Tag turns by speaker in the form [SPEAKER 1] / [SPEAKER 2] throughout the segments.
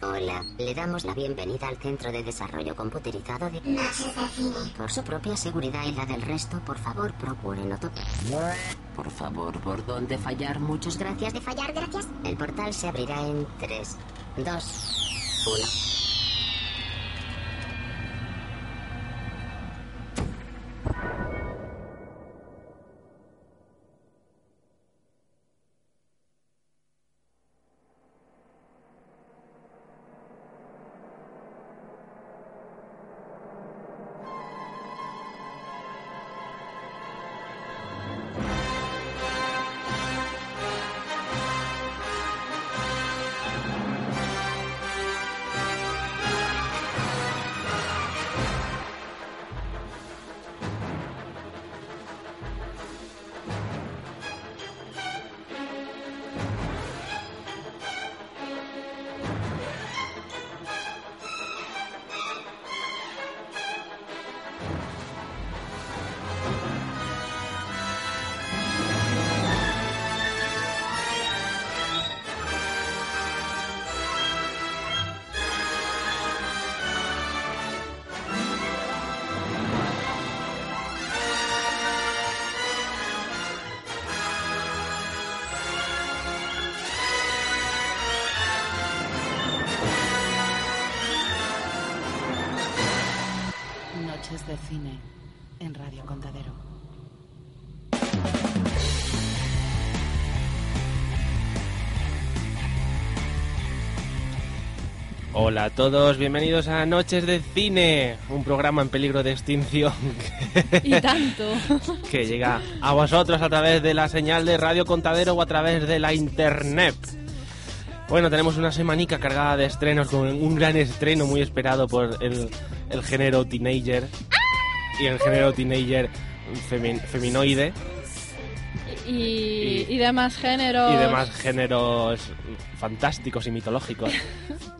[SPEAKER 1] Hola, le damos la bienvenida al Centro de Desarrollo Computerizado de
[SPEAKER 2] Noches de Cine.
[SPEAKER 1] Por su propia seguridad y la del resto, por favor, procuren no tocar.
[SPEAKER 3] Por favor, ¿por dónde fallar? Muchas gracias.
[SPEAKER 2] ¿Has de fallar, gracias?
[SPEAKER 1] El portal se abrirá en 3, 2, 1.
[SPEAKER 4] Noches de cine en Radio Contadero.
[SPEAKER 5] Hola a todos, bienvenidos a Noches de Cine, un programa en peligro de extinción
[SPEAKER 6] Y tanto.
[SPEAKER 5] que llega a vosotros a través de la señal de Radio Contadero o a través de la internet. Bueno, tenemos una semanica cargada de estrenos con un gran estreno muy esperado por el, el género teenager y el género teenager femin- feminoide
[SPEAKER 6] Y,
[SPEAKER 5] Y-
[SPEAKER 6] y demás géneros.
[SPEAKER 5] y demás géneros fantásticos y mitológicos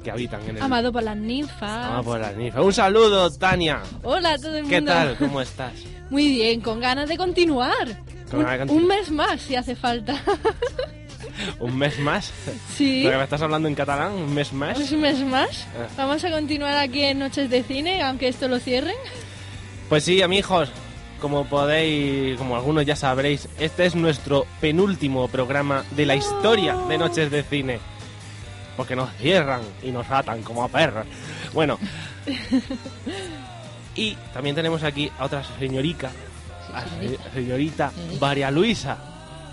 [SPEAKER 5] que habitan en el
[SPEAKER 6] Amado por las ninfas.
[SPEAKER 5] Amado por las ninfas. Un saludo, Tania.
[SPEAKER 6] Hola a todo el mundo.
[SPEAKER 5] ¿Qué tal? ¿Cómo estás?
[SPEAKER 6] Muy bien, con ganas de continuar.
[SPEAKER 5] Con
[SPEAKER 6] un,
[SPEAKER 5] ganas de continuar.
[SPEAKER 6] un mes más si hace falta.
[SPEAKER 5] ¿Un mes más?
[SPEAKER 6] sí. Pues
[SPEAKER 5] ¿Lo que me estás hablando en catalán? ¿Un mes más?
[SPEAKER 6] Un mes más.
[SPEAKER 5] Ah.
[SPEAKER 6] Vamos a continuar aquí en Noches de Cine, aunque esto lo cierren.
[SPEAKER 5] Pues sí, amigos, como podéis, como algunos ya sabréis, este es nuestro penúltimo programa de la historia de Noches de Cine. Porque nos cierran y nos atan como a perros. Bueno. y también tenemos aquí a otra señorica, a se- señorita María Luisa.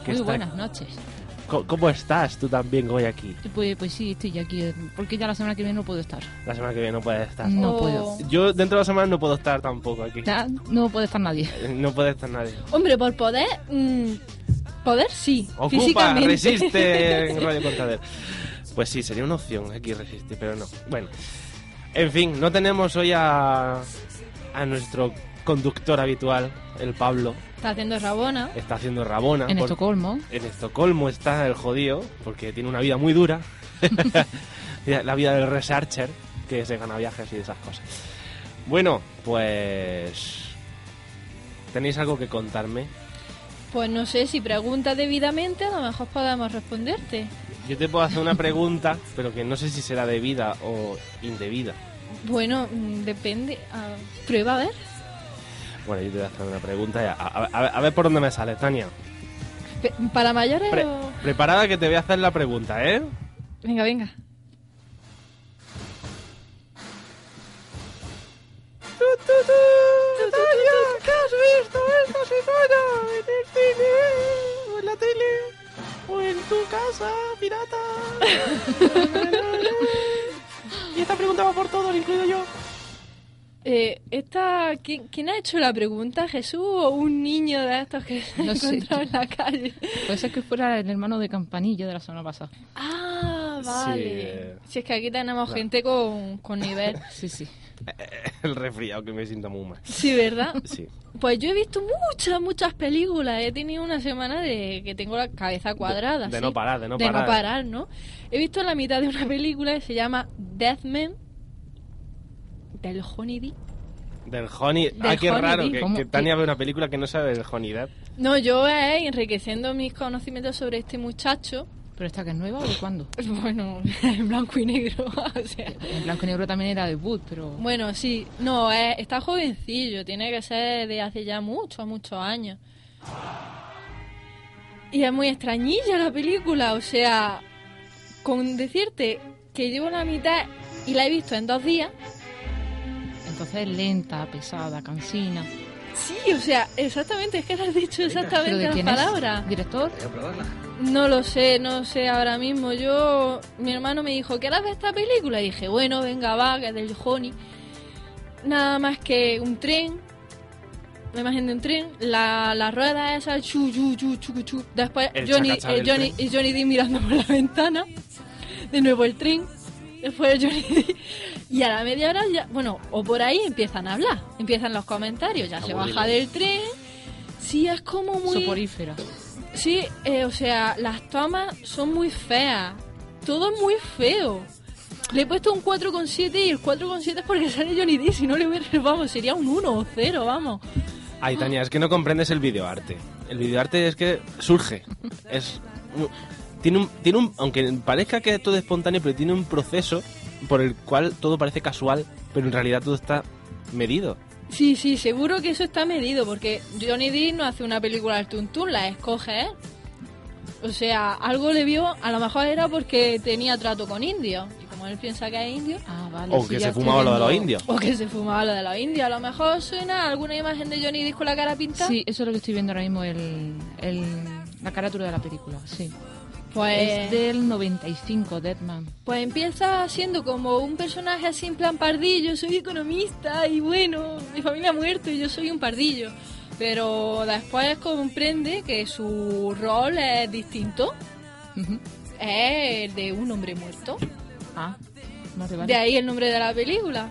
[SPEAKER 5] que
[SPEAKER 7] Muy
[SPEAKER 5] está-
[SPEAKER 7] buenas noches.
[SPEAKER 5] Co- ¿Cómo estás tú también hoy aquí?
[SPEAKER 7] Pues, pues sí, estoy aquí, eh, porque ya la semana que viene no puedo estar.
[SPEAKER 5] La semana que viene no puedes estar.
[SPEAKER 7] No
[SPEAKER 6] Oh.
[SPEAKER 7] puedo.
[SPEAKER 5] Yo dentro de la semana no puedo estar tampoco aquí.
[SPEAKER 7] Ya no puede estar nadie.
[SPEAKER 5] No puede estar nadie.
[SPEAKER 6] Hombre, por poder. mm, poder sí.
[SPEAKER 5] Ocupa,
[SPEAKER 6] físicamente.
[SPEAKER 5] resiste en Radio Contadero. Pues sí, sería una opción aquí resistir, pero no. Bueno, en fin, no tenemos hoy a, a nuestro conductor habitual, el Pablo.
[SPEAKER 6] Está haciendo Rabona.
[SPEAKER 5] Está haciendo Rabona.
[SPEAKER 7] En
[SPEAKER 5] por-
[SPEAKER 7] Estocolmo.
[SPEAKER 5] En Estocolmo está el jodío, porque tiene una vida muy dura. Ya, la vida del researcher, que se gana viajes y esas cosas. Bueno, pues... ¿Tenéis algo que contarme?
[SPEAKER 6] Pues no sé, si preguntas debidamente, a lo mejor podemos responderte.
[SPEAKER 5] Yo te puedo hacer una pregunta, pero que no sé si será debida o indebida.
[SPEAKER 6] Bueno, mm, depende. Ah, prueba a ver.
[SPEAKER 5] Bueno, yo te voy a hacer una pregunta y a, a- a- a ver por dónde me sale, Tania.
[SPEAKER 6] Pe- ¿Para mayores
[SPEAKER 5] Pre-
[SPEAKER 6] o...?
[SPEAKER 5] preparada que te voy a hacer la pregunta, ¿eh?
[SPEAKER 6] Venga, venga.
[SPEAKER 5] ¿Qué has visto esta semana en el cine o en la tele o en tu casa, pirata? y esta pregunta va por todos, incluido yo.
[SPEAKER 6] Eh, esta, ¿quién, quién ha hecho la pregunta? ¿Jesús o un niño de estos que se ha
[SPEAKER 7] No sé,
[SPEAKER 6] encontrado en la calle?
[SPEAKER 7] Puede ser que fuera el hermano de Campanilla de la semana pasada.
[SPEAKER 6] Ah, vale.
[SPEAKER 5] eh.
[SPEAKER 6] Si es que aquí tenemos gente con, con nivel.
[SPEAKER 7] Sí, sí.
[SPEAKER 5] El resfriado que me siento muy mal.
[SPEAKER 6] Sí, ¿verdad?
[SPEAKER 5] Sí.
[SPEAKER 6] Pues yo he visto muchas, muchas películas. He tenido una semana de que tengo la cabeza cuadrada.
[SPEAKER 5] de
[SPEAKER 6] sí.
[SPEAKER 5] no parar, de no
[SPEAKER 6] de
[SPEAKER 5] parar.
[SPEAKER 6] no parar, ¿no? He visto la mitad de una película que se llama Deathman del Johnny Depp.
[SPEAKER 5] Del Honey.
[SPEAKER 6] Del
[SPEAKER 5] Ah, qué
[SPEAKER 6] Honey
[SPEAKER 5] raro
[SPEAKER 6] Deep.
[SPEAKER 5] que,
[SPEAKER 7] ¿Cómo?
[SPEAKER 5] que Tania ve una película que no sabe del Honey Depp.
[SPEAKER 6] No, yo eh, enriqueciendo mis conocimientos sobre este muchacho,
[SPEAKER 7] ¿Pero esta que es nueva o de cuándo?
[SPEAKER 6] Bueno, en blanco y negro, o sea.
[SPEAKER 7] En blanco y negro también era debut, pero.
[SPEAKER 6] Bueno, sí, no, eh, está jovencillo, tiene que ser de hace ya muchos, muchos años. Y es muy extrañilla la película, o sea, con decirte que llevo la mitad y la he visto en dos días,
[SPEAKER 7] Entonces es lenta, pesada, cansina.
[SPEAKER 6] sí, o sea, exactamente, es que has dicho
[SPEAKER 7] ¿Pero
[SPEAKER 6] exactamente
[SPEAKER 7] de
[SPEAKER 6] las
[SPEAKER 7] quién
[SPEAKER 6] palabras.
[SPEAKER 7] es? ¿Director?
[SPEAKER 2] Voy a probarla.
[SPEAKER 6] No lo sé, no sé ahora mismo. Yo, mi hermano me dijo, ¿qué ver esta película? Y dije, bueno, venga, va, que es del Johnny. Nada más que un tren, la imagen de un tren, la, la rueda esa, chu, chu, chu, chu, chu. Después
[SPEAKER 5] El
[SPEAKER 6] Johnny,
[SPEAKER 5] chacacha
[SPEAKER 6] eh,
[SPEAKER 5] del
[SPEAKER 6] Johnny, y Johnny D mirando por la ventana. De nuevo el tren. Después Johnny D. Y a la media hora, ya, bueno, o por ahí empiezan a hablar, empiezan los comentarios, ya se
[SPEAKER 5] Aburrido.
[SPEAKER 6] baja del tren. Sí, es como muy...
[SPEAKER 7] Soporífera.
[SPEAKER 6] Sí, eh, o sea, las tomas son muy feas. Todo es muy feo. Le he puesto un 4,7 y el 4,7 es porque sale Johnny D. Si no le hubiera, vamos, sería un 1 o 0, vamos. Ah.
[SPEAKER 5] Ay, Tania, es que no comprendes el videoarte. El videoarte es que surge. Es. Tiene un, tiene un. Aunque parezca que es todo espontáneo, pero tiene un proceso por el cual todo parece casual, pero en realidad todo está medido.
[SPEAKER 6] Sí, sí, seguro que eso está medido porque Johnny D. no hace una película al tuntún, la escoge él. O sea, algo le vio, a lo mejor era porque tenía trato con indios. Y como él piensa que es indio,
[SPEAKER 7] Ah, vale.
[SPEAKER 5] O
[SPEAKER 7] sí,
[SPEAKER 5] que
[SPEAKER 7] ya
[SPEAKER 5] se
[SPEAKER 7] estoy
[SPEAKER 5] fumaba lo de
[SPEAKER 7] viendo-
[SPEAKER 5] los indios.
[SPEAKER 6] o que se fumaba lo de los indios. A lo mejor suena alguna imagen de Johnny D. con la cara pintada.
[SPEAKER 7] Sí, eso es lo que estoy viendo ahora mismo, el, el- la carátula de la película, sí.
[SPEAKER 6] pues...
[SPEAKER 7] Es del 95, Deadman.
[SPEAKER 6] Pues empieza siendo como un personaje así en plan pardillo, soy economista y bueno, mi familia ha muerto y yo soy un pardillo. Pero después comprende que su rol es distinto,
[SPEAKER 7] Ujú.
[SPEAKER 6] es el de un hombre muerto.
[SPEAKER 7] Ah, vale, vale.
[SPEAKER 6] De ahí el nombre de la película.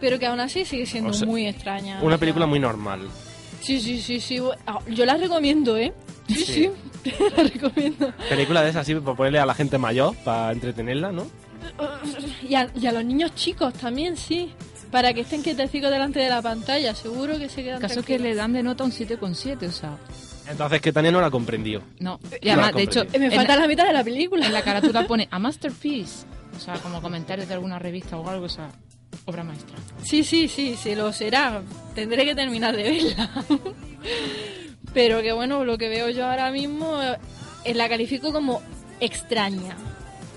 [SPEAKER 6] Pero que aún así sigue siendo
[SPEAKER 5] O sea,
[SPEAKER 6] muy extraña. o
[SPEAKER 5] Una
[SPEAKER 6] sea.
[SPEAKER 5] película muy normal.
[SPEAKER 6] Sí, sí, sí, sí. Ah, Yo la recomiendo, ¿eh? Sí, sí,
[SPEAKER 5] Sí.
[SPEAKER 6] la recomiendo.
[SPEAKER 5] Película de esas así para ponerle a la gente mayor, para entretenerla, ¿no?
[SPEAKER 6] Y a, y a los niños chicos también, sí. Para que estén quietecitos delante de la pantalla, seguro que se quedan
[SPEAKER 7] El caso es que
[SPEAKER 6] tranquilos.
[SPEAKER 7] le dan de nota un 7,7, o sea,
[SPEAKER 5] Entonces que Tania no la comprendió.
[SPEAKER 7] no. Y además, de hecho,
[SPEAKER 6] Eh, Me
[SPEAKER 7] en
[SPEAKER 6] falta
[SPEAKER 7] la,
[SPEAKER 6] la mitad de la película.
[SPEAKER 7] en la carátula pone a masterpiece, o sea, como comentarios de alguna revista o algo, o sea, obra maestra.
[SPEAKER 6] Sí, sí, sí, se lo será. Tendré que terminar de verla. Pero que bueno, lo que veo yo ahora mismo eh, la califico como extraña.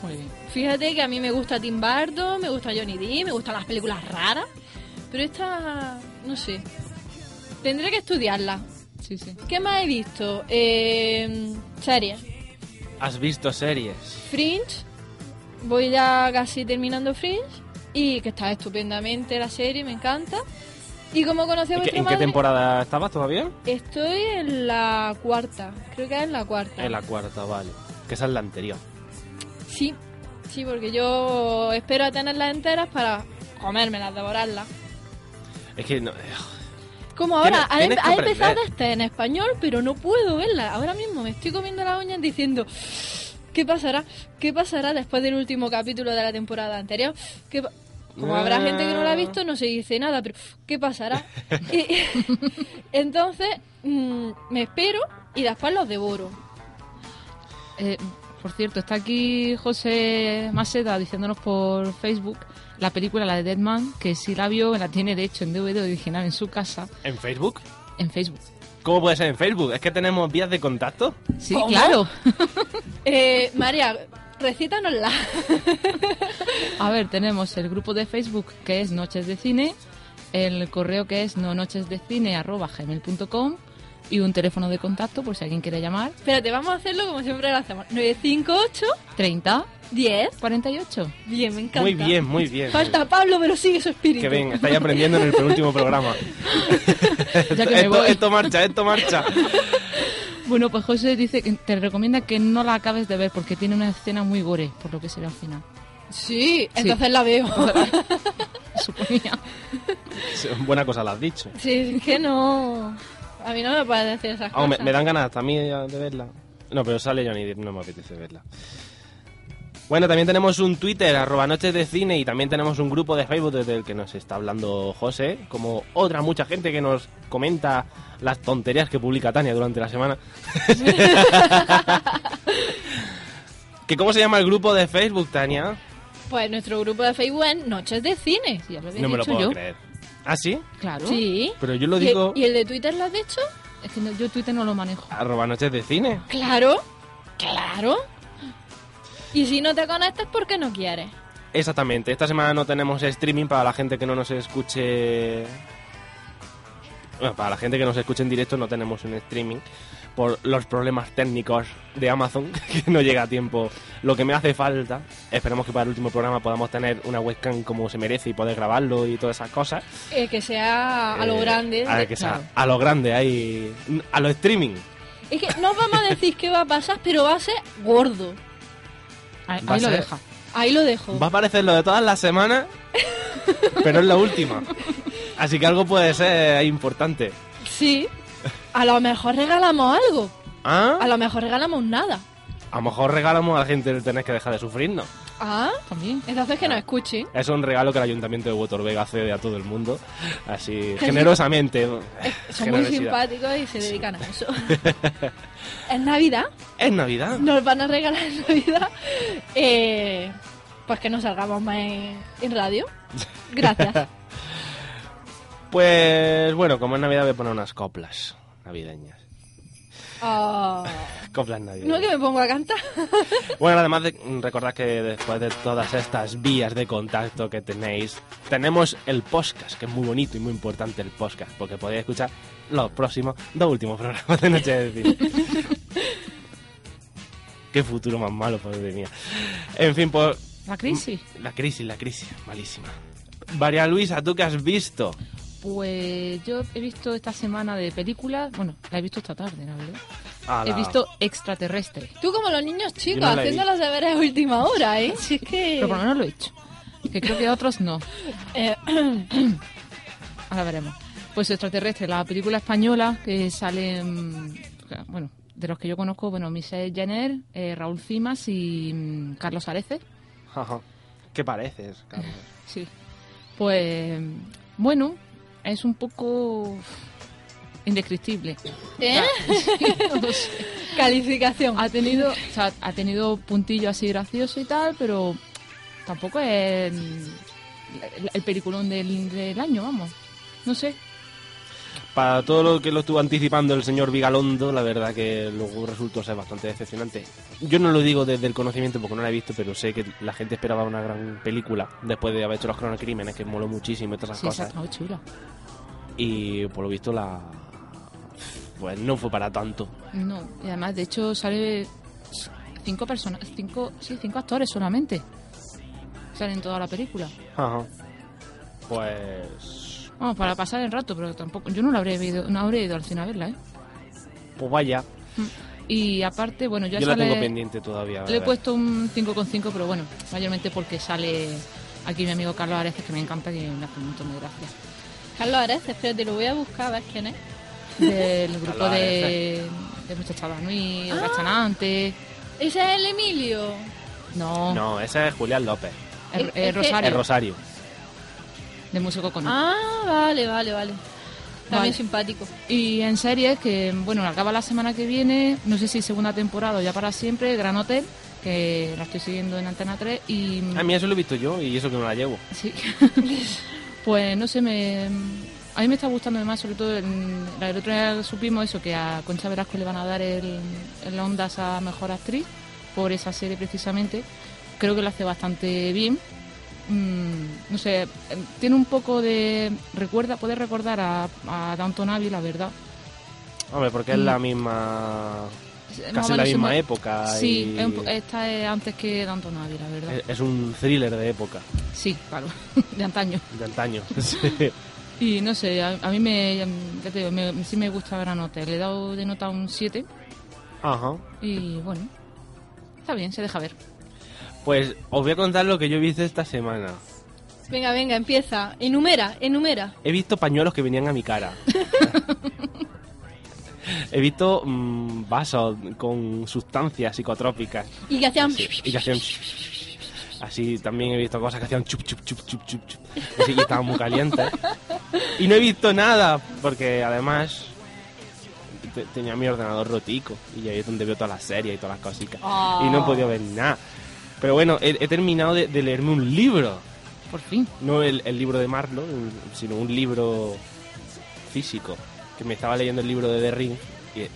[SPEAKER 7] Muy bien.
[SPEAKER 6] Fíjate que a mí me gusta Tim Burton, me gusta Johnny Depp, me gustan las películas raras. Pero esta, no sé. Tendré que estudiarla.
[SPEAKER 7] Sí, sí.
[SPEAKER 6] ¿Qué más he visto? Eh, series.
[SPEAKER 5] Has visto series.
[SPEAKER 6] Fringe. Voy ya casi terminando Fringe. Y que está estupendamente la serie, me encanta. Y como conocí a
[SPEAKER 5] ¿En qué-
[SPEAKER 6] vuestra
[SPEAKER 5] ¿En qué
[SPEAKER 6] madre,
[SPEAKER 5] temporada estabas todavía?
[SPEAKER 6] estoy en la cuarta. Creo que es en la cuarta.
[SPEAKER 5] En la cuarta, vale. Que esa es la anterior.
[SPEAKER 6] Sí, sí, porque yo espero a tenerlas enteras para comérmelas, devorarlas.
[SPEAKER 5] Es que no,
[SPEAKER 6] Como ahora,
[SPEAKER 5] Tienes-
[SPEAKER 6] ha, em-
[SPEAKER 5] tienes que
[SPEAKER 6] ha empezado
[SPEAKER 5] aprender.
[SPEAKER 6] esta en español, pero no puedo verla. Ahora mismo me estoy comiendo las uñas diciendo, ¿qué pasará? ¿Qué pasará después del último capítulo de la temporada anterior? ¿Qué pa-?". Como habrá
[SPEAKER 5] Ah.
[SPEAKER 6] gente que no la ha visto, no se dice nada, pero ¿qué pasará? Y- entonces, mm, me espero y después los devoro.
[SPEAKER 7] Eh, por cierto, está aquí José Maceda diciéndonos por Facebook la película, la de Deadman, que si la vio, la tiene de hecho en DVD original en su casa,
[SPEAKER 5] ¿En Facebook?
[SPEAKER 7] en Facebook.
[SPEAKER 5] ¿Cómo puede ser en Facebook? ¿Es que tenemos vías de contacto?
[SPEAKER 7] Sí,
[SPEAKER 6] ¿Cómo?
[SPEAKER 7] claro.
[SPEAKER 6] Eh, María, recítanosla.
[SPEAKER 7] A ver, tenemos el grupo de Facebook que es Noches de Cine, el correo que es no nochesdecine.com y un teléfono de contacto por si alguien quiere llamar.
[SPEAKER 6] Espérate, vamos a hacerlo como siempre lo hacemos. 958
[SPEAKER 7] 30
[SPEAKER 6] 10.
[SPEAKER 7] 48.
[SPEAKER 6] Bien, me encanta.
[SPEAKER 5] Muy bien, muy bien.
[SPEAKER 6] Falta Pablo, pero sigue su espíritu.
[SPEAKER 5] Que bien, estáis aprendiendo en el penúltimo programa.
[SPEAKER 7] que
[SPEAKER 5] esto,
[SPEAKER 7] me
[SPEAKER 5] esto-
[SPEAKER 7] voy.
[SPEAKER 5] esto marcha, esto marcha.
[SPEAKER 7] Bueno, pues José dice que te recomienda que no la acabes de ver porque tiene una escena muy gore, por lo que será al final.
[SPEAKER 6] Sí, entonces la veo.
[SPEAKER 7] Suponía.
[SPEAKER 5] Buena cosa la has dicho.
[SPEAKER 6] sí, es que no. A mí no me puedes decir esas
[SPEAKER 5] Ah, me,
[SPEAKER 6] cosas.
[SPEAKER 5] me dan ganas hasta a mí ya de verla. No, pero sale Johnny Depp, no me apetece verla. Bueno, también tenemos un Twitter, arroba noches de cine, y también tenemos un grupo de Facebook desde el que nos está hablando José, como otra mucha gente que nos comenta las tonterías que publica Tania durante la semana. ¿Que ¿Cómo se llama el grupo de Facebook, Tania?
[SPEAKER 6] Pues nuestro grupo de Facebook es Noches de Cine.
[SPEAKER 7] Sí, ya lo había
[SPEAKER 5] No me lo
[SPEAKER 7] dicho
[SPEAKER 5] puedo
[SPEAKER 7] yo.
[SPEAKER 5] creer. ¿Ah, sí?
[SPEAKER 7] Claro.
[SPEAKER 6] Sí.
[SPEAKER 5] Pero yo lo
[SPEAKER 6] ¿Y el-
[SPEAKER 5] digo
[SPEAKER 6] ¿Y el de Twitter lo has dicho?
[SPEAKER 7] Es que no- yo Twitter no lo manejo.
[SPEAKER 5] arroba noches de cine.
[SPEAKER 6] Claro, claro. Y si no te conectas, ¿por qué no quieres?
[SPEAKER 5] Exactamente. Esta semana no tenemos streaming para la gente que no nos escuche. Bueno, para la gente que nos escuche en directo no tenemos un streaming por los problemas técnicos de Amazon, que no llega a tiempo lo que me hace falta. Esperemos que para el último programa podamos tener una webcam como se merece y poder grabarlo y todas esas cosas.
[SPEAKER 6] Eh, que sea a lo
[SPEAKER 5] Eh,
[SPEAKER 6] grande.
[SPEAKER 5] A, que sea
[SPEAKER 7] claro.
[SPEAKER 5] a lo grande, ahí. A lo streaming.
[SPEAKER 6] Es que no vamos a decir qué va a pasar, pero va a ser gordo.
[SPEAKER 7] Ahí,
[SPEAKER 5] Va a
[SPEAKER 7] ahí lo
[SPEAKER 5] ser-
[SPEAKER 7] deja.
[SPEAKER 6] Ahí lo dejo.
[SPEAKER 5] Va a aparecer lo de todas las semanas, pero es la última. Así que algo puede ser importante.
[SPEAKER 6] Sí. A lo mejor regalamos algo.
[SPEAKER 5] ¿Ah?
[SPEAKER 6] A lo mejor regalamos nada.
[SPEAKER 5] A lo mejor regalamos a la gente el tener que dejar de sufrirnos.
[SPEAKER 6] Ah,
[SPEAKER 7] También.
[SPEAKER 6] entonces
[SPEAKER 5] Ah.
[SPEAKER 6] que nos escuchen.
[SPEAKER 5] Es un regalo que el ayuntamiento de Huatorvega hace a todo el mundo. Así, generosamente.
[SPEAKER 6] Son muy
[SPEAKER 5] Generosidad.
[SPEAKER 6] Eh, simpáticos y se dedican a eso. en Navidad,
[SPEAKER 5] Es Navidad.
[SPEAKER 6] nos van a regalar en Navidad. eh, pues que nos salgamos más en, en radio. Gracias.
[SPEAKER 5] Pues bueno, como es Navidad voy a poner unas coplas navideñas.
[SPEAKER 6] Ah.
[SPEAKER 5] Coplas
[SPEAKER 6] No
[SPEAKER 5] navideñas.
[SPEAKER 6] que me pongo a cantar.
[SPEAKER 5] Bueno, además de, recordad que después de todas estas vías de contacto que tenéis, tenemos el podcast, que es muy bonito y muy importante el podcast, porque podéis escuchar los próximos dos últimos programas de Noche de Cine. Qué futuro más malo, madre mía. En fin, pues
[SPEAKER 7] La crisis.
[SPEAKER 5] la crisis, la crisis, malísima. María Luisa, ¿tú qué has visto?
[SPEAKER 7] Pues yo he visto esta semana de películas. Bueno, la he visto esta tarde, ¿no? verdad? He
[SPEAKER 5] Ala.
[SPEAKER 7] visto Extraterrestre.
[SPEAKER 6] Tú como los niños chicos,
[SPEAKER 5] Yo no la he
[SPEAKER 6] haciendo
[SPEAKER 5] visto.
[SPEAKER 6] los deberes a última hora, ¿eh? Si es
[SPEAKER 7] Pero por lo
[SPEAKER 6] que...
[SPEAKER 7] menos lo he hecho. Que creo que otros no.
[SPEAKER 6] Eh,
[SPEAKER 7] Ahora veremos. Pues Extraterrestre, la película española que sale. mm, Bueno, de los que yo conozco, bueno, Michelle Jenner, eh, Raúl Cimas y mm, Carlos Areces.
[SPEAKER 5] Ajá. ¿Qué pareces, Carlos?
[SPEAKER 7] Sí. Pues bueno, es un poco indescriptible.
[SPEAKER 6] ¿eh?
[SPEAKER 7] No sé.
[SPEAKER 6] Calificación.
[SPEAKER 7] Ha tenido, o sea, ha tenido puntillo así gracioso y tal, pero tampoco es el, el peliculón del, del año, vamos. No sé.
[SPEAKER 5] Para todo lo que lo estuvo anticipando el señor Vigalondo, la verdad que luego resultó ser bastante decepcionante. Yo no lo digo desde el conocimiento porque no la he visto, pero sé que la gente esperaba una gran película después de haber hecho los cronocrímenes, que moló muchísimo y todas esas
[SPEAKER 7] Sí, se ha
[SPEAKER 5] cosas.
[SPEAKER 7] estado chula.
[SPEAKER 5] Y por lo visto la... Pues no fue para tanto.
[SPEAKER 7] No, y además, de hecho, sale cinco personas, cinco, sí, cinco actores solamente. Salen en toda la película.
[SPEAKER 5] Ajá. Pues...
[SPEAKER 7] Vamos, para pasar el rato, pero tampoco. Yo no la habré ido, no habré ido al cine a verla, ¿eh?
[SPEAKER 5] Pues vaya.
[SPEAKER 7] Y aparte, bueno, yo,
[SPEAKER 5] Yo
[SPEAKER 7] a
[SPEAKER 5] la
[SPEAKER 7] esa
[SPEAKER 5] tengo
[SPEAKER 7] le-
[SPEAKER 5] pendiente todavía. la
[SPEAKER 7] Le he
[SPEAKER 5] verdad.
[SPEAKER 7] puesto un 5,5, pero bueno, mayormente porque sale aquí mi amigo Carlos Areces, que me encanta, que me hace un montón de gracia.
[SPEAKER 6] Carlos Ares, espérate, lo voy a buscar a ver quién es.
[SPEAKER 7] Del grupo
[SPEAKER 5] Carlos
[SPEAKER 7] de, de Muchachadas Nui,
[SPEAKER 6] Ah.
[SPEAKER 7] Gachanante,
[SPEAKER 6] Ese es el Emilio.
[SPEAKER 7] no,
[SPEAKER 5] No, esa es Julián López.
[SPEAKER 7] el-
[SPEAKER 6] Es-
[SPEAKER 7] el
[SPEAKER 6] es que-
[SPEAKER 7] Rosario,
[SPEAKER 5] Es Rosario.
[SPEAKER 7] de Músico
[SPEAKER 5] Mm.
[SPEAKER 7] con
[SPEAKER 6] Ah, vale, vale, vale. También
[SPEAKER 7] Vale.
[SPEAKER 6] simpático.
[SPEAKER 7] Y en series que, bueno, acaba la semana que viene, no sé si segunda temporada o ya para siempre, Gran Hotel, que la estoy siguiendo en Antena 3 y...
[SPEAKER 5] A mí eso lo he visto yo y eso que no la llevo.
[SPEAKER 7] Sí. pues no sé, me, a mí me está gustando más, sobre todo el, la del otro día supimos eso, que a Concha Velasco le van a dar el, el Ondas a Mejor Actriz por esa serie precisamente. Creo que lo hace bastante bien. Mm, no sé, eh, tiene un poco de... recuerda Puede recordar a, a Downton Abbey, la verdad.
[SPEAKER 5] Hombre, porque es
[SPEAKER 7] Mm.
[SPEAKER 5] la misma...
[SPEAKER 7] Más
[SPEAKER 5] Casi
[SPEAKER 7] o
[SPEAKER 5] la
[SPEAKER 7] menos
[SPEAKER 5] misma
[SPEAKER 7] somos-
[SPEAKER 5] época.
[SPEAKER 7] Sí,
[SPEAKER 5] y- Eh.
[SPEAKER 7] es un po- esta es antes que Downton Abbey, la verdad.
[SPEAKER 5] Es- Es un thriller de época,
[SPEAKER 7] Sí, claro, de antaño.
[SPEAKER 5] de antaño. Sí.
[SPEAKER 7] Y no sé, a, a mí me, ya te digo, me- sí me gusta Gran Hotel. Le he dado de nota un 7
[SPEAKER 5] Ajá.
[SPEAKER 7] y bueno, está bien, se deja ver.
[SPEAKER 5] Pues os voy a contar lo que yo he visto esta semana.
[SPEAKER 6] Venga, venga, empieza. Enumera, enumera.
[SPEAKER 5] He visto pañuelos que venían a mi cara. He visto mm, vasos con sustancias psicotrópicas.
[SPEAKER 6] Y que hacían...
[SPEAKER 5] Sí, y que hacían... Así también he visto cosas que hacían chup, chup, chup, chup, chup, chup. Así que estaban muy calientes. Y no he visto nada, porque además te- tenía mi ordenador rotico y ahí es donde veo todas las series y todas las cositas. Y no podía ver nada. Pero bueno, he, he terminado de, de leerme un libro.
[SPEAKER 7] Por fin.
[SPEAKER 5] No el, el libro de Marlowe, sino un libro físico. Que me estaba leyendo el libro de The Ring. y-
[SPEAKER 6] ¿De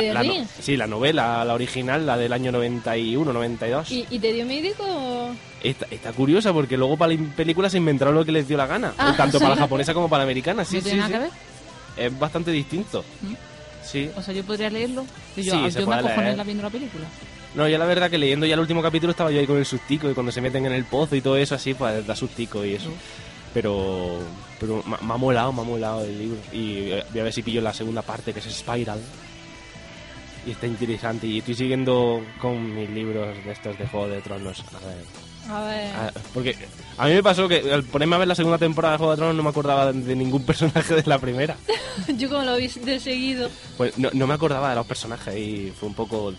[SPEAKER 6] The
[SPEAKER 5] no-
[SPEAKER 6] Ring?
[SPEAKER 5] sí, la novela, la original, la del año 91, 92.
[SPEAKER 6] ¿Y, y te dio médico? o-
[SPEAKER 5] Está, está curiosa porque luego para la in- película se inventaron lo que les dio la gana.
[SPEAKER 6] Ah,
[SPEAKER 5] tanto
[SPEAKER 6] sí.
[SPEAKER 5] para la japonesa como para la americana. Sí,
[SPEAKER 7] ¿No
[SPEAKER 5] sí,
[SPEAKER 7] tiene nada
[SPEAKER 5] sí.
[SPEAKER 7] que ver?
[SPEAKER 5] Es bastante distinto.
[SPEAKER 7] ¿Mm?
[SPEAKER 5] Sí.
[SPEAKER 7] O sea, yo podría leerlo. Y
[SPEAKER 5] Sí, se
[SPEAKER 7] yo yo me
[SPEAKER 5] puede
[SPEAKER 7] acojoné
[SPEAKER 5] leer.
[SPEAKER 7] la viendo la película.
[SPEAKER 5] No, ya la verdad que leyendo ya el último capítulo estaba yo ahí con el sustico y cuando se meten en el pozo y todo eso así, pues da sustico y eso.
[SPEAKER 7] Mm.
[SPEAKER 5] Pero, pero me me ha molado, me ha molado el libro. Y eh, voy a ver si pillo la segunda parte que es Spiral. Y está interesante. Y estoy siguiendo con mis libros de estos de Juego de Tronos. A ver.
[SPEAKER 6] A ver.
[SPEAKER 5] Ah, Porque a mí me pasó que al ponerme a ver la segunda temporada de Juego de Tronos no me acordaba de ningún personaje de la primera.
[SPEAKER 6] Yo como lo vi de seguido.
[SPEAKER 5] Pues no, no me acordaba de los personajes y fue un poco...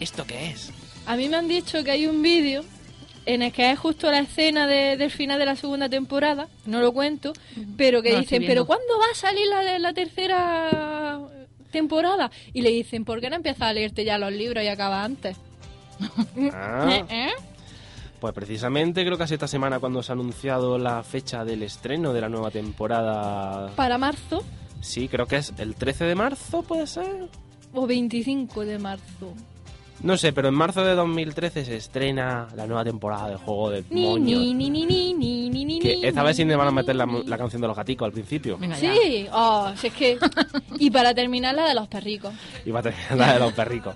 [SPEAKER 5] ¿Esto qué es?
[SPEAKER 6] A mí me han dicho que hay un vídeo en el que es justo la escena de- del final de la segunda temporada, no lo cuento, pero que
[SPEAKER 7] No lo
[SPEAKER 6] dicen,
[SPEAKER 7] estoy viendo.
[SPEAKER 6] ¿pero cuándo va a salir la, de- la tercera temporada? Y le dicen, ¿por qué no empiezas a leerte ya los libros y acaba antes?
[SPEAKER 5] Ah,
[SPEAKER 6] ¿Eh?
[SPEAKER 5] pues precisamente creo que hace esta semana cuando se ha anunciado la fecha del estreno de la nueva temporada...
[SPEAKER 6] Para marzo
[SPEAKER 5] Sí, creo que es el 13 de marzo, puede ser.
[SPEAKER 6] o 25 de marzo.
[SPEAKER 5] No sé, pero en marzo de 2013 se estrena la nueva temporada de Juego de
[SPEAKER 6] Ni,
[SPEAKER 5] Moños.
[SPEAKER 6] ni, ni, ni, ni, ni, ni, ni,
[SPEAKER 5] Que
[SPEAKER 6] ni,
[SPEAKER 5] esta vez sí
[SPEAKER 6] ni,
[SPEAKER 5] me van a
[SPEAKER 6] ni,
[SPEAKER 5] meter la,
[SPEAKER 6] ni. Mm.
[SPEAKER 5] la canción de los gaticos al principio.
[SPEAKER 7] Venga, ya.
[SPEAKER 6] Sí, oh, si es que... y para terminar la de los perricos.
[SPEAKER 5] Y va a tener la de los perricos.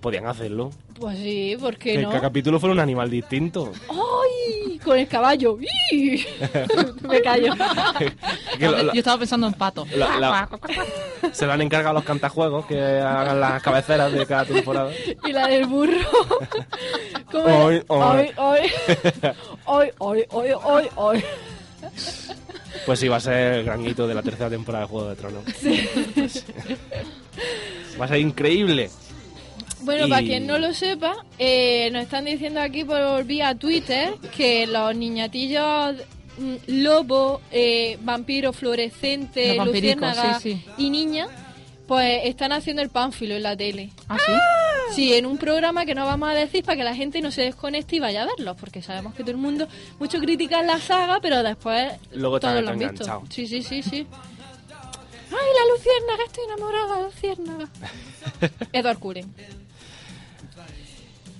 [SPEAKER 5] Podían hacerlo.
[SPEAKER 6] Pues sí, ¿por
[SPEAKER 5] Que
[SPEAKER 6] qué no?
[SPEAKER 5] cada capítulo fuera un animal distinto.
[SPEAKER 6] ¡Ay! Con el caballo. ¡Ih! Me callo.
[SPEAKER 5] Que lo-
[SPEAKER 7] Yo
[SPEAKER 5] la-
[SPEAKER 7] estaba pensando en pato.
[SPEAKER 5] la- la- se lo han encargado a los cantajuegos que hagan las cabeceras de cada temporada.
[SPEAKER 6] Y la del burro. ¿Cómo era?
[SPEAKER 5] Oy, oy.
[SPEAKER 6] Oy, oy. Oy, oy, oy, oy.
[SPEAKER 5] Pues sí, va a ser el gran hito de la tercera temporada de Juego de Tronos. Pues, Va a ser increíble.
[SPEAKER 6] Bueno,
[SPEAKER 5] Y-
[SPEAKER 6] para quien no lo sepa, eh, nos están diciendo aquí por vía Twitter que los niñatillos mm, lobo, eh, vampiro fluorescente,
[SPEAKER 7] Los vampiricos,
[SPEAKER 6] luciérnaga
[SPEAKER 7] sí,
[SPEAKER 6] y niña, pues están haciendo el pánfilo en la tele.
[SPEAKER 7] ¿Ah, sí?
[SPEAKER 6] Sí, en un programa que no vamos a decir para que la gente no se desconecte y vaya a verlos, porque sabemos que todo el mundo, mucho critica la saga, pero después
[SPEAKER 5] Luego
[SPEAKER 6] todos
[SPEAKER 5] están
[SPEAKER 6] lo han visto.
[SPEAKER 5] enganchados.
[SPEAKER 6] Sí, sí, sí, sí. Ay, la luciérnaga, estoy enamorada de la luciérnaga. Edward Cullen.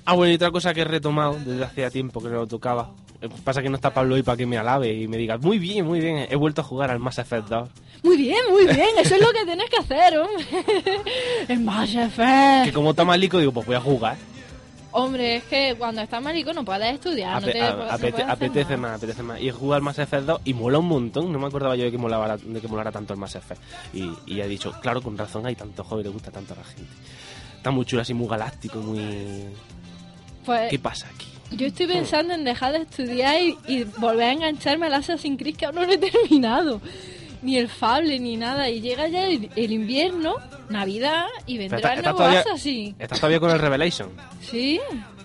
[SPEAKER 5] Ah, bueno, y otra cosa que he retomado desde hacía tiempo que no lo tocaba. Eh, Pasa que no está Pablo hoy para que me alabe y me diga, muy bien, muy bien, he vuelto a jugar al Mass Effect 2.
[SPEAKER 6] Muy bien, muy bien, eso es lo que tienes que hacer, hombre. Es más
[SPEAKER 5] Que como está malico, digo, pues voy a jugar.
[SPEAKER 6] Hombre, es que cuando estás marico no puedes estudiar, Ah, no
[SPEAKER 5] Ape-
[SPEAKER 6] te-
[SPEAKER 5] a-
[SPEAKER 6] no
[SPEAKER 5] apete-
[SPEAKER 6] puedes hacer
[SPEAKER 5] apetece
[SPEAKER 6] nada.
[SPEAKER 5] más, apetece más. Y he jugado al Mass Effect 2 y mola un montón. No me acordaba yo de que molara, de que molara tanto el Mass Effect. Y, y he dicho, claro, con razón hay tanto juego y le gusta tanto a la gente. Está muy chulo, así muy galáctico,
[SPEAKER 6] Eh,
[SPEAKER 5] muy...
[SPEAKER 6] Pues,
[SPEAKER 5] ¿Qué pasa aquí?
[SPEAKER 6] Yo estoy pensando en dejar de estudiar y, y volver a engancharme al Assassin's Creed que aún no lo he terminado. Ni el Fable, ni nada. Y llega ya el, el invierno, Navidad, y vendrá
[SPEAKER 5] Pero está-
[SPEAKER 6] el
[SPEAKER 5] está
[SPEAKER 6] nuevo
[SPEAKER 5] todavía-
[SPEAKER 6] Assassin.
[SPEAKER 5] ¿Estás todavía con el Revelation?
[SPEAKER 6] Sí,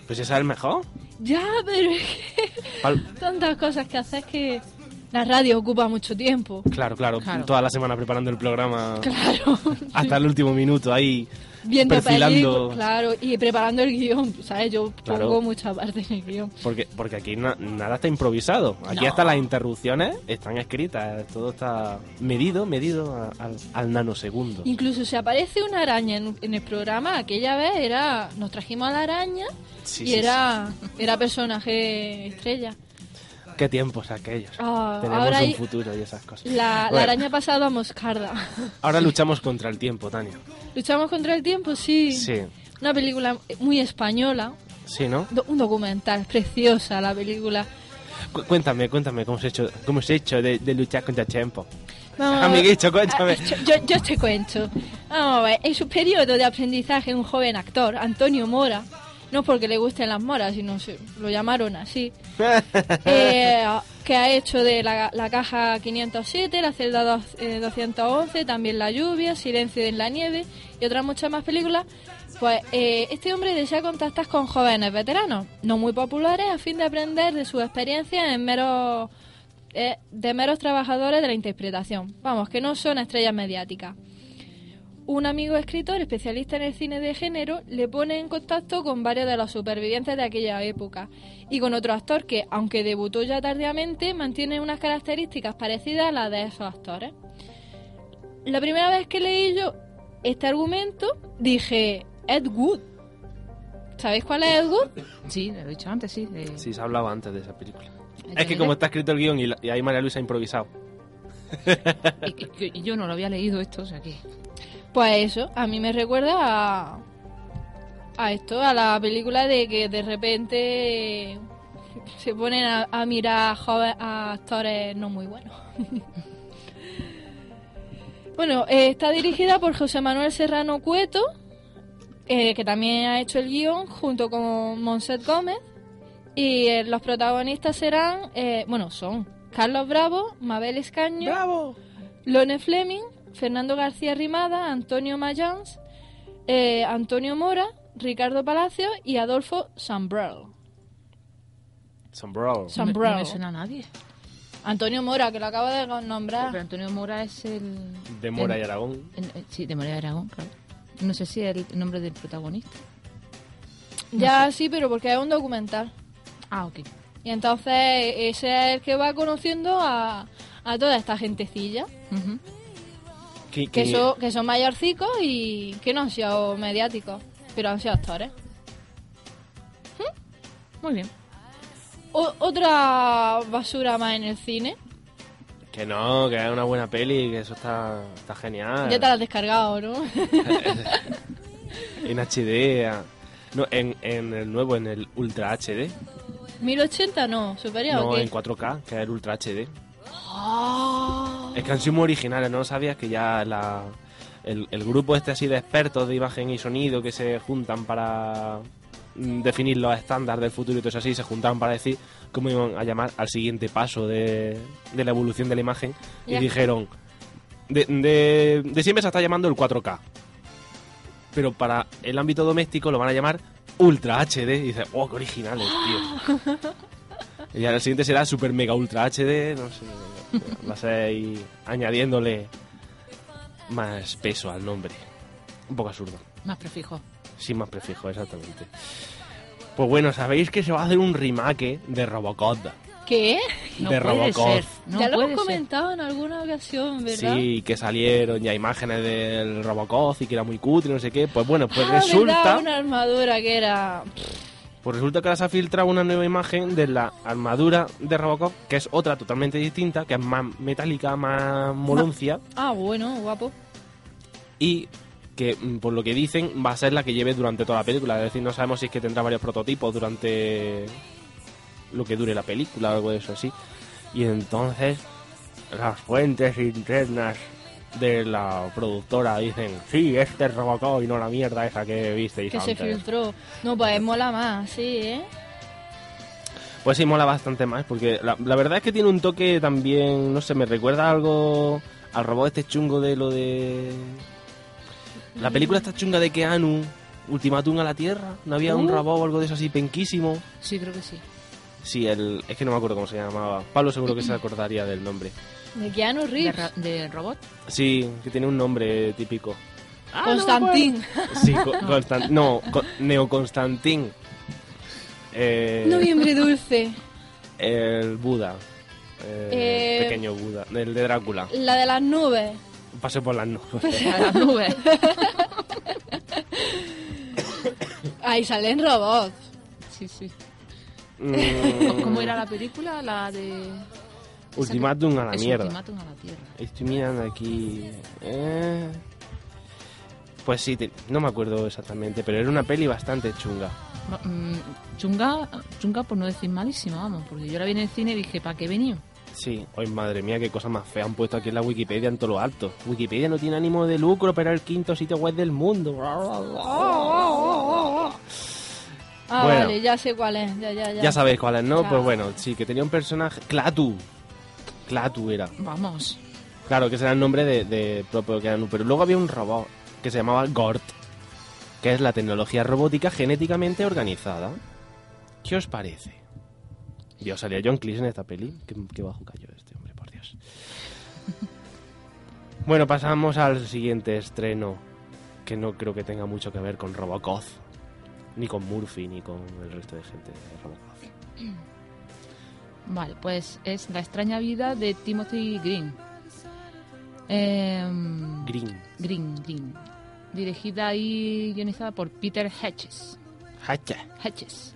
[SPEAKER 5] Pues ese es el mejor.
[SPEAKER 6] ya, pero es que
[SPEAKER 5] Pal-
[SPEAKER 6] tantas cosas que haces que la radio ocupa mucho tiempo.
[SPEAKER 5] Claro, claro,
[SPEAKER 7] Claro.
[SPEAKER 5] Toda la semana preparando el programa
[SPEAKER 6] Claro,
[SPEAKER 5] hasta el último minuto ahí.
[SPEAKER 6] viendo
[SPEAKER 5] Perfilando.
[SPEAKER 6] películas, claro, y preparando el guión, ¿sabes? Yo
[SPEAKER 5] Claro.
[SPEAKER 6] pongo mucha parte en el guión.
[SPEAKER 5] Porque, porque aquí na- nada está improvisado. Aquí hasta las interrupciones están escritas. Todo está medido, medido a- al, al nanosegundo.
[SPEAKER 6] Incluso si aparece una araña en, en el programa, aquella vez era, nos trajimos a la araña
[SPEAKER 5] Sí,
[SPEAKER 6] y
[SPEAKER 5] sí,
[SPEAKER 6] era, era personaje estrella.
[SPEAKER 5] sí. Qué tiempos aquellos.
[SPEAKER 6] Ah,
[SPEAKER 5] Tenemos
[SPEAKER 6] ahora
[SPEAKER 5] un
[SPEAKER 6] hay-
[SPEAKER 5] futuro y esas cosas.
[SPEAKER 6] La,
[SPEAKER 5] Bueno,
[SPEAKER 6] la araña ha pasado a Moscarda.
[SPEAKER 5] Ahora luchamos contra el tiempo, Tania.
[SPEAKER 6] ¿Luchamos contra el tiempo? Sí.
[SPEAKER 5] Sí,
[SPEAKER 6] Una película muy española,
[SPEAKER 5] sí, ¿no?
[SPEAKER 6] do- un documental, preciosa la película.
[SPEAKER 5] Cu- cuéntame, cuéntame cómo se ha hecho, cómo se ha hecho de, de luchar contra el tiempo.
[SPEAKER 6] Vamos a ver.
[SPEAKER 5] Amiguito, cuéntame.
[SPEAKER 6] Ah, Yo, yo te cuento. Vamos a ver, en su periodo de aprendizaje, un joven actor, Antonio Mora, no porque le gusten las moras, sino se- lo llamaron así, eh, que ha hecho de la, la caja 507, la celda dos- eh, 211, también La lluvia, Silencio en la nieve y otras muchas más películas, pues eh, este hombre desea contactar con jóvenes veteranos, no muy populares, a fin de aprender de sus experiencias en meros eh, de meros trabajadores de la interpretación. Vamos, que no son estrellas mediáticas. un amigo escritor especialista en el cine de género le pone en contacto con varios de los supervivientes de aquella época y con otro actor que, aunque debutó ya tardíamente, mantiene unas características parecidas a las de esos actores. La primera vez que leí yo este argumento, dije, Ed Wood. ¿Sabéis cuál es Ed Wood?
[SPEAKER 7] Sí, lo he dicho antes, sí. de-
[SPEAKER 5] Sí, se hablaba antes de esa película. Es que
[SPEAKER 7] Entonces,
[SPEAKER 5] como está escrito el guión y, la- y ahí María Luisa ha improvisado.
[SPEAKER 7] y- y- y yo no lo había leído esto, o sea que...
[SPEAKER 6] Pues eso, a mí me recuerda a, a esto, a la película de que de repente se ponen a, a mirar a, joven- a actores no muy buenos. bueno, eh, está dirigida por José Manuel Serrano Cueto, eh, que también ha hecho el guión, junto con Monset Gómez. Y eh, los protagonistas serán, eh, bueno, son Carlos Bravo, Mabel Escaño, Lone Fleming, Fernando García Rimada, Antonio Mayans, eh, Antonio Mora, Ricardo Palacio y Adolfo Sambrell.
[SPEAKER 5] Sombrero.
[SPEAKER 7] No me-
[SPEAKER 6] Sombrero.
[SPEAKER 7] No me suena a nadie.
[SPEAKER 6] Antonio Mora, que lo acabo de nombrar.
[SPEAKER 7] Pero Antonio Mora es el...
[SPEAKER 5] De Mora y
[SPEAKER 7] el-
[SPEAKER 5] Aragón.
[SPEAKER 7] el- eh, Sí, de Mora y Aragón, claro. No sé si es el nombre del protagonista.
[SPEAKER 6] ya sí, pero porque es un documental.
[SPEAKER 7] Ah, ok.
[SPEAKER 6] Y entonces ese es el que va conociendo a, a toda esta gentecilla,
[SPEAKER 7] Ujú.
[SPEAKER 5] Que,
[SPEAKER 6] que,
[SPEAKER 5] que-
[SPEAKER 6] son, que son mayorcicos y que no han sido mediáticos, pero han sido actores. ¿Mm?
[SPEAKER 7] Muy bien.
[SPEAKER 6] O- otra basura más en el cine.
[SPEAKER 5] que no, que es una buena peli, que eso está, está genial.
[SPEAKER 6] Ya te la has descargado, ¿no?
[SPEAKER 5] En HD. a- No, en, en el nuevo, en el Ultra HD.
[SPEAKER 6] 1080 no, superior.
[SPEAKER 5] No,
[SPEAKER 6] ¿o qué?
[SPEAKER 5] en 4K, que es el Ultra HD.
[SPEAKER 6] ¡Ah!
[SPEAKER 5] Es que han sido muy originales, ¿no lo sabías? Que ya la, el, el grupo este así de expertos de imagen y sonido que se juntan para mm, definir los estándares del futuro y todo eso así, se juntaron para decir cómo iban a llamar al siguiente paso de, de la evolución de la imagen y
[SPEAKER 6] Ya.
[SPEAKER 5] dijeron, de, de, de siempre se está llamando el 4K, pero para el ámbito doméstico lo van a llamar Ultra HD y dices, oh, qué originales, tío. Y ahora el siguiente será Super Mega Ultra HD, no sé, vas a ir añadiéndole más peso al nombre. Un poco absurdo.
[SPEAKER 7] Más prefijo.
[SPEAKER 5] Sin más prefijo, exactamente. Pues bueno, sabéis que se va a hacer un remake de Robocop.
[SPEAKER 6] ¿Qué?
[SPEAKER 7] No
[SPEAKER 5] de
[SPEAKER 7] puede
[SPEAKER 5] Robocop.
[SPEAKER 7] ser. No
[SPEAKER 6] ya lo
[SPEAKER 7] puede
[SPEAKER 6] hemos
[SPEAKER 7] ser.
[SPEAKER 6] comentado en alguna ocasión, ¿verdad?
[SPEAKER 5] Sí, que salieron ya imágenes del Robocop y que era muy cutre, no sé qué. Pues bueno, pues
[SPEAKER 6] Ah,
[SPEAKER 5] resulta.
[SPEAKER 6] ¿verdad? Una armadura que era...
[SPEAKER 5] Pues resulta que ahora se ha filtrado una nueva imagen de la armadura de Robocop, que es otra totalmente distinta, que es más metálica, más moluncia.
[SPEAKER 6] Ah, bueno, guapo.
[SPEAKER 5] y que mm, por lo que dicen va a ser la que lleve durante toda la película. Es decir, no sabemos si es que tendrá varios prototipos durante lo que dure la película o algo de eso así. Y entonces las fuentes internas de la productora dicen, sí, este es Robocop y no la mierda esa que visteis
[SPEAKER 6] Que se
[SPEAKER 5] antes.
[SPEAKER 6] filtró. No, pues mola más, sí, ¿eh?
[SPEAKER 5] Pues sí, mola bastante más, porque la, la verdad es que tiene un toque también, no sé, me recuerda algo al robot este chungo de lo de... La película esta chunga de Keanu, Ultimatum a la Tierra, ¿no había un robot o algo de eso así penquísimo?
[SPEAKER 7] Sí, creo que sí.
[SPEAKER 5] Sí, el, es que no me acuerdo cómo se llamaba. Pablo seguro que se acordaría del nombre.
[SPEAKER 6] De Keanu
[SPEAKER 7] De,
[SPEAKER 6] Reeves.
[SPEAKER 7] ra- de robot.
[SPEAKER 5] Sí, que tiene un nombre típico.
[SPEAKER 7] Ah,
[SPEAKER 6] Constantín.
[SPEAKER 5] Sí, co- Constan- no, co- Neo Constantín. Eh,
[SPEAKER 6] Noviembre dulce.
[SPEAKER 5] el Buda. Eh,
[SPEAKER 6] Eh,
[SPEAKER 5] Pequeño Buda. El de Drácula.
[SPEAKER 6] La de las nubes.
[SPEAKER 5] Pase por las nubes.
[SPEAKER 7] A las nubes.
[SPEAKER 6] Ahí salen robots.
[SPEAKER 7] Sí, sí.
[SPEAKER 5] Mm,
[SPEAKER 7] Eh, ¿Cómo era la película? La de...
[SPEAKER 5] Ultimátum a la
[SPEAKER 7] Es
[SPEAKER 5] mierda.
[SPEAKER 7] Ultimátum a la tierra.
[SPEAKER 5] Estoy mirando aquí. eh. Pues sí, te- no me acuerdo exactamente, pero era una peli bastante chunga.
[SPEAKER 7] Ma- mm, Chunga, chunga por no decir malísima, vamos, porque yo la vi en el cine y dije, ¿para qué he venido?
[SPEAKER 5] Sí, hoy madre mía, qué cosa más fea han puesto aquí en la Wikipedia en todo lo alto. Wikipedia no tiene ánimo de lucro, pero es el quinto sitio web del mundo.
[SPEAKER 6] Ah,
[SPEAKER 5] Bueno.
[SPEAKER 6] vale, ya sé cuál es. Ya, ya, ya.
[SPEAKER 5] Ya sabéis cuál es, ¿no?
[SPEAKER 6] Ya.
[SPEAKER 5] Pues bueno, sí, que tenía un personaje. Clatu. Clatu era.
[SPEAKER 7] Vamos.
[SPEAKER 5] Claro, que ese era el nombre de, de propio Keanu. Pero luego había un robot que se llamaba GORT, que es la tecnología robótica genéticamente organizada. ¿Qué os parece? Dios, salía John Cleese en esta peli. Qué, qué bajo cayó este hombre, por Dios. Bueno, pasamos al siguiente estreno. que no creo que tenga mucho que ver con Robocop, ni con Murphy, ni con el resto de gente de Robocop.
[SPEAKER 7] Vale, pues es La extraña vida de Timothy Green. Em,
[SPEAKER 5] Green,
[SPEAKER 7] Green, Green. Dirigida y guionizada por Peter Hedges.
[SPEAKER 5] Hacha.
[SPEAKER 7] Hedges.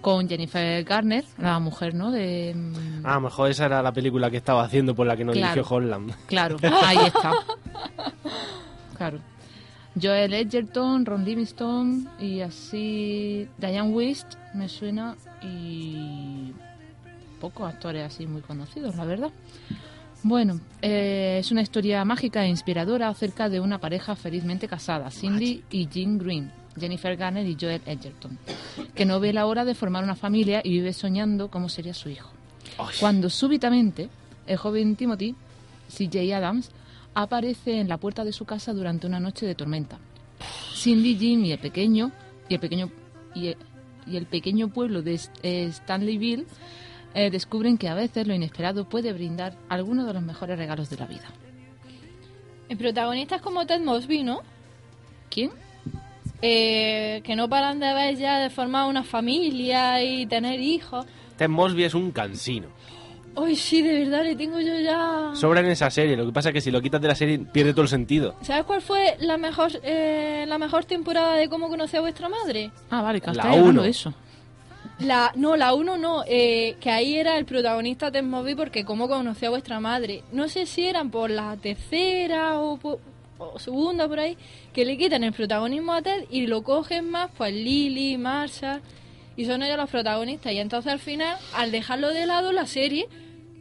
[SPEAKER 7] Con Jennifer Garner, la mujer, ¿no? De, mm,
[SPEAKER 5] Ah, a lo mejor esa era la película que estaba haciendo por la que no
[SPEAKER 7] Claro.
[SPEAKER 5] dirigió Holland.
[SPEAKER 7] Claro, ahí está. Claro. Joel Edgerton, Ron Livingston y así. Diane Wist me suena y. pocos actores así muy conocidos, la verdad. Bueno, eh, es una historia mágica e inspiradora acerca de una pareja felizmente casada, Cindy y Jean Green, Jennifer Garner y Joel Edgerton, que no ve la hora de formar una familia y vive soñando cómo sería su hijo cuando súbitamente el joven Timothy, CJ Adams, aparece en la puerta de su casa durante una noche de tormenta. Cindy, Jim y el pequeño y el pequeño y el, y el pequeño pueblo de S- eh, Stanleyville eh, descubren que a veces lo inesperado puede brindar alguno de los mejores regalos de la vida.
[SPEAKER 6] El protagonista es como Ted Mosby, ¿no?
[SPEAKER 7] ¿Quién?
[SPEAKER 6] Eh, que no paran de ver ya de formar una familia y tener hijos.
[SPEAKER 5] Ted Mosby es un cansino.
[SPEAKER 6] Uy, sí, de verdad, le tengo yo ya...
[SPEAKER 5] Sobra en esa serie, lo que pasa es que si lo quitas de la serie pierde todo el sentido.
[SPEAKER 6] ¿Sabes cuál fue la mejor eh, la mejor temporada de Cómo conocí a vuestra madre?
[SPEAKER 7] Ah, vale, que
[SPEAKER 5] La
[SPEAKER 7] estáis hablando
[SPEAKER 5] uno.
[SPEAKER 7] de eso.
[SPEAKER 6] La, no, la uno no, eh, que ahí era el protagonista Ted Mosby porque Cómo conocí a vuestra madre. No sé si eran por la tercera o, po- o segunda por ahí, que le quitan el protagonismo a Ted y lo cogen más pues Lily, Marshall, y son ellos los protagonistas. Y entonces al final, al dejarlo de lado la serie,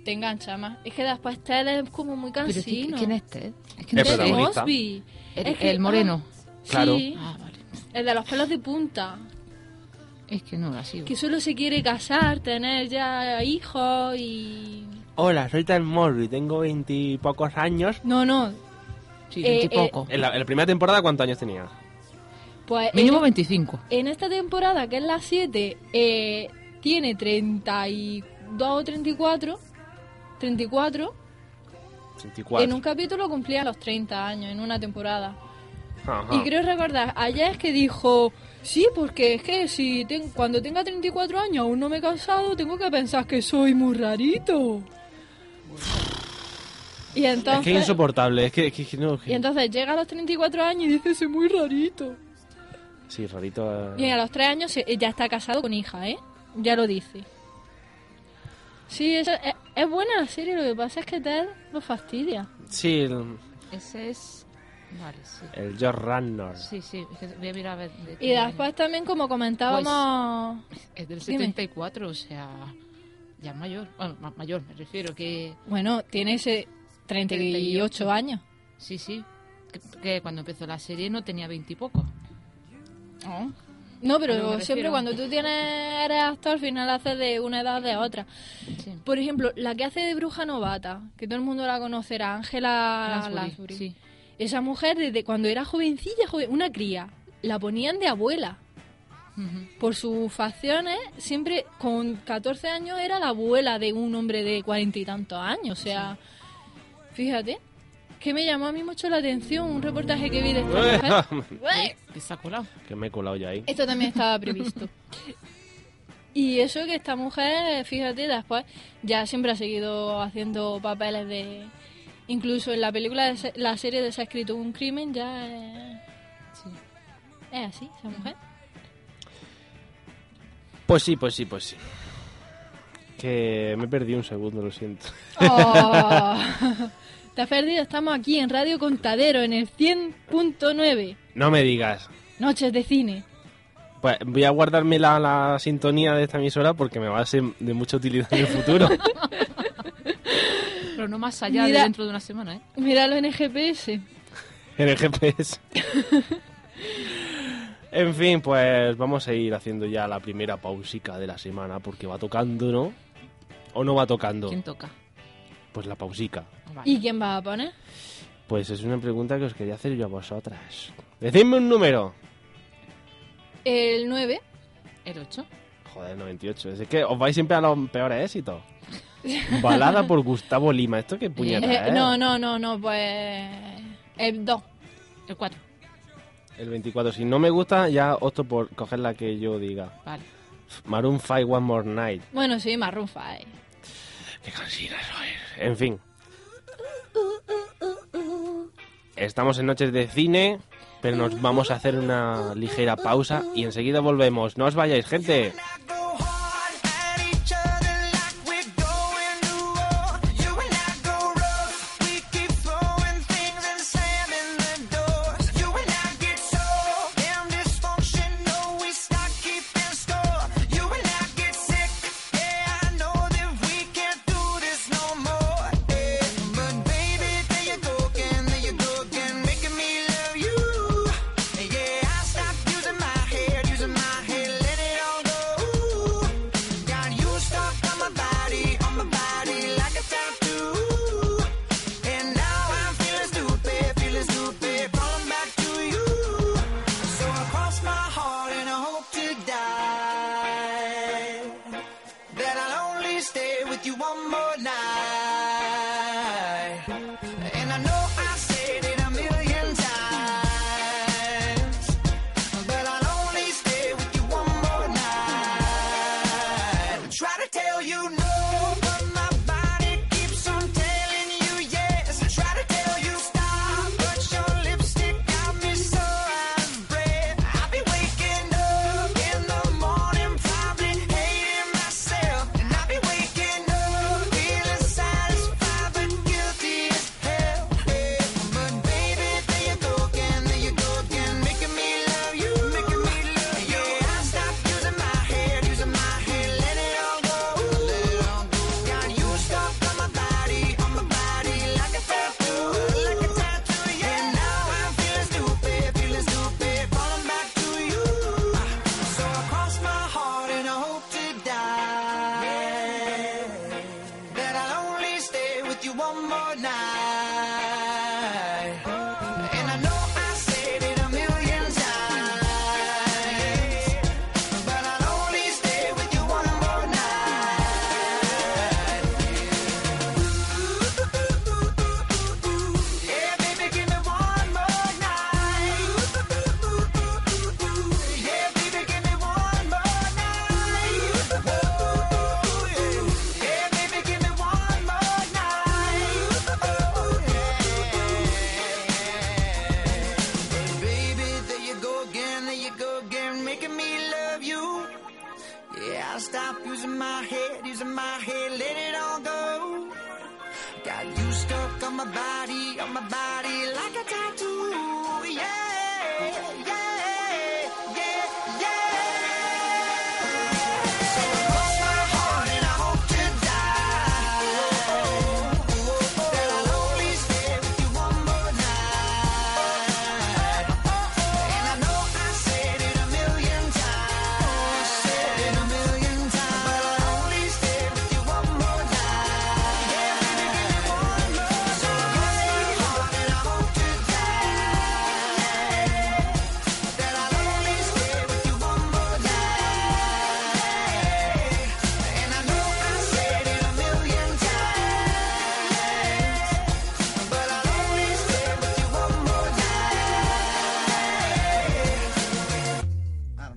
[SPEAKER 6] te engancha más. Es que después Ted es como muy
[SPEAKER 7] Pero es que-
[SPEAKER 6] cansino.
[SPEAKER 7] ¿Quién es Ted? Es que
[SPEAKER 5] El
[SPEAKER 6] Ted
[SPEAKER 7] sé.
[SPEAKER 5] protagonista.
[SPEAKER 6] Mosby.
[SPEAKER 7] El,
[SPEAKER 6] Es que-
[SPEAKER 7] el moreno.
[SPEAKER 6] ah,
[SPEAKER 5] Claro.
[SPEAKER 6] sí.
[SPEAKER 7] Ah, vale.
[SPEAKER 6] El de los pelos de punta.
[SPEAKER 7] Es que no, así.
[SPEAKER 6] Que solo se quiere casar, tener ya hijos y...
[SPEAKER 5] Hola, soy Ted Mosby, tengo veintipocos años.
[SPEAKER 6] No, no.
[SPEAKER 7] Sí,
[SPEAKER 6] eh,
[SPEAKER 7] 20 y poco.
[SPEAKER 5] En la, en la primera temporada, ¿cuántos años tenía?
[SPEAKER 6] Pues en, e,
[SPEAKER 7] Mínimo 25.
[SPEAKER 6] en esta temporada, que es la 7, eh, tiene 32 o 34. 34.
[SPEAKER 5] 24.
[SPEAKER 6] En un capítulo cumplía los 30 años, en una temporada.
[SPEAKER 5] Ajá.
[SPEAKER 6] Y creo recordar, allá es que dijo, sí, porque es que si ten- cuando tenga 34 años aún no me he casado, tengo que pensar que soy muy rarito. Y
[SPEAKER 5] Es que es
[SPEAKER 6] entonces,
[SPEAKER 5] insoportable, es que, es que- es que no... es que-
[SPEAKER 6] y entonces llega a los 34 años y dice, soy muy rarito.
[SPEAKER 5] Sí, rarito... eh.
[SPEAKER 6] Y a los 3 años se- ya está casado con hija, ¿eh? Ya lo dice. Sí, eso- es, es buena la serie, lo que pasa es que Ted lo fastidia.
[SPEAKER 5] Sí, el,
[SPEAKER 7] Ese es. Vale, sí.
[SPEAKER 5] el George Ragnar.
[SPEAKER 7] Sí, sí, es que voy a mirar a ver. de
[SPEAKER 6] Y
[SPEAKER 7] qué
[SPEAKER 6] después también, como comentábamos...
[SPEAKER 7] año. Es del
[SPEAKER 6] dime.
[SPEAKER 7] 74, o sea. Ya es mayor. Bueno, ma- mayor, me refiero que.
[SPEAKER 6] Bueno, tiene ese 38
[SPEAKER 7] 38.
[SPEAKER 6] años.
[SPEAKER 7] Sí, sí. Que, que cuando empezó la serie no tenía 20 y poco.
[SPEAKER 6] Oh.
[SPEAKER 7] No.
[SPEAKER 6] No,
[SPEAKER 7] A lo que
[SPEAKER 6] pero
[SPEAKER 7] me
[SPEAKER 6] siempre
[SPEAKER 7] refiero.
[SPEAKER 6] cuando tú tienes eres actor, al final haces de una edad de otra.
[SPEAKER 7] Sí.
[SPEAKER 6] Por ejemplo, la que hace de bruja novata, que todo el mundo la conocerá, Ángela
[SPEAKER 7] Lansbury,
[SPEAKER 6] Lansbury.
[SPEAKER 7] sí.
[SPEAKER 6] Esa mujer, desde cuando era jovencilla, joven- una cría, la ponían de abuela.
[SPEAKER 7] Ujú.
[SPEAKER 6] Por sus facciones, siempre con 14 años era la abuela de un hombre de cuarenta y tantos años. O sea, fíjate, que me llamó a mí mucho la atención un reportaje que vi de esta mujer. Ué.
[SPEAKER 7] Que se ha colado.
[SPEAKER 5] que me he colado yo ahí.
[SPEAKER 6] Esto también estaba previsto. Y eso que esta mujer, fíjate, después ya siempre ha seguido haciendo papeles de... Incluso en la película, de se- la serie de Se ha escrito un crimen, ya es,
[SPEAKER 7] Sí.
[SPEAKER 6] es así, esa mujer.
[SPEAKER 5] Pues sí, pues sí, pues sí. Que me perdí un segundo, lo siento.
[SPEAKER 6] Oh, te has perdido, estamos aquí en Radio Contadero, en el 100.9,
[SPEAKER 5] No me digas.
[SPEAKER 6] Noches de Cine.
[SPEAKER 5] Pues voy a guardarme la, la sintonía de esta emisora porque me va a ser de mucha utilidad en el futuro.
[SPEAKER 7] Pero no más allá
[SPEAKER 6] Mira.
[SPEAKER 7] de dentro de una semana, ¿eh?
[SPEAKER 6] Míralo en el GPS.
[SPEAKER 5] en el GPS. en fin, pues vamos a ir haciendo ya la primera pausica de la semana porque va tocando, ¿no? ¿O no va tocando?
[SPEAKER 7] ¿Quién toca?
[SPEAKER 5] Pues la pausica.
[SPEAKER 7] Ah, vale.
[SPEAKER 6] ¿Y quién va a poner?
[SPEAKER 5] Pues es una pregunta que os quería hacer yo a vosotras. Decidme un número.
[SPEAKER 6] El 9.
[SPEAKER 7] El 8.
[SPEAKER 5] Joder, 98. Es que os vais siempre a los peores éxitos. Balada por Gustavo Lima. ¿Esto qué puñeta
[SPEAKER 6] Eh,
[SPEAKER 5] es?
[SPEAKER 6] no, no, no, no, pues... El 2.
[SPEAKER 7] El 4.
[SPEAKER 5] El 24. Si no me gusta, ya opto por coger la que yo diga.
[SPEAKER 7] Vale.
[SPEAKER 5] Maroon 5 One More Night.
[SPEAKER 6] Bueno, sí, eh. Maroon 5.
[SPEAKER 5] Qué cansina soy. En fin. Estamos en noches de cine, pero nos vamos a hacer una ligera pausa y enseguida volvemos. No os vayáis, gente.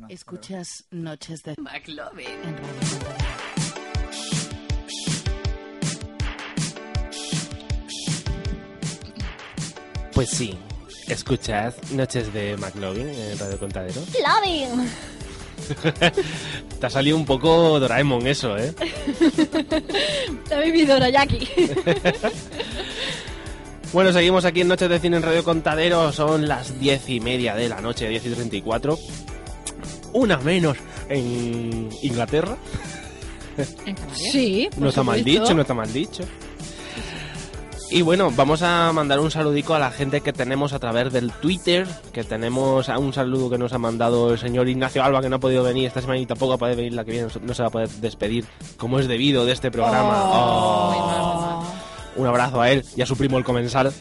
[SPEAKER 4] Escuchas Noches de
[SPEAKER 3] McLovin.
[SPEAKER 4] en Radio Contadero.
[SPEAKER 5] Pues sí. Escuchad Noches de McLovin en Radio Contadero.
[SPEAKER 6] Loving.
[SPEAKER 5] Te ha salido un poco Doraemon eso, ¿eh?
[SPEAKER 6] La vividora Jackie.
[SPEAKER 5] Bueno, seguimos aquí en Noches de Cine en Radio Contadero. Son las diez y media de la noche, 10 y 34. Una menos en Inglaterra.
[SPEAKER 7] En Canarias.
[SPEAKER 6] Sí.
[SPEAKER 5] No está mal dicho, no está mal dicho. Y bueno, vamos a mandar un saludico a la gente que tenemos a través del Twitter, que tenemos a un saludo que nos ha mandado el señor Ignacio Alba, que no ha podido venir esta semana y tampoco va a poder venir la que viene, no se va a poder despedir como es debido de este programa. Oh. Un abrazo a él y a su primo el comensal.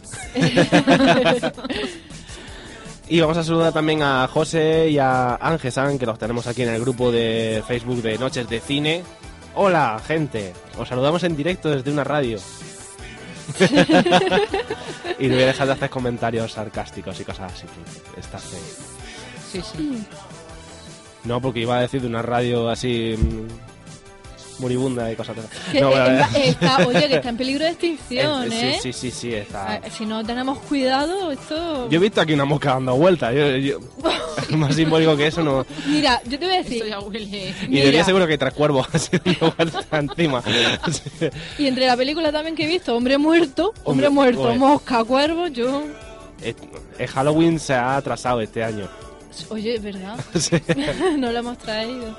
[SPEAKER 5] y vamos a saludar también a José y a Ángel San, que los tenemos aquí en el grupo de Facebook de Noches de Cine. Hola, gente. Os saludamos en directo desde una radio. y no voy a dejar de hacer comentarios sarcásticos y cosas así. porque Está feo.
[SPEAKER 7] Sí, sí.
[SPEAKER 5] No, porque iba a decir de una radio así mm, moribunda y cosas de esas.
[SPEAKER 6] Que,
[SPEAKER 5] No,
[SPEAKER 6] eh,
[SPEAKER 5] bueno,
[SPEAKER 6] en va-
[SPEAKER 5] eh,
[SPEAKER 6] está- oye, que está en peligro de
[SPEAKER 5] eh,
[SPEAKER 6] extinción, ¿eh?
[SPEAKER 5] Sí, sí, sí, sí, está.
[SPEAKER 6] Ah, Si no tenemos cuidado, esto...
[SPEAKER 5] Yo he visto aquí una mosca dando vueltas. Yo, yo- más simbólico que eso no.
[SPEAKER 6] Mira, yo te voy a
[SPEAKER 7] Esto
[SPEAKER 6] decir,
[SPEAKER 7] ya huele.
[SPEAKER 5] Y
[SPEAKER 6] Mira.
[SPEAKER 5] debería seguro que hay tres cuervos así dando vueltas encima. Sí.
[SPEAKER 6] y entre la película también que he visto, Hombre Muerto, Hombre,
[SPEAKER 5] Hombre,
[SPEAKER 6] Muerto,
[SPEAKER 5] oye.
[SPEAKER 6] Mosca, Cuervo, yo...
[SPEAKER 5] Eh, El Halloween se ha atrasado este año.
[SPEAKER 6] Oye, es verdad,
[SPEAKER 5] Sí.
[SPEAKER 6] no lo hemos traído.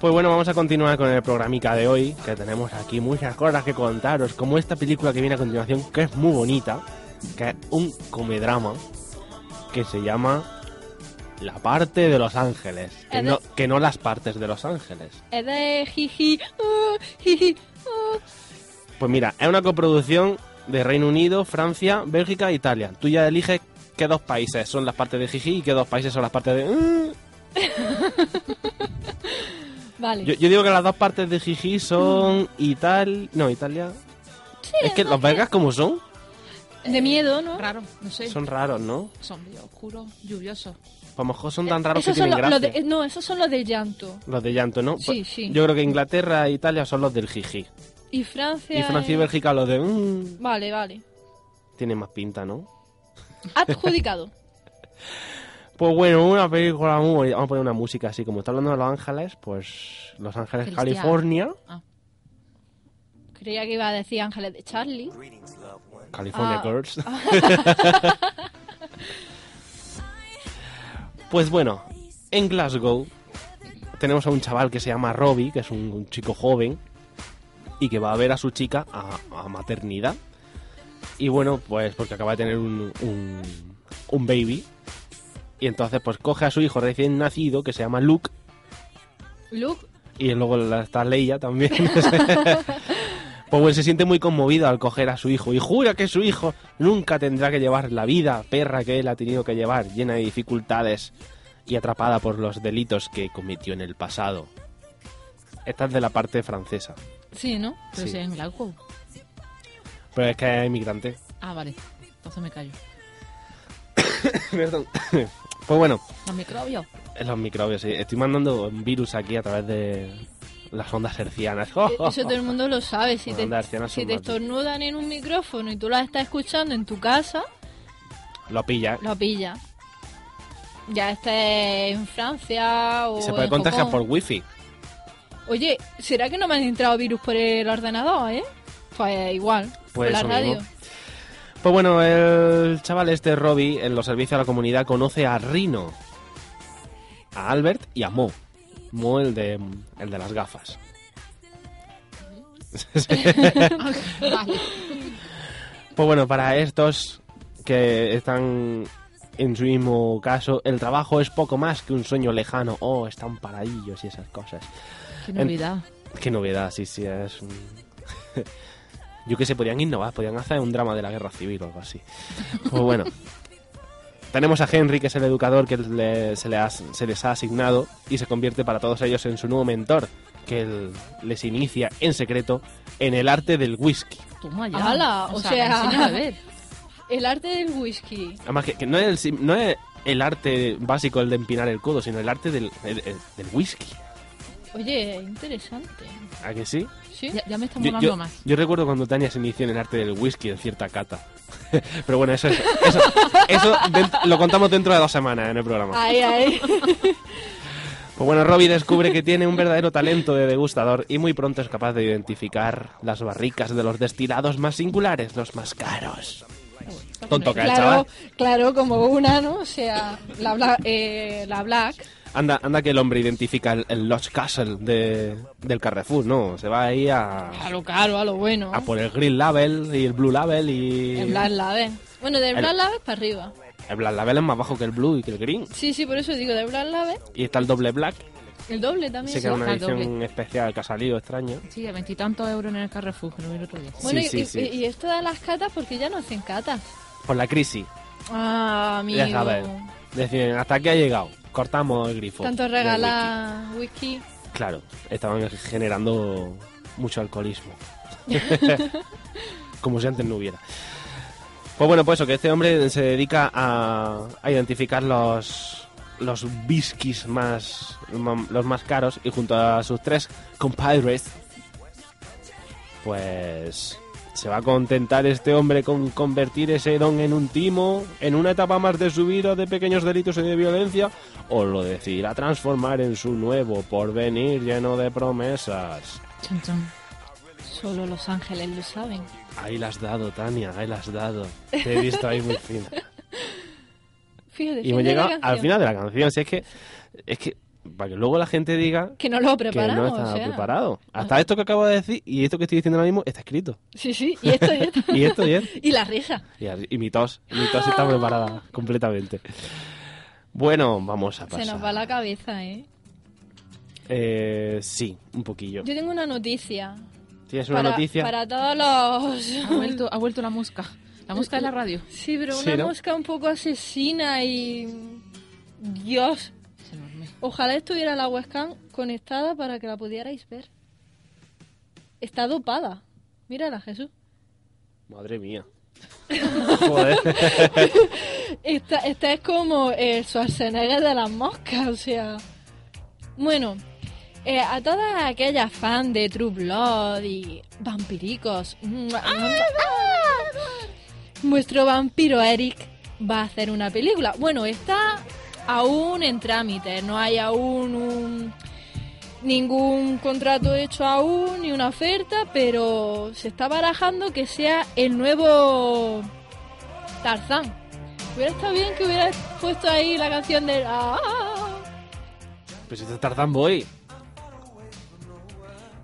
[SPEAKER 5] Pues bueno, vamos a continuar con el programica de hoy, que tenemos aquí muchas cosas que contaros, como esta película que viene a continuación, que es muy bonita, que es un comedrama, que se llama La parte de Los Ángeles, que
[SPEAKER 6] A
[SPEAKER 5] no,
[SPEAKER 6] ver.
[SPEAKER 5] que no las partes de Los Ángeles.
[SPEAKER 6] Es de jiji, uh, jiji, uh.
[SPEAKER 5] Pues mira, es una coproducción de Reino Unido, Francia, Bélgica e Italia. Tú ya eliges qué dos países son las partes de Jiji y qué dos países son las partes de... "Mm".
[SPEAKER 6] Vale.
[SPEAKER 5] Yo, yo digo que las dos partes de Jiji
[SPEAKER 6] Mm.
[SPEAKER 5] son Italia... No, Italia... es que los belgas como son,
[SPEAKER 6] De miedo, ¿no?
[SPEAKER 7] Raro, no sé.
[SPEAKER 5] son raros, ¿no?
[SPEAKER 7] Sombrío, oscuro, lluvioso.
[SPEAKER 5] A lo mejor son tan raros
[SPEAKER 6] Eh, Esos
[SPEAKER 5] que
[SPEAKER 6] son
[SPEAKER 5] tienen
[SPEAKER 6] lo- lo
[SPEAKER 5] gracia.
[SPEAKER 6] de- no, esos son los del llanto.
[SPEAKER 5] Los de llanto, ¿no?
[SPEAKER 6] Sí,
[SPEAKER 5] Pues
[SPEAKER 6] sí.
[SPEAKER 5] Yo creo que Inglaterra e Italia son los del jiji.
[SPEAKER 6] Y Francia...
[SPEAKER 5] Y Francia y
[SPEAKER 6] eh,
[SPEAKER 5] Bélgica los de... "Mm",
[SPEAKER 6] Vale, vale.
[SPEAKER 5] tienen más pinta, ¿no?
[SPEAKER 6] Adjudicado.
[SPEAKER 5] Pues bueno, una película muy bonita. Vamos a poner una música así. Como está hablando de Los Ángeles, pues... Los Ángeles,
[SPEAKER 7] Cristiano.
[SPEAKER 5] California.
[SPEAKER 6] Creía que iba a decir Ángeles de Charlie.
[SPEAKER 5] California
[SPEAKER 6] Ah.
[SPEAKER 5] Girls. pues bueno, en Glasgow tenemos a un chaval que se llama Robbie, que es un, un chico joven, y que va a ver a su chica a, a maternidad. Y bueno, pues porque acaba de tener un, un, un baby. Y entonces pues coge a su hijo recién nacido, que se llama Luke,
[SPEAKER 6] Luke,
[SPEAKER 5] y luego la- está Leia también. pues bueno, se siente muy conmovido al coger a su hijo y jura que su hijo nunca tendrá que llevar la vida perra que él ha tenido que llevar, llena de dificultades y atrapada por los delitos que cometió en el pasado. Esta es de la parte francesa,
[SPEAKER 7] Sí, ¿no? Pero
[SPEAKER 5] Sí.
[SPEAKER 7] si es en Glasgow.
[SPEAKER 5] pero es que es inmigrante.
[SPEAKER 7] Ah, vale. Entonces me callo.
[SPEAKER 5] Perdón. pues bueno,
[SPEAKER 7] Los microbios.
[SPEAKER 5] los microbios, sí. estoy mandando un virus aquí a través de las ondas hercianas.
[SPEAKER 6] eso todo el mundo lo sabe. Si
[SPEAKER 5] Bueno,
[SPEAKER 6] te,
[SPEAKER 5] anda, Arciana,
[SPEAKER 6] si
[SPEAKER 5] son
[SPEAKER 6] te
[SPEAKER 5] más-
[SPEAKER 6] estornudan en un micrófono y tú la estás escuchando en tu casa,
[SPEAKER 5] Lo pilla. ¿eh?
[SPEAKER 6] lo pilla. Ya estés en Francia o.
[SPEAKER 5] Y se puede
[SPEAKER 6] en
[SPEAKER 5] contagiar
[SPEAKER 6] Hong
[SPEAKER 5] por
[SPEAKER 6] Kong.
[SPEAKER 5] wifi.
[SPEAKER 6] Oye, ¿será que no me han entrado virus por el ordenador, eh? Pues igual. por
[SPEAKER 5] Pues
[SPEAKER 6] la
[SPEAKER 5] eso
[SPEAKER 6] radio.
[SPEAKER 5] mismo. Pues bueno, el chaval este, Robbie, en los servicios a la comunidad conoce a Rino, a Albert y a Mo. Mo, el de, el de las gafas.
[SPEAKER 7] vale.
[SPEAKER 5] Pues bueno, para estos que están en su mismo caso, el trabajo es poco más que un sueño lejano. Oh, están paradillos y esas cosas.
[SPEAKER 7] Qué
[SPEAKER 5] En-
[SPEAKER 7] novedad.
[SPEAKER 5] Qué novedad, sí, sí, es un... Yo que sé, podían innovar, podían hacer un drama de la guerra civil o algo así. Pues bueno. Tenemos a Henry, que es el educador que le- se, le ha- se les ha asignado y se convierte para todos ellos en su nuevo mentor, que él les inicia en secreto en el arte del whisky.
[SPEAKER 7] Toma ya.
[SPEAKER 6] Hala, o
[SPEAKER 7] me
[SPEAKER 6] sea-
[SPEAKER 7] enseña a ver.
[SPEAKER 6] El arte del whisky.
[SPEAKER 5] Además, que, que no, es el, sim- no es el arte básico el de empinar el codo, sino el arte del, el- el- del whisky.
[SPEAKER 6] Oye, interesante.
[SPEAKER 5] ¿A que sí?
[SPEAKER 6] ¿Sí?
[SPEAKER 7] Ya, ya me está
[SPEAKER 5] Yo-
[SPEAKER 7] molando
[SPEAKER 5] yo,
[SPEAKER 7] más.
[SPEAKER 5] yo recuerdo cuando Tania se inició en el arte del whisky en cierta cata. Pero bueno, eso, es- eso, eso dent- lo contamos dentro de dos semanas en el programa.
[SPEAKER 6] Ahí, ahí.
[SPEAKER 5] Pues bueno, Robbie descubre que tiene un verdadero talento de degustador y muy pronto es capaz de identificar las barricas de los destilados más singulares, los más caros. Tonto que el chaval.
[SPEAKER 6] Claro, claro, como una, ¿no? O sea, la, bla- eh, la Black.
[SPEAKER 5] Anda, anda que el hombre identifica el, el Lodge Castle de- del Carrefour, ¿no? Se va ahí a,
[SPEAKER 6] A lo caro, a lo bueno.
[SPEAKER 5] a por el Green Label y el Blue Label y...
[SPEAKER 6] El Black Label. Bueno, del
[SPEAKER 5] El-
[SPEAKER 6] Black Label para arriba.
[SPEAKER 5] El Black Label es más bajo que el Blue y que el Green.
[SPEAKER 6] Sí, sí, por eso digo del Black Label.
[SPEAKER 5] Y está el doble black,
[SPEAKER 6] El doble también.
[SPEAKER 5] sé que es una
[SPEAKER 7] está el
[SPEAKER 5] edición
[SPEAKER 7] doble.
[SPEAKER 5] especial que ha salido extraño.
[SPEAKER 7] Sí, a veintitantos euros en el Carrefour, que lo vi el otro día.
[SPEAKER 6] Bueno,
[SPEAKER 5] Sí,
[SPEAKER 6] y-
[SPEAKER 5] sí,
[SPEAKER 6] y,
[SPEAKER 5] sí.
[SPEAKER 6] y esto de las catas, porque ya no hacen catas.
[SPEAKER 5] Por la crisis,
[SPEAKER 6] Ah, amigo.
[SPEAKER 5] ya sabes. Deciden, hasta aquí ha llegado, cortamos el grifo.
[SPEAKER 6] Tanto
[SPEAKER 5] del
[SPEAKER 6] regalar whisky.
[SPEAKER 5] whisky. Claro, estaban generando mucho alcoholismo. Como si antes no hubiera. Pues bueno, pues eso, que este hombre se dedica a, a identificar los los whiskies más los más caros y junto a sus tres compadres pues se va a contentar este hombre con convertir ese don en un timo, en una etapa más de su vida de pequeños delitos y de violencia, o lo decidirá transformar en su nuevo porvenir lleno de promesas.
[SPEAKER 7] Chon, chon.
[SPEAKER 6] Solo los ángeles lo saben.
[SPEAKER 5] Ahí las has dado, Tania, ahí las has dado. Te he visto ahí muy fina.
[SPEAKER 6] Fíjate,
[SPEAKER 5] Y me
[SPEAKER 6] fíjate la
[SPEAKER 5] llega al
[SPEAKER 6] canción.
[SPEAKER 5] final de la canción, si es que es que para que luego la gente diga
[SPEAKER 6] Que no lo
[SPEAKER 5] que no
[SPEAKER 6] preparamos,
[SPEAKER 5] está
[SPEAKER 6] o sea.
[SPEAKER 5] preparado. Hasta esto que acabo de decir y esto que estoy diciendo ahora mismo está escrito.
[SPEAKER 6] Sí, sí, y esto, y esto.
[SPEAKER 5] Y esto y esto.
[SPEAKER 6] y la risa.
[SPEAKER 5] Y, así- y mi tos, mi tos está preparada completamente. Bueno, vamos a pasar.
[SPEAKER 6] Se nos va la cabeza, ¿eh?
[SPEAKER 5] Eh, sí, un poquillo.
[SPEAKER 6] Yo tengo una noticia.
[SPEAKER 5] ¿Tienes una
[SPEAKER 6] para,
[SPEAKER 5] noticia?
[SPEAKER 6] Para todos los...
[SPEAKER 7] Ha vuelto, ha vuelto la mosca. La mosca de la radio.
[SPEAKER 6] Sí, pero
[SPEAKER 5] Sí,
[SPEAKER 6] una
[SPEAKER 5] ¿no?
[SPEAKER 6] mosca un poco asesina y... Dios.
[SPEAKER 7] Es enorme.
[SPEAKER 6] Ojalá estuviera la webcam conectada para que la pudierais ver. Está dopada. Mírala, Jesús.
[SPEAKER 5] Madre mía. Joder.
[SPEAKER 6] Esta, esta es como el Schwarzenegger de las moscas, o sea. Bueno, eh, a todas aquellas fan de True Blood y mm, vampiricos. ¡mua, mua, mua! ah, Nuestro vampiro Eric va a hacer una película. Bueno, está aún en trámite, no hay aún un- ningún contrato hecho aún ni una oferta, pero se está barajando que sea el nuevo Tarzán. Hubiera estado bien que hubieras puesto ahí la canción de... "Ah".
[SPEAKER 5] pues esto es Tarzan Boy.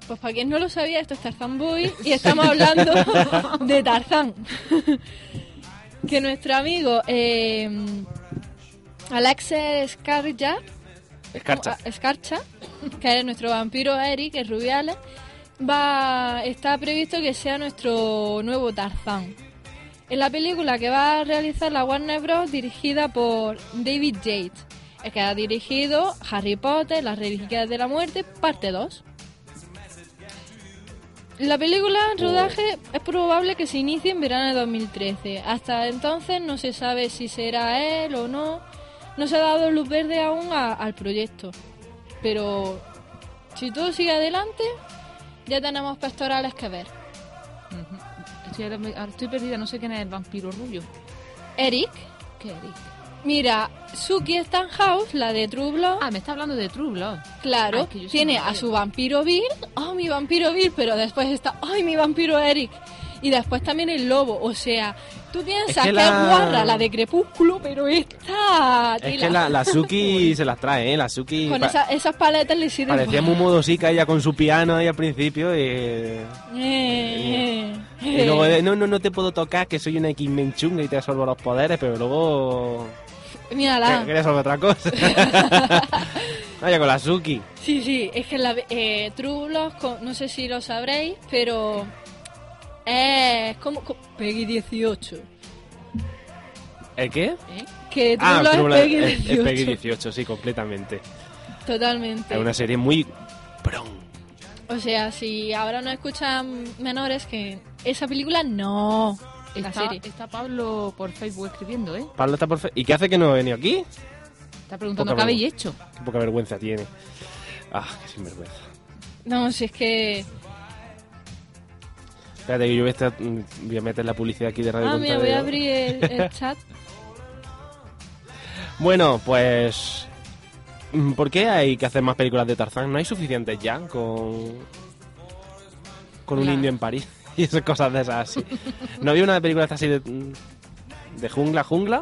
[SPEAKER 6] Pues para quien no lo sabía, esto es Tarzan Boy y estamos hablando de Tarzán. que nuestro amigo eh, Alexer Scarja,
[SPEAKER 5] Escarcha.
[SPEAKER 6] a- Ah, Escarcha, que es nuestro vampiro Eric, es Rubiales, va, está previsto que sea nuestro nuevo Tarzán. En la película que va a realizar la Warner Bros. dirigida por David Yates, el que ha dirigido Harry Potter, Las Reliquias de la Muerte, parte 2. La película en rodaje es probable que se inicie en verano de 2013. Hasta entonces no se sabe si será él o no. No se ha dado luz verde aún a- al proyecto. Pero si todo sigue adelante, ya tenemos pastorales que ver.
[SPEAKER 7] Ujú. Estoy, ahora me- ahora estoy perdida, no sé quién es el vampiro rubio.
[SPEAKER 6] Eric,
[SPEAKER 7] ¿Qué Eric?
[SPEAKER 6] mira, Suki Stanhouse, la de True Blood,
[SPEAKER 7] Ah, me está hablando de True Blood.
[SPEAKER 6] claro,
[SPEAKER 7] ay, que yo soy
[SPEAKER 6] tiene
[SPEAKER 7] muy
[SPEAKER 6] a
[SPEAKER 7] mayor.
[SPEAKER 6] su vampiro Bill, oh mi vampiro Bill, pero después está, ay mi vampiro Eric. Y después también el lobo, o sea, tú piensas
[SPEAKER 5] que
[SPEAKER 6] que,
[SPEAKER 5] la-
[SPEAKER 6] es guarra la de Crepúsculo, pero esta...
[SPEAKER 5] Es
[SPEAKER 6] tela.
[SPEAKER 5] que la, la Suki se las trae, ¿eh? La Suki
[SPEAKER 6] ah, Con
[SPEAKER 5] pa-
[SPEAKER 6] esa- esas paletas le sirven...
[SPEAKER 5] parecía muy modosica ella con su piano ahí al principio y...
[SPEAKER 6] Eh, eh,
[SPEAKER 5] Y luego,
[SPEAKER 6] eh.
[SPEAKER 5] eh, no, no, no te puedo tocar, que soy una X-Men chunga y te absorbo los poderes, pero luego...
[SPEAKER 6] Mírala.
[SPEAKER 5] que- Querías algo otra cosa. Vaya con la Suki.
[SPEAKER 6] Sí, sí, es que la eh, True Blood, co- no sé si lo sabréis, pero es como co- Peggy 18.
[SPEAKER 5] ¿El qué?
[SPEAKER 6] Que True
[SPEAKER 5] Ah,
[SPEAKER 6] Blood
[SPEAKER 5] True Blood
[SPEAKER 6] es Peggy
[SPEAKER 5] es- es
[SPEAKER 6] 18.
[SPEAKER 5] Peggy 18, sí, completamente.
[SPEAKER 6] Totalmente.
[SPEAKER 5] Es una serie muy... Prom.
[SPEAKER 6] O sea, si ahora no escuchan menores que esa película, no. La
[SPEAKER 7] Está,
[SPEAKER 6] serie.
[SPEAKER 7] está Pablo por Facebook escribiendo, ¿eh?
[SPEAKER 5] Pablo está por... fe- ¿Y qué hace que no he venido aquí?
[SPEAKER 7] Está preguntando
[SPEAKER 5] Poca
[SPEAKER 7] qué habéis
[SPEAKER 5] broma.
[SPEAKER 7] hecho.
[SPEAKER 5] Qué poca vergüenza tiene. Ah, qué sinvergüenza.
[SPEAKER 6] No, si es que...
[SPEAKER 5] Espérate que yo voy a, estar- mm, voy a meter la publicidad aquí de Radio
[SPEAKER 6] Ah, mira, voy
[SPEAKER 5] Contadero.
[SPEAKER 6] a abrir el, el chat.
[SPEAKER 5] Bueno, pues... mm, ¿Por qué hay que hacer más películas de Tarzán? ¿No hay suficientes ya con... Con un
[SPEAKER 7] Claro.
[SPEAKER 5] indio en París? Y esas cosas de esas así. ¿No había una película así de... mm, De jungla, jungla?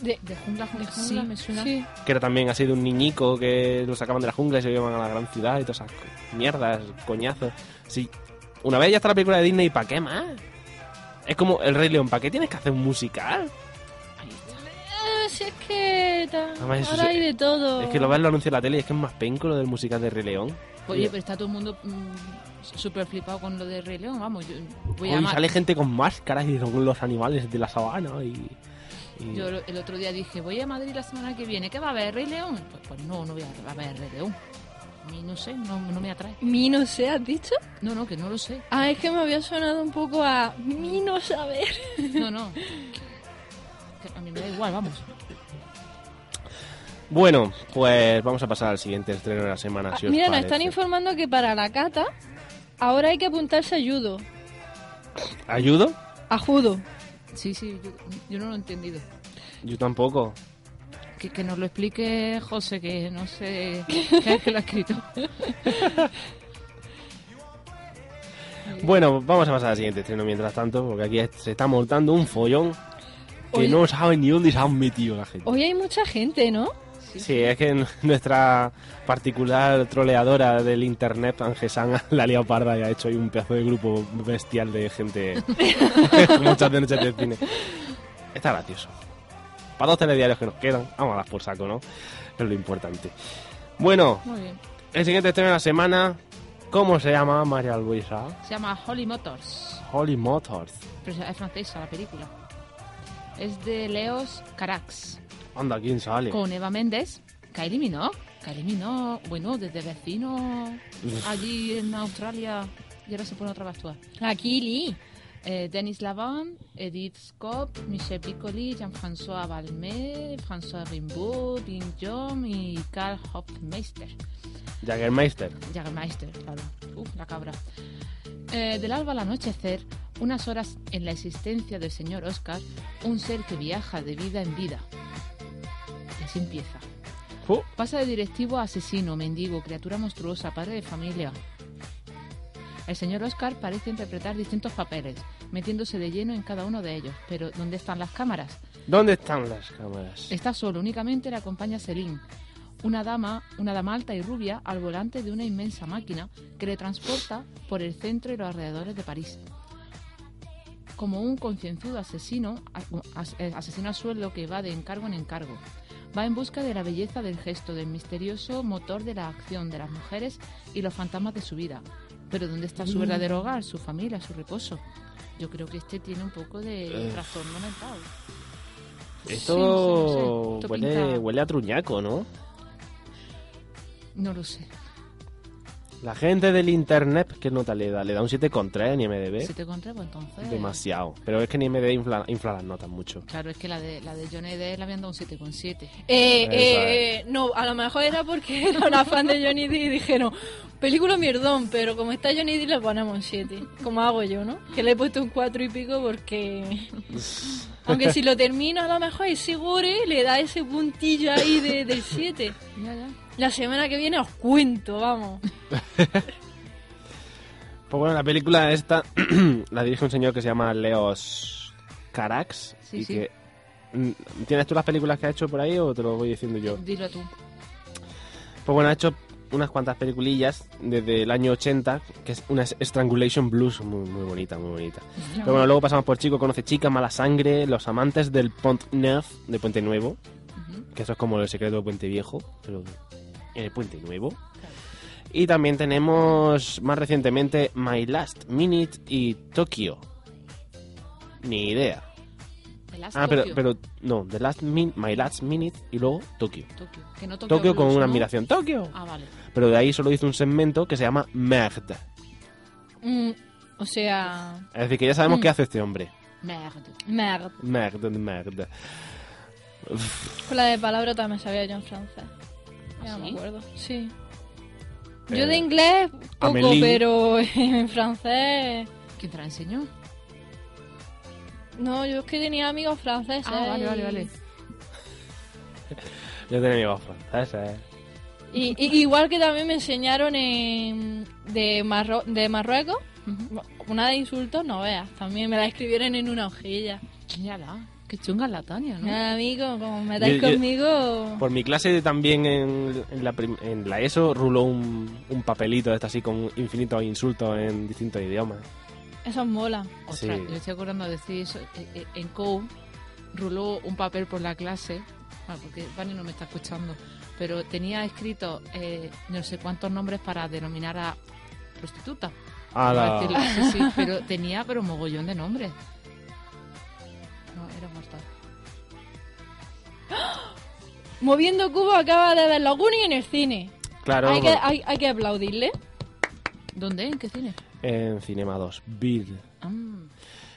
[SPEAKER 6] De-
[SPEAKER 7] De jungla, jungla,
[SPEAKER 6] Sí,
[SPEAKER 7] jungla, me suena.
[SPEAKER 6] sí.
[SPEAKER 5] Que era también así de un niñico que lo sacaban de la jungla y se lo llevaban a la gran ciudad y todas esas co- mierdas, coñazos. Sí, una vez ya está la película de Disney, ¿para qué más? Es como El Rey León, ¿para qué tienes que hacer un musical?
[SPEAKER 6] Ah, si es que... ta-
[SPEAKER 5] Además, eso
[SPEAKER 6] ahora
[SPEAKER 5] se-
[SPEAKER 6] hay de todo.
[SPEAKER 5] Es que lo ves, lo anuncia en la tele y es que es más penco lo del musical de Rey León.
[SPEAKER 7] Oye, pero está todo el mundo mm, súper flipado con lo de Rey León, vamos. Yo voy a
[SPEAKER 5] Hoy
[SPEAKER 7] llamar-
[SPEAKER 5] sale gente con máscaras y son los animales de la sabana y... y-
[SPEAKER 7] Yo lo- el otro día dije, voy a Madrid la semana que viene, ¿qué va a haber Rey León? Pues, pues no, no voy a, va a ver Rey León. A mí no sé, no, no me atrae.
[SPEAKER 6] Mi no sé, ¿has dicho?
[SPEAKER 7] No, no, que no lo sé.
[SPEAKER 6] Ah, es que me había sonado un poco a mi no saber.
[SPEAKER 7] No, no. Que A mí me da igual, vamos.
[SPEAKER 5] Bueno, pues vamos a pasar al siguiente estreno de la semana.
[SPEAKER 7] Ah,
[SPEAKER 5] Si Ah, os
[SPEAKER 6] Ah, Mira, nos
[SPEAKER 5] parece.
[SPEAKER 6] están informando que para la cata ahora hay que apuntarse a judo.
[SPEAKER 5] ¿Ayudo?
[SPEAKER 6] A judo.
[SPEAKER 7] Sí, sí, yo, yo no lo he entendido.
[SPEAKER 5] Yo tampoco.
[SPEAKER 7] Que, que nos lo explique José, que no sé qué es que lo ha escrito.
[SPEAKER 5] Bueno, vamos a pasar al siguiente estreno mientras tanto, porque aquí es- se está montando un follón que
[SPEAKER 6] Hoy-
[SPEAKER 5] no saben ni dónde se han metido la gente.
[SPEAKER 6] Hoy hay mucha gente, ¿no?
[SPEAKER 5] Sí, es que n- nuestra particular troleadora del internet, Angesan, la ha liado parda y ha hecho ahí un pedazo de grupo bestial de gente con muchas de noches de cine. Está gracioso. Para dos telediarios que nos quedan, vamos a dar por saco, ¿no? Es lo importante. Bueno,
[SPEAKER 7] Muy bien.
[SPEAKER 5] el siguiente estreno de la semana, ¿cómo se llama María Luisa?
[SPEAKER 7] Se llama Holly Motors.
[SPEAKER 5] Holy Motors.
[SPEAKER 7] Pero es francesa la película. Es de Leos Carax.
[SPEAKER 5] Anda, ¿quién sale?
[SPEAKER 7] Con Eva Méndez. Que eliminó. Que eliminó. Bueno, desde vecino. Allí en Australia. Y ahora se pone otra vez a actuar.
[SPEAKER 6] Aquí, Lee.
[SPEAKER 7] Eh, Denis Lavan, Edith Scott, Michel Piccoli, Jean-François Balmé, François Rimbaud, Bing Jong y Karl Hopfmeister.
[SPEAKER 5] Jaggermeister.
[SPEAKER 7] Jagermeister, claro. Uf, la cabra. Eh, del alba al anochecer, unas horas en la existencia del señor Oscar, un ser que viaja de vida en vida. Y así empieza.
[SPEAKER 5] Fu.
[SPEAKER 7] Pasa de directivo a asesino, mendigo, criatura monstruosa, padre de familia. El señor Oscar parece interpretar distintos papeles, metiéndose de lleno en cada uno de ellos. Pero, ¿dónde están las cámaras?
[SPEAKER 5] ¿Dónde están las cámaras?
[SPEAKER 7] Está solo, únicamente le acompaña Celine, una dama, una dama alta y rubia al volante de una inmensa máquina que le transporta por el centro y los alrededores de París. Como un concienzudo asesino, a- as- eh, asesino a sueldo que va de encargo en encargo. Va en busca de la belleza del gesto, del misterioso motor de la acción de las mujeres y los fantasmas de su vida. Pero ¿dónde está
[SPEAKER 5] Mm.
[SPEAKER 7] su verdadero hogar, su familia, su reposo? Yo creo que este tiene un poco de
[SPEAKER 5] Uf.
[SPEAKER 7] trastorno mental.
[SPEAKER 5] Eh. Esto
[SPEAKER 7] Sí, no sé, no sé. Esto
[SPEAKER 5] huele,
[SPEAKER 7] pinta-
[SPEAKER 5] huele a truñaco, ¿no?
[SPEAKER 7] No lo sé.
[SPEAKER 5] La gente del internet, ¿qué nota le da? Le da un 7,3 en IMDB.
[SPEAKER 7] Si te contra, pues entonces.
[SPEAKER 5] Demasiado. Pero es que en IMDB infla, infla las notas mucho.
[SPEAKER 7] Claro, es que la de, la de Johnny Depp la habían dado un 7,7.
[SPEAKER 6] Eh,
[SPEAKER 5] Esa
[SPEAKER 6] eh, no, a lo mejor era porque era una fan de Johnny D y dijeron, película mierdón, pero como está Johnny D le ponemos un 7, como hago yo, ¿no? Que le he puesto un 4 y pico porque... Aunque si lo termino a lo mejor y Sigure le da ese puntillo ahí de- del 7.
[SPEAKER 7] Ya, ya.
[SPEAKER 6] La semana que viene os cuento, vamos.
[SPEAKER 5] Pues bueno, la película esta la dirige un señor que se llama Leos Carax.
[SPEAKER 7] Sí,
[SPEAKER 5] y
[SPEAKER 7] sí.
[SPEAKER 5] que- mm, ¿Tienes tú las películas que ha hecho por ahí o te lo voy diciendo yo?
[SPEAKER 7] Dilo tú.
[SPEAKER 5] Pues bueno, ha hecho unas cuantas peliculillas desde el año 80, que es una Strangulation Blues muy, muy bonita, muy bonita. Pero bueno, luego pasamos por Chico Conoce Chica, Mala Sangre, Los Amantes del Pont Neuf, de Puente Nuevo,
[SPEAKER 7] Ujú.
[SPEAKER 5] que eso es como el secreto del Puente Viejo, pero en el Puente Nuevo. Y también tenemos más recientemente My Last Minute y Tokio. Ni idea.
[SPEAKER 7] The Last
[SPEAKER 5] Ah, pero,
[SPEAKER 7] Tokyo.
[SPEAKER 5] pero no, The Last Min My Last Minute y luego Tokio.
[SPEAKER 7] Tokio. Que no Tokio
[SPEAKER 5] Tokio con
[SPEAKER 7] Blues,
[SPEAKER 5] una
[SPEAKER 7] ¿no?
[SPEAKER 5] admiración. Tokio.
[SPEAKER 7] Ah, vale.
[SPEAKER 5] Pero de ahí solo hizo un segmento que se llama Merde.
[SPEAKER 6] Mm, o sea...
[SPEAKER 5] Es decir, que ya sabemos
[SPEAKER 6] Mm.
[SPEAKER 5] qué hace este hombre.
[SPEAKER 7] Merde.
[SPEAKER 6] Merde.
[SPEAKER 5] Merde, merde.
[SPEAKER 6] Con la de palabra también sabía yo en francés. Ya no me
[SPEAKER 7] ¿Ah, ¿Sí?
[SPEAKER 6] acuerdo. Sí.
[SPEAKER 5] Eh,
[SPEAKER 6] Yo de inglés poco,
[SPEAKER 5] Amélie.
[SPEAKER 6] pero en francés...
[SPEAKER 7] ¿Quién te la enseñó?
[SPEAKER 6] No, yo es que tenía amigos franceses.
[SPEAKER 7] Ah, vale, vale, vale.
[SPEAKER 5] Yo tenía amigos franceses.
[SPEAKER 6] Y, y- igual que también me enseñaron en, de, Marro- de Marruecos,
[SPEAKER 7] Ujú.
[SPEAKER 6] una de insultos, no veas. También me la escribieron en una hojilla.
[SPEAKER 7] Ya la. Qué chunga la Tania, ¿no?
[SPEAKER 6] Nada, amigo, como metáis
[SPEAKER 5] Yo- yo-
[SPEAKER 6] conmigo.
[SPEAKER 5] Por mi clase también en, en la, prim- en la ESO ruló un, un papelito de este así con infinitos insultos en distintos idiomas.
[SPEAKER 6] Eso mola.
[SPEAKER 7] Ostras,
[SPEAKER 5] Sí.
[SPEAKER 7] yo estoy acordando de decir eso. Eh, eh, En COU ruló un papel por la clase, bueno, porque Vani no me está escuchando, pero tenía escrito eh, no sé cuántos nombres para denominar a prostituta.
[SPEAKER 5] ¡Hala!
[SPEAKER 7] Por decirlo así, sí, pero tenía pero mogollón de nombres. No, era mortal.
[SPEAKER 6] Moviendo Cubo acaba de ver los Goonies en el cine.
[SPEAKER 5] Claro,
[SPEAKER 6] hay, que, hay, hay que aplaudirle.
[SPEAKER 7] ¿Dónde? ¿En qué cine?
[SPEAKER 5] en Cinema 2, Bill.
[SPEAKER 7] Ah,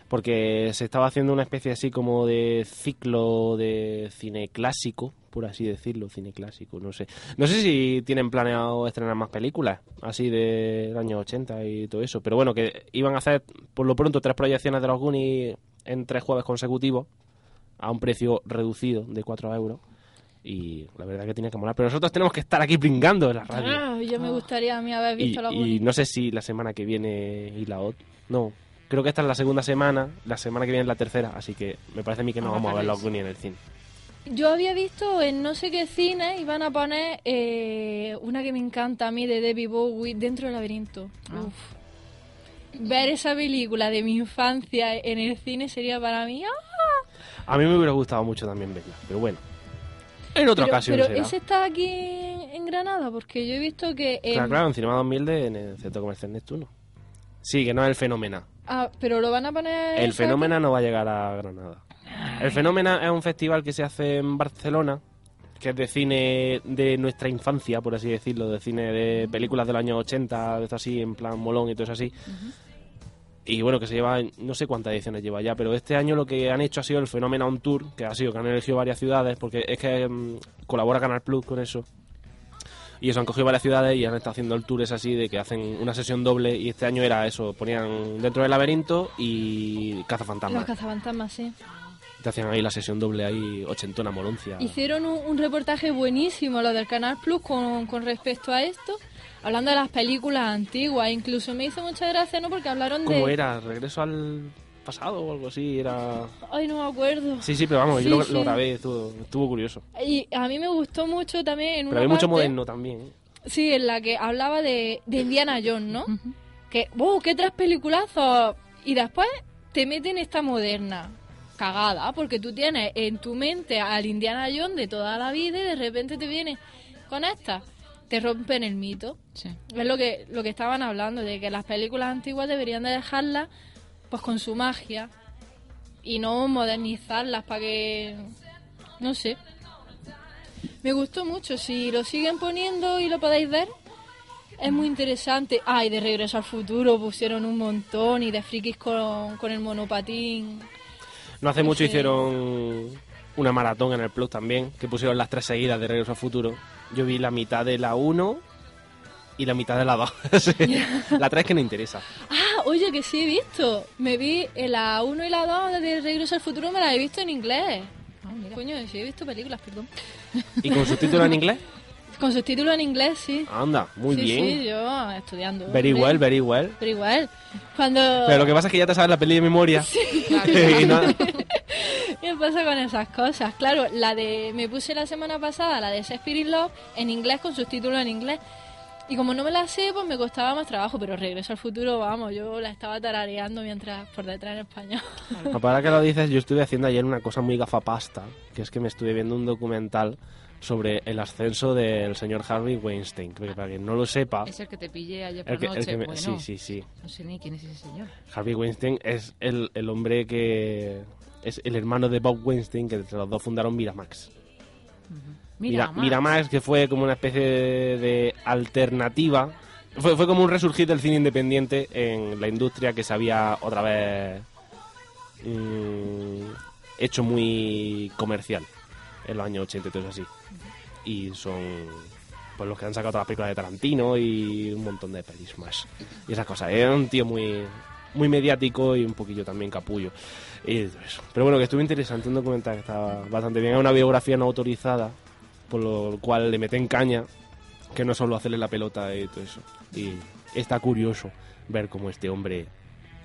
[SPEAKER 5] Porque se estaba haciendo una especie así como de ciclo de cine clásico, por así decirlo, cine clásico, no sé. No sé si tienen planeado estrenar más películas, así del año 80 y todo eso. Pero bueno, que iban a hacer por lo pronto tres proyecciones de los Goonies en tres jueves consecutivos, a un precio reducido de 4 euros. Y la verdad que tenía que molar. Pero nosotros tenemos que estar aquí pringando en la radio.
[SPEAKER 6] Ah, yo me gustaría a mí haber
[SPEAKER 5] Y,
[SPEAKER 6] visto la
[SPEAKER 5] y
[SPEAKER 6] Goonies.
[SPEAKER 5] no sé si la semana que viene y la otra. No, creo que esta es la segunda semana, la semana que viene es la tercera, así que me parece a mí que no
[SPEAKER 7] Ah,
[SPEAKER 5] vamos a ver
[SPEAKER 7] vale.
[SPEAKER 5] los Goonies en el cine.
[SPEAKER 6] Yo había visto en no sé qué cine iban a poner eh, una que me encanta a mí de Debbie Bowie, Dentro del laberinto.
[SPEAKER 7] Ah.
[SPEAKER 6] Uf. Ver esa película de mi infancia en el cine sería para mí... ¡ah!
[SPEAKER 5] A mí me hubiera gustado mucho también verla, pero bueno. En otra
[SPEAKER 6] pero
[SPEAKER 5] ocasión
[SPEAKER 6] pero
[SPEAKER 5] será.
[SPEAKER 6] ese está aquí en, en Granada, porque yo he visto que... em,
[SPEAKER 5] Claro, claro, en Cinema 2000 de, en el Centro Comercial Neptuno. Sí, que no es el fenómeno.
[SPEAKER 6] ah, pero lo van a poner...
[SPEAKER 5] El
[SPEAKER 6] esa-
[SPEAKER 5] fenómeno no va a llegar a Granada. El fenómeno es un festival que se hace en Barcelona, que es de cine de nuestra infancia, por así decirlo, de cine de películas del año 80, de esto así, en plan molón y todo eso así. Y bueno, que se lleva, no sé cuántas ediciones lleva ya, pero este año lo que han hecho ha sido el fenómeno on tour, que ha sido que han elegido varias ciudades, porque es que mm, colabora Canal Plus con eso. Y eso han cogido varias ciudades y han estado haciendo el tour es así de que hacen una sesión doble y este año era eso, ponían dentro del laberinto y
[SPEAKER 6] Los
[SPEAKER 5] cazafantasmas.
[SPEAKER 6] cazafantasmas, sí.
[SPEAKER 5] Te hacían ahí la sesión doble ahí ochentona moloncia.
[SPEAKER 6] Hicieron un, un reportaje buenísimo lo del Canal Plus con, con respecto a esto, hablando de las películas antiguas. Incluso me hizo mucha gracia, ¿no? Porque hablaron
[SPEAKER 5] ¿Cómo
[SPEAKER 6] de...
[SPEAKER 5] era? ¿Regreso al pasado o algo así? Era...
[SPEAKER 6] Ay, no me acuerdo.
[SPEAKER 5] Sí, sí, pero vamos,
[SPEAKER 6] Sí,
[SPEAKER 5] yo lo,
[SPEAKER 6] sí.
[SPEAKER 5] lo grabé, estuvo, estuvo curioso.
[SPEAKER 6] Y a mí me gustó mucho también en
[SPEAKER 5] Pero
[SPEAKER 6] una
[SPEAKER 5] había mucho
[SPEAKER 6] parte-
[SPEAKER 5] moderno también. ¿eh?
[SPEAKER 6] Sí, en la que hablaba de, de Indiana Jones, ¿no? que, ¡wow! ¡Qué tres peliculazos! Y después te meten esta moderna cagada, porque tú tienes en tu mente al Indiana Jones de toda la vida y de repente te viene con esta. Te rompen el mito.
[SPEAKER 7] sí.
[SPEAKER 6] Es lo que, lo que estaban hablando, de que las películas antiguas deberían de dejarlas pues con su magia y no modernizarlas para que... no sé. Me gustó mucho, si lo siguen poniendo y lo podéis ver, es muy interesante. Ah, y de Regreso al Futuro pusieron un montón y de frikis con, con el monopatín.
[SPEAKER 5] No hace mucho
[SPEAKER 6] Sí.
[SPEAKER 5] hicieron una maratón en el Plus también, que pusieron las tres seguidas de Regreso al Futuro. Yo vi la mitad de la 1 y la mitad de la 2. La 3 que no interesa.
[SPEAKER 6] Ah, oye, que sí he visto. Me vi en la 1 y la 2 de Regreso al Futuro, me las he visto en inglés.
[SPEAKER 7] Ah, mira.
[SPEAKER 6] Coño, sí he visto películas, perdón.
[SPEAKER 5] ¿Y con subtítulos en inglés?
[SPEAKER 6] Con subtítulos en inglés, sí.
[SPEAKER 5] Anda, Ah, muy
[SPEAKER 6] sí,
[SPEAKER 5] bien.
[SPEAKER 6] Sí, yo estudiando.
[SPEAKER 5] Very
[SPEAKER 6] hombre.
[SPEAKER 5] well, very well.
[SPEAKER 6] Pero igual, cuando...
[SPEAKER 5] Pero lo que pasa es que ya te sabes la peli de memoria. Y no-
[SPEAKER 6] ¿Qué pasa con esas cosas? Claro, la de... Me puse la semana pasada la de Shakespeare in Love en inglés con subtítulos en inglés. Y como no me la sé, pues me costaba más trabajo. Pero Regreso al Futuro, vamos, yo la estaba tarareando mientras por detrás en español.
[SPEAKER 5] Para que lo dices, yo estuve haciendo ayer una cosa muy gafapasta, que es que me estuve viendo un documental sobre el ascenso del señor Harvey Weinstein. que para quien no lo sepa...
[SPEAKER 7] Es el que te pillé ayer
[SPEAKER 5] Ah. el que-
[SPEAKER 7] por la
[SPEAKER 5] el
[SPEAKER 7] noche.
[SPEAKER 5] que me- Sí,
[SPEAKER 7] Bueno,
[SPEAKER 5] sí, sí.
[SPEAKER 7] no sé ni quién es ese señor.
[SPEAKER 5] Harvey Weinstein es el, el hombre que es el hermano de Bob Weinstein, que entre los dos fundaron Miramax. Mira-
[SPEAKER 7] Mira, Max.
[SPEAKER 5] Miramax, que fue como una especie de, de alternativa. Fue, fue como un resurgir del cine independiente en la industria que se había otra vez mm, hecho muy comercial en los años 80 y todo eso así. Y son pues los que han sacado todas las películas de Tarantino y un montón de pelis más. Y esas cosas. Era un tío muy, muy mediático y un poquillo también capullo. Y todo eso. Pero bueno, que estuvo interesante un documental que estaba bastante bien. Es una biografía no autorizada, por lo cual le meten caña, que no es solo hacerle la pelota y todo eso. Y está curioso ver cómo este hombre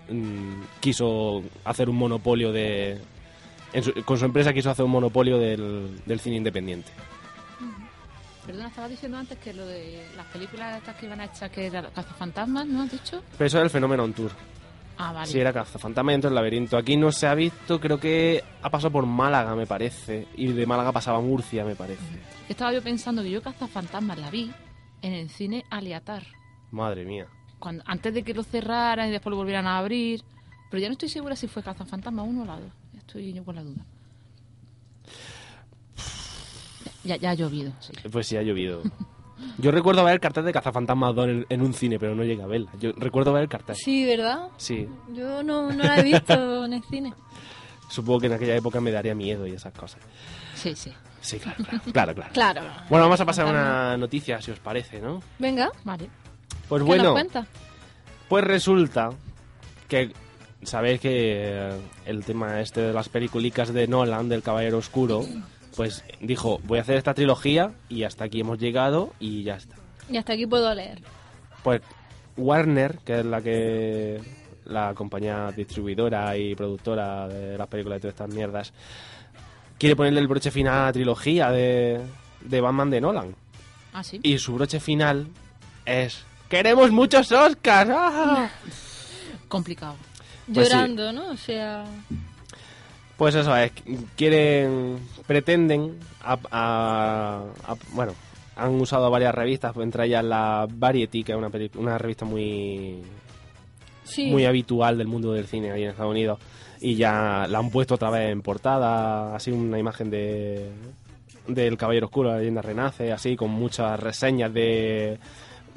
[SPEAKER 5] mm, quiso hacer un monopolio de... en su- con su empresa quiso hacer un monopolio del, del cine independiente.
[SPEAKER 7] Perdona, estaba diciendo antes que lo de las películas estas que iban a echar, que era Cazafantasmas, ¿no has dicho?
[SPEAKER 5] Pero eso es el fenómeno on tour.
[SPEAKER 7] Ah, vale.
[SPEAKER 5] Sí, era Cazafantasma dentro del laberinto. Aquí no se ha visto, creo que ha pasado por Málaga, me parece. Y de Málaga pasaba a Murcia, me parece.
[SPEAKER 7] Que estaba yo pensando que yo Cazafantasmas la vi en el cine Aliatar.
[SPEAKER 5] Madre mía.
[SPEAKER 7] Cuando, antes de que lo cerraran y después lo volvieran a abrir. Pero ya no estoy segura si fue Cazafantasma 1 o la 2. Ya Estoy yo con la duda. Ya, ya ha llovido, sí.
[SPEAKER 5] Pues sí, ha llovido. Yo recuerdo ver el cartel de Cazafantasmas 2 en, en un cine, pero no llegué a verla. Yo recuerdo ver el cartel.
[SPEAKER 6] Sí, ¿verdad?
[SPEAKER 5] Sí.
[SPEAKER 6] Yo no, no la he visto en el cine.
[SPEAKER 5] Supongo que en aquella época me daría miedo y esas cosas.
[SPEAKER 7] Sí, sí.
[SPEAKER 5] Sí, claro, claro. claro, claro.
[SPEAKER 6] Claro.
[SPEAKER 5] Bueno, vamos a pasar a una noticia, si os parece, ¿no?
[SPEAKER 6] Venga,
[SPEAKER 7] Vale.
[SPEAKER 5] Pues
[SPEAKER 6] ¿qué
[SPEAKER 5] bueno,
[SPEAKER 6] nos cuenta?
[SPEAKER 5] pues resulta que sabéis que eh, el tema este de las películas de Nolan, del Caballero Oscuro, pues dijo, voy a hacer esta trilogía y hasta aquí hemos llegado y ya está.
[SPEAKER 6] Y hasta aquí puedo leer.
[SPEAKER 5] Pues Warner, que es la que la compañía distribuidora y productora de las películas de todas estas mierdas, quiere ponerle el broche final a la trilogía de, de Batman de Nolan.
[SPEAKER 7] Ah, sí.
[SPEAKER 5] Y su broche final es ¡Queremos muchos Oscars! ¡Ah!
[SPEAKER 7] Complicado.
[SPEAKER 5] Pues sí.
[SPEAKER 6] Llorando, ¿no? O sea,
[SPEAKER 5] Pues eso es, quieren, pretenden, a- a- a- bueno, han usado varias revistas, entre ellas la Variety, que es una, peli- una revista muy
[SPEAKER 6] sí.
[SPEAKER 5] muy habitual del mundo del cine ahí en Estados Unidos y ya la han puesto otra vez en portada, así una imagen de del Caballero Oscuro, la leyenda renace, así con muchas reseñas de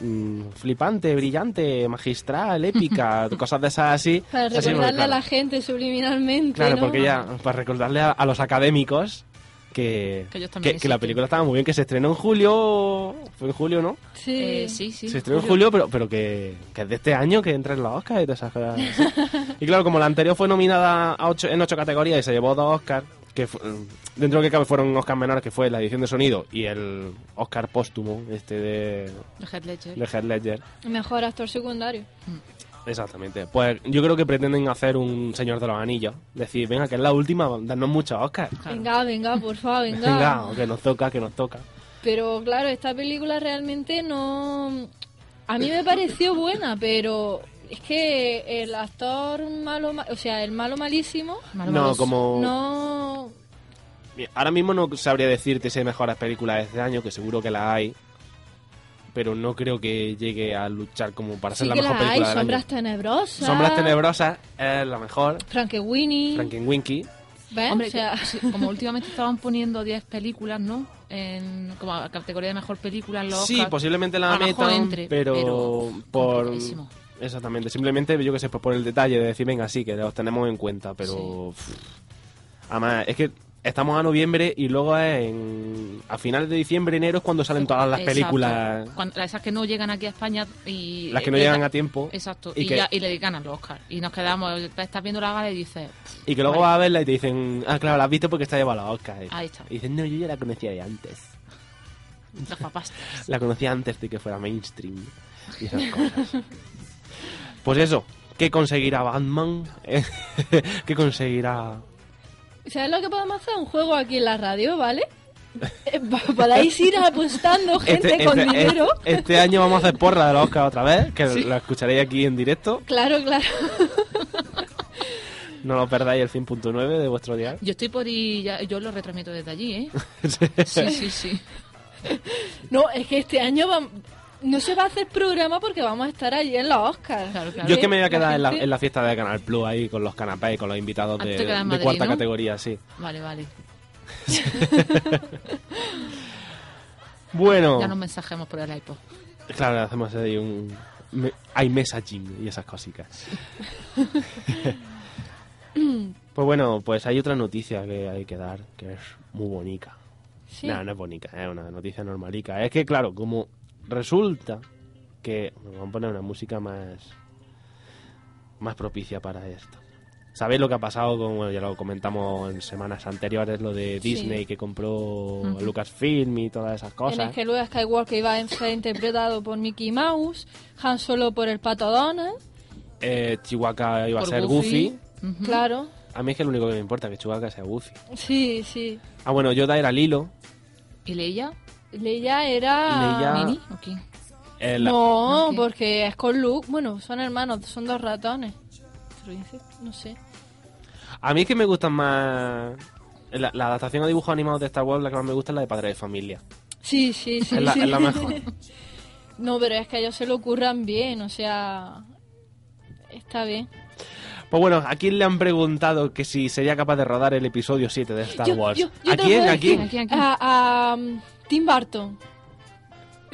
[SPEAKER 5] mm, flipante, brillante, magistral, épica, cosas de esas así.
[SPEAKER 6] Para
[SPEAKER 5] Así,
[SPEAKER 6] recordarle
[SPEAKER 5] bueno,
[SPEAKER 6] a
[SPEAKER 5] claro.
[SPEAKER 6] la gente subliminalmente.
[SPEAKER 5] Claro,
[SPEAKER 6] ¿no?
[SPEAKER 5] porque ya, para recordarle a, a los académicos que,
[SPEAKER 7] Que ellos también
[SPEAKER 5] que, que la
[SPEAKER 7] existen.
[SPEAKER 5] película estaba muy bien, que se estrenó en julio, fue en julio, ¿no?
[SPEAKER 6] Sí.
[SPEAKER 7] Eh, sí, sí.
[SPEAKER 5] se estrenó en julio, pero, pero que, que es de este año que entra en la Oscar y todas esas cosas. y claro, como la anterior fue nominada a ocho- en ocho categorías y se llevó dos Oscars, que fu- dentro de lo que cabe fueron Oscars menores, que fue la edición de sonido y el Oscar póstumo, este de
[SPEAKER 7] De Heath Ledger.
[SPEAKER 5] Heath Ledger.
[SPEAKER 6] Mejor actor secundario.
[SPEAKER 5] Exactamente. Pues yo creo que pretenden hacer un Señor de los Anillos. Decir, venga, que es la última, darnos muchos Oscars.
[SPEAKER 7] Claro.
[SPEAKER 6] Venga, venga, por favor, venga.
[SPEAKER 5] Venga, que nos toca, que nos toca.
[SPEAKER 6] Pero claro, esta película realmente no... A mí me pareció buena, pero es que el actor malo, ma- o sea, el malo malísimo,
[SPEAKER 7] Malo,
[SPEAKER 5] no,
[SPEAKER 7] malo.
[SPEAKER 5] como...
[SPEAKER 6] no...
[SPEAKER 5] Bien, Ahora mismo no sabría decirte si hay mejores películas de este año, que seguro que las hay. Pero no creo que llegue a luchar como para
[SPEAKER 6] Sí
[SPEAKER 5] ser la
[SPEAKER 6] que
[SPEAKER 5] mejor
[SPEAKER 6] las hay,
[SPEAKER 5] película del
[SPEAKER 6] Sombras
[SPEAKER 5] año.
[SPEAKER 6] Tenebrosas.
[SPEAKER 5] Sombras Tenebrosas es la mejor.
[SPEAKER 6] Frankenweenie.
[SPEAKER 5] Frankenwinky.
[SPEAKER 6] ¿Ves?
[SPEAKER 7] Hombre,
[SPEAKER 6] ¿Eh? o sea,
[SPEAKER 7] que- sí, como últimamente estaban poniendo 10 películas, ¿no? En, como a categoría de mejor película en los
[SPEAKER 5] Sí,
[SPEAKER 7] Oscars.
[SPEAKER 5] posiblemente
[SPEAKER 7] A
[SPEAKER 5] la
[SPEAKER 7] lo mejor
[SPEAKER 5] metan,
[SPEAKER 7] entre,
[SPEAKER 5] pero,
[SPEAKER 7] pero
[SPEAKER 5] por...
[SPEAKER 7] complicadísimo.
[SPEAKER 5] Exactamente, simplemente yo que sé, pues por el detalle de decir, venga, sí, que los tenemos en cuenta, pero... pff, Además, es que estamos a noviembre y luego es en- a finales de diciembre, enero es cuando salen todas las
[SPEAKER 7] Exacto.
[SPEAKER 5] películas,
[SPEAKER 7] Cuando- esas que no llegan aquí a España y...
[SPEAKER 5] las que no
[SPEAKER 7] eh,
[SPEAKER 5] llegan
[SPEAKER 7] eh,
[SPEAKER 5] a tiempo.
[SPEAKER 7] Exacto,
[SPEAKER 5] Y
[SPEAKER 7] y,
[SPEAKER 5] que-
[SPEAKER 7] ya- y le ganan los Oscar. Y nos quedamos, estás viendo la gala y dices, "Pff,
[SPEAKER 5] Y que luego
[SPEAKER 7] Vale.
[SPEAKER 5] vas a verla y te dicen, ah, claro, la has visto porque está llevada a la Oscar.
[SPEAKER 7] Ahí está.
[SPEAKER 5] Y dicen, no, yo ya la conocía de antes.
[SPEAKER 7] los papás.
[SPEAKER 5] La conocía antes de que fuera mainstream. Y esas cosas. pues eso, ¿qué conseguirá Batman? ¿Qué conseguirá?
[SPEAKER 6] ¿sabes lo que podemos hacer? Un juego aquí en la radio, ¿vale? Eh, pa- Podéis ir apostando gente con
[SPEAKER 5] este-
[SPEAKER 6] dinero.
[SPEAKER 5] este- este año vamos a hacer porra de la Oscar otra vez, que la escucharéis aquí en directo.
[SPEAKER 6] Claro, claro.
[SPEAKER 5] No lo perdáis el 100.9 de vuestro diario.
[SPEAKER 7] Yo estoy por ir, ya- yo lo retransmito desde allí, ¿eh? Sí, sí, sí.
[SPEAKER 6] No, es que este año vam- no se va a hacer programa porque vamos a estar allí en los Oscars.
[SPEAKER 7] Claro, claro.
[SPEAKER 5] Yo es que me voy a quedar en la,
[SPEAKER 6] gente-
[SPEAKER 5] en la fiesta de Canal Plus ahí con los canapés y con los invitados
[SPEAKER 7] Ah, tú
[SPEAKER 5] de,
[SPEAKER 7] te quedas en
[SPEAKER 5] de
[SPEAKER 7] Madrid,
[SPEAKER 5] cuarta
[SPEAKER 7] ¿no?
[SPEAKER 5] categoría, sí.
[SPEAKER 7] Vale, vale.
[SPEAKER 5] Bueno.
[SPEAKER 7] Ya nos mensajemos por el iPod.
[SPEAKER 5] Claro, hacemos ahí un... me- Hay messaging y esas cositas. pues bueno, pues hay otra noticia que hay que dar, que es muy bonita.
[SPEAKER 6] Sí.
[SPEAKER 5] No, no es bonita, es una noticia normalica. Es que claro, como resulta que... Bueno, Vamos a poner una música más... Más propicia para esto. ¿Sabéis lo que ha pasado? Como bueno, ya lo comentamos en semanas anteriores, lo de
[SPEAKER 6] Sí.
[SPEAKER 5] Disney que compró Lucasfilm y todas esas
[SPEAKER 6] en el
[SPEAKER 5] cosas.
[SPEAKER 6] que Luke Skywalker iba a ser interpretado por Mickey Mouse, Han Solo por el Pato Donald,
[SPEAKER 5] Eh, Chihuahua iba a
[SPEAKER 7] Por
[SPEAKER 5] ser Goofy.
[SPEAKER 7] Ujú.
[SPEAKER 6] claro.
[SPEAKER 5] A mí es que lo único que me importa que Chewbacca sea Goofy.
[SPEAKER 6] Sí, sí.
[SPEAKER 5] Ah, bueno, Yoda era Lilo.
[SPEAKER 7] ¿Y Leia?
[SPEAKER 6] Leia era...
[SPEAKER 5] Leia- Ah.
[SPEAKER 7] ¿Mini? ¿O quién?
[SPEAKER 5] el-
[SPEAKER 6] No,
[SPEAKER 7] Ok.
[SPEAKER 6] porque es con Luke. Bueno, son hermanos, son dos ratones. Pero dice- No sé.
[SPEAKER 5] A mí es que me gustan más... eh, La, la adaptación a dibujos animados de Star Wars, la que más me gusta es la de Padre de Familia.
[SPEAKER 6] Sí, sí, sí.
[SPEAKER 5] Es la,
[SPEAKER 6] sí.
[SPEAKER 5] es la mejor.
[SPEAKER 6] No, pero es que ellos se lo curran bien, o sea... Está bien.
[SPEAKER 5] Pues bueno, ¿a quién le han preguntado que si sería capaz de rodar el episodio 7 de Star
[SPEAKER 6] Yo-
[SPEAKER 5] Wars?
[SPEAKER 6] yo- yo
[SPEAKER 5] ¿A
[SPEAKER 6] te
[SPEAKER 5] quién?
[SPEAKER 6] voy
[SPEAKER 5] ¿A
[SPEAKER 6] decir
[SPEAKER 5] quién?
[SPEAKER 7] quién? ¿A quién?
[SPEAKER 6] A, a, um, Tim Burton.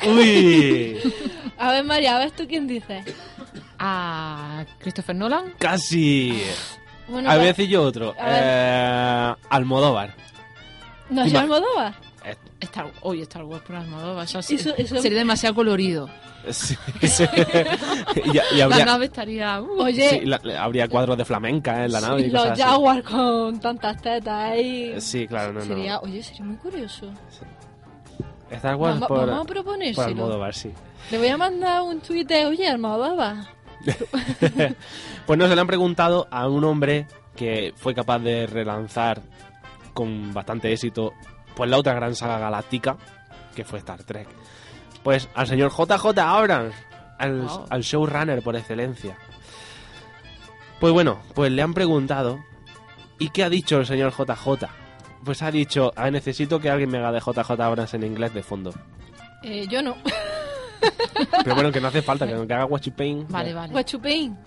[SPEAKER 5] Uy,
[SPEAKER 6] A ver, María, a ver tú quién dices.
[SPEAKER 7] A Christopher Nolan.
[SPEAKER 5] casi.
[SPEAKER 6] Bueno,
[SPEAKER 5] A
[SPEAKER 6] va.
[SPEAKER 5] ver, decir yo otro.
[SPEAKER 6] A ver.
[SPEAKER 5] Eh, Almodóvar. Eh,
[SPEAKER 6] ¿No es
[SPEAKER 5] Ima-
[SPEAKER 6] Almodóvar?
[SPEAKER 7] Star, oye, Star Wars por Almodóvar. Eso,
[SPEAKER 6] Eso- eso-
[SPEAKER 7] Sería demasiado colorido.
[SPEAKER 5] Sí. y, y
[SPEAKER 7] La
[SPEAKER 5] habría,
[SPEAKER 7] nave estaría... uh,
[SPEAKER 6] Oye,
[SPEAKER 5] sí, la- la- habría cuadros de flamenca en la nave y
[SPEAKER 6] los
[SPEAKER 5] cosas así.
[SPEAKER 6] Jaguar con tantas tetas ahí.
[SPEAKER 5] Eh, Sí, claro, no,
[SPEAKER 6] sería,
[SPEAKER 5] no.
[SPEAKER 6] Oye, sería muy curioso.
[SPEAKER 5] Star Wars
[SPEAKER 6] Vamos-
[SPEAKER 5] por,
[SPEAKER 6] vamos a
[SPEAKER 5] por
[SPEAKER 6] proponérselo.
[SPEAKER 5] Almodóvar, sí.
[SPEAKER 6] Le voy a mandar un tuit de, oye, Almodóvar.
[SPEAKER 5] Pues no, se le han preguntado a un hombre que fue capaz de relanzar con bastante éxito pues la otra gran saga galáctica, que fue Star Trek. Pues al señor JJ Abrams, al,
[SPEAKER 7] Wow.
[SPEAKER 5] al showrunner por excelencia. Pues bueno, pues le han preguntado, ¿y qué ha dicho el señor JJ? Pues ha dicho, "Ah, necesito que alguien me haga de JJ Abrams en inglés de fondo.
[SPEAKER 6] Eh, yo no.
[SPEAKER 5] Pero bueno, que no hace falta, que que haga Watchy Pain.
[SPEAKER 6] pues,
[SPEAKER 7] Vale, vale.
[SPEAKER 6] Guachupín.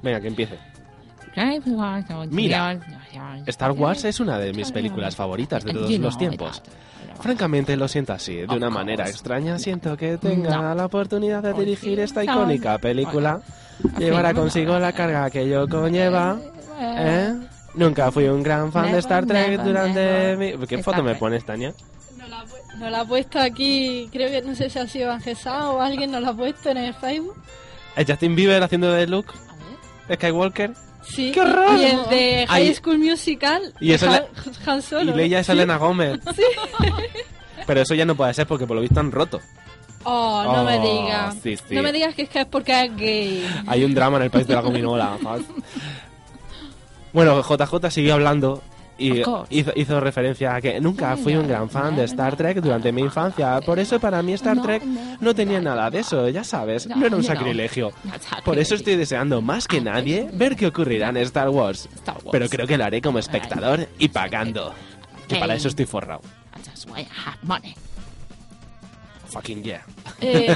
[SPEAKER 5] Venga, que empiece. Mira, Star Wars es una de mis películas favoritas de todos
[SPEAKER 7] You
[SPEAKER 5] los
[SPEAKER 7] know
[SPEAKER 5] tiempos.
[SPEAKER 7] that.
[SPEAKER 5] Francamente lo siento así, de
[SPEAKER 7] Of
[SPEAKER 5] una manera
[SPEAKER 7] course.
[SPEAKER 5] extraña siento que tenga
[SPEAKER 7] No.
[SPEAKER 5] la oportunidad de
[SPEAKER 7] Oye,
[SPEAKER 5] dirigir esta
[SPEAKER 7] no,
[SPEAKER 5] icónica
[SPEAKER 7] no.
[SPEAKER 5] película.
[SPEAKER 7] Oye,
[SPEAKER 5] Llevará
[SPEAKER 7] no, no,
[SPEAKER 5] consigo
[SPEAKER 7] no,
[SPEAKER 5] la
[SPEAKER 7] no.
[SPEAKER 5] carga que yo conlleva. ¿eh? Nunca fui un gran fan de
[SPEAKER 7] Never,
[SPEAKER 5] Star Trek
[SPEAKER 7] never,
[SPEAKER 5] durante
[SPEAKER 7] never.
[SPEAKER 5] mi... ¿Qué
[SPEAKER 7] Star
[SPEAKER 5] foto me
[SPEAKER 7] Trek.
[SPEAKER 5] pones, Tania?
[SPEAKER 6] Nos la, ha pu- nos la ha puesto aquí, creo que no sé si ha sido Angesa o alguien nos la ha puesto en el Facebook.
[SPEAKER 5] ¿Es Justin Bieber haciendo de Luke?
[SPEAKER 7] A ver.
[SPEAKER 5] ¿Skywalker?
[SPEAKER 6] Sí.
[SPEAKER 5] ¡Qué horror!
[SPEAKER 6] Y el de High
[SPEAKER 5] Ahí-
[SPEAKER 6] School Musical.
[SPEAKER 5] Y eso
[SPEAKER 6] de
[SPEAKER 5] le-
[SPEAKER 6] Han, Han Solo.
[SPEAKER 5] Y Leia es Elena Gómez.
[SPEAKER 6] Sí.
[SPEAKER 5] Pero eso ya no puede ser porque por lo visto han roto.
[SPEAKER 6] Oh, no
[SPEAKER 5] Oh,
[SPEAKER 6] me digas.
[SPEAKER 5] sí, sí.
[SPEAKER 6] No me digas que es que es porque es gay.
[SPEAKER 5] Hay un drama en el país de la gominola. ¿sabes? bueno, JJ siguió hablando y
[SPEAKER 7] Of course.
[SPEAKER 5] hizo, hizo referencia a que nunca fui un gran fan de Star Trek durante mi infancia. Por eso para mí Star Trek no tenía nada de eso, ya sabes, no era un sacrilegio. Por eso estoy deseando más que nadie ver qué ocurrirá en Star Wars.
[SPEAKER 7] Star Wars.
[SPEAKER 5] Pero creo que lo haré como espectador y pagando. Que para eso estoy forrado.
[SPEAKER 7] I just wanna have money.
[SPEAKER 5] Fucking yeah.
[SPEAKER 6] Eh,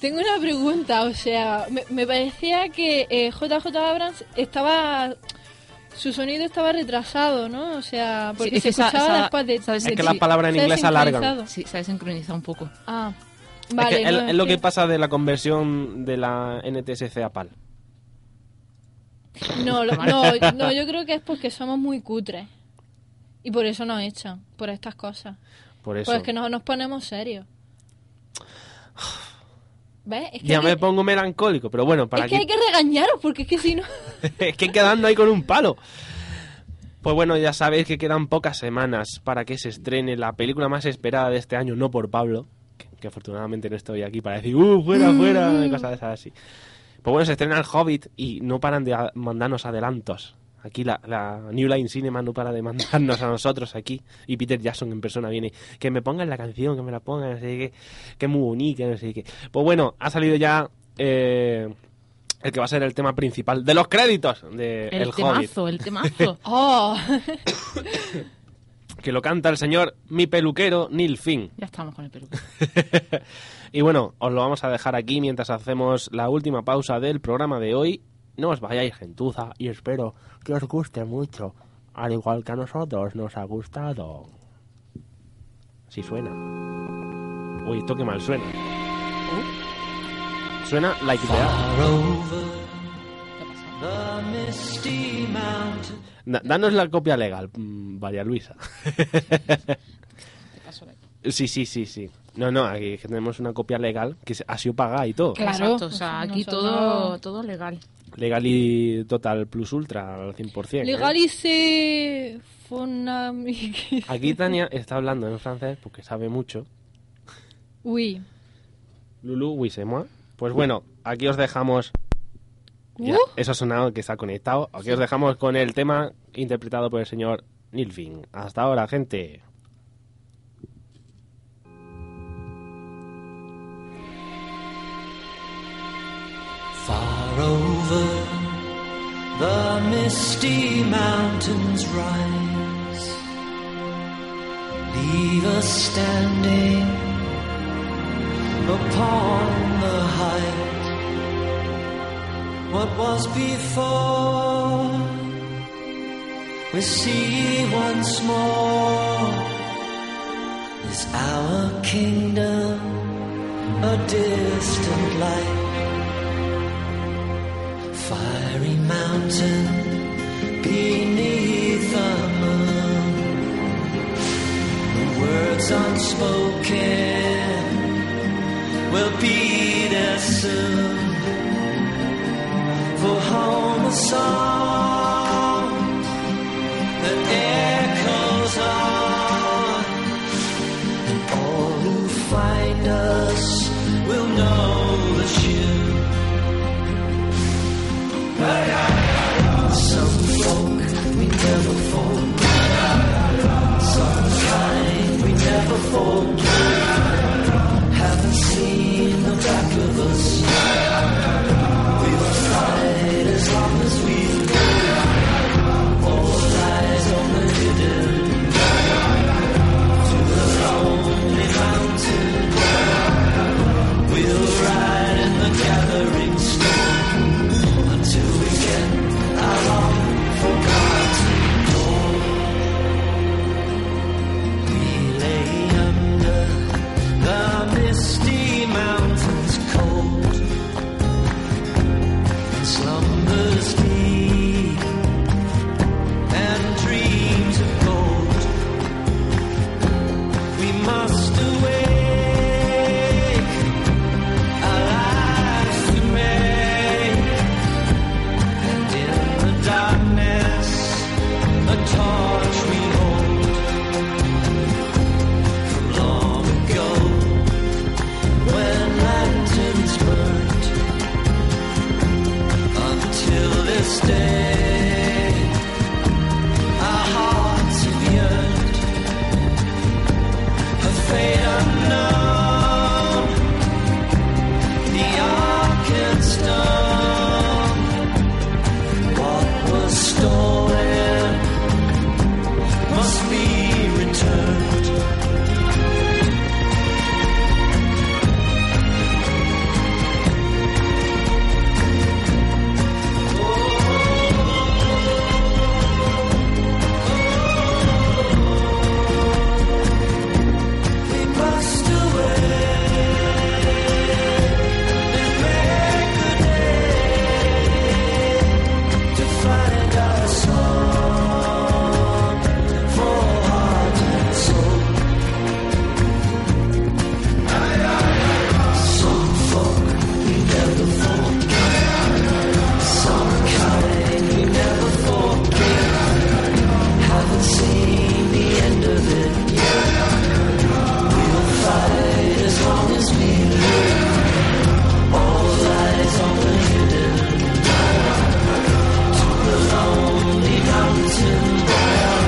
[SPEAKER 6] tengo una pregunta, o sea, me, me parecía que eh, JJ Abrams estaba... Su sonido estaba retrasado, ¿no? O sea, porque
[SPEAKER 7] Sí,
[SPEAKER 6] se
[SPEAKER 7] es que esa-
[SPEAKER 6] escuchaba
[SPEAKER 7] esa-
[SPEAKER 6] después de...
[SPEAKER 7] ¿sabes?
[SPEAKER 5] Es
[SPEAKER 7] Sí,
[SPEAKER 5] que las
[SPEAKER 7] sí.
[SPEAKER 5] palabras en
[SPEAKER 6] se ha
[SPEAKER 5] inglés alargan.
[SPEAKER 6] sincronizado.
[SPEAKER 7] Sí, se ha sincronizado un poco.
[SPEAKER 6] Ah,
[SPEAKER 5] Es
[SPEAKER 6] vale.
[SPEAKER 5] que es,
[SPEAKER 6] no,
[SPEAKER 5] es lo que pasa de la conversión de la NTSC a PAL.
[SPEAKER 6] No, lo- no, no, yo creo que es porque somos muy cutres. Y por eso nos echan, por estas cosas.
[SPEAKER 5] Por eso.
[SPEAKER 6] Pues es que no nos ponemos serios. ¿Ves? Es que,
[SPEAKER 5] Ya
[SPEAKER 6] hay,
[SPEAKER 5] me
[SPEAKER 6] que-
[SPEAKER 5] pongo melancólico, pero bueno, para
[SPEAKER 6] es que hay
[SPEAKER 5] aquí.
[SPEAKER 6] que regañaros, porque es que si no...
[SPEAKER 5] es que quedando ahí con un palo. Pues bueno, ya sabéis que quedan pocas semanas para que se estrene la película más esperada de este año, no por Pablo, que, que afortunadamente no estoy aquí para decir, ¡uh, fuera,
[SPEAKER 7] Mm.
[SPEAKER 5] fuera! y cosas de esas así. Pues bueno, se estrena El Hobbit y no paran de a- mandarnos adelantos. Aquí la, la New Line Cinema no para de mandarnos a nosotros aquí. Y Peter Jackson en persona viene. Que me pongan la canción, que me la pongan, no sé qué. Que es muy bonita, no sé qué. Pues bueno, ha salido ya eh, el que va a ser el tema principal de los créditos de
[SPEAKER 7] El,
[SPEAKER 5] El, Hobbit.
[SPEAKER 7] temazo, el temazo.
[SPEAKER 6] ¡Oh!
[SPEAKER 5] Que lo canta el señor Mi Peluquero Neil Finn.
[SPEAKER 7] ya estamos con el Perú.
[SPEAKER 5] y bueno, os lo vamos a dejar aquí mientras hacemos la última pausa del programa de hoy. No os vayáis, gentuza, y espero que os guste mucho, al igual que a nosotros nos ha gustado. Si suena. Uy, esto que mal suena. Uh. Suena like that. Da- Danos la copia legal, mm, María Luisa.
[SPEAKER 7] Este
[SPEAKER 5] Sí, sí, sí, sí. No, no, aquí tenemos una copia legal que se- ha sido pagada y todo.
[SPEAKER 6] Claro.
[SPEAKER 7] Exacto, o sea, aquí todo, todo legal.
[SPEAKER 5] Legal y total plus ultra al 100%. ¿eh?
[SPEAKER 6] Legalice... Fonamic...
[SPEAKER 5] Aquí Tania está hablando en francés porque sabe mucho.
[SPEAKER 6] Uy.
[SPEAKER 5] Lulu, oui, c'est moi. Pues bueno, aquí os dejamos... Ya, eso ha sonado que está conectado. Aquí os dejamos con el tema interpretado por el señor Nilfin. Hasta ahora, gente.
[SPEAKER 2] Far over the misty mountains rise. Leave us standing upon the height. What was before we see once more is
[SPEAKER 4] Is our kingdom a distant light? Fiery mountain beneath the moon. The words unspoken will be there soon. For home a song that echoes on. All who find us will know the shoe. Some folk we never forget. Some kind we never forget. Haven't seen the back of us. We'll fight as long as we live. All lies on the hidden. To the lonely mountain. We'll ride in the gathering storm until we get our long forgotten home. We lay under the misty mountains cold, and slumbers deep, and dreams of gold. We must awake our lives to make, and in the darkness, a torch we hold from long ago, when lanterns burned. Until this day, our hearts have yearned a fate unknown. The ark and stone, what was stolen must be returned. We must away. to find our song for heart and soul. Some folk we never forget, some kind we never forget. Haven't seen the end of it yet. We'll fight as long as we live. All lies on the hidden the lonely mountain down.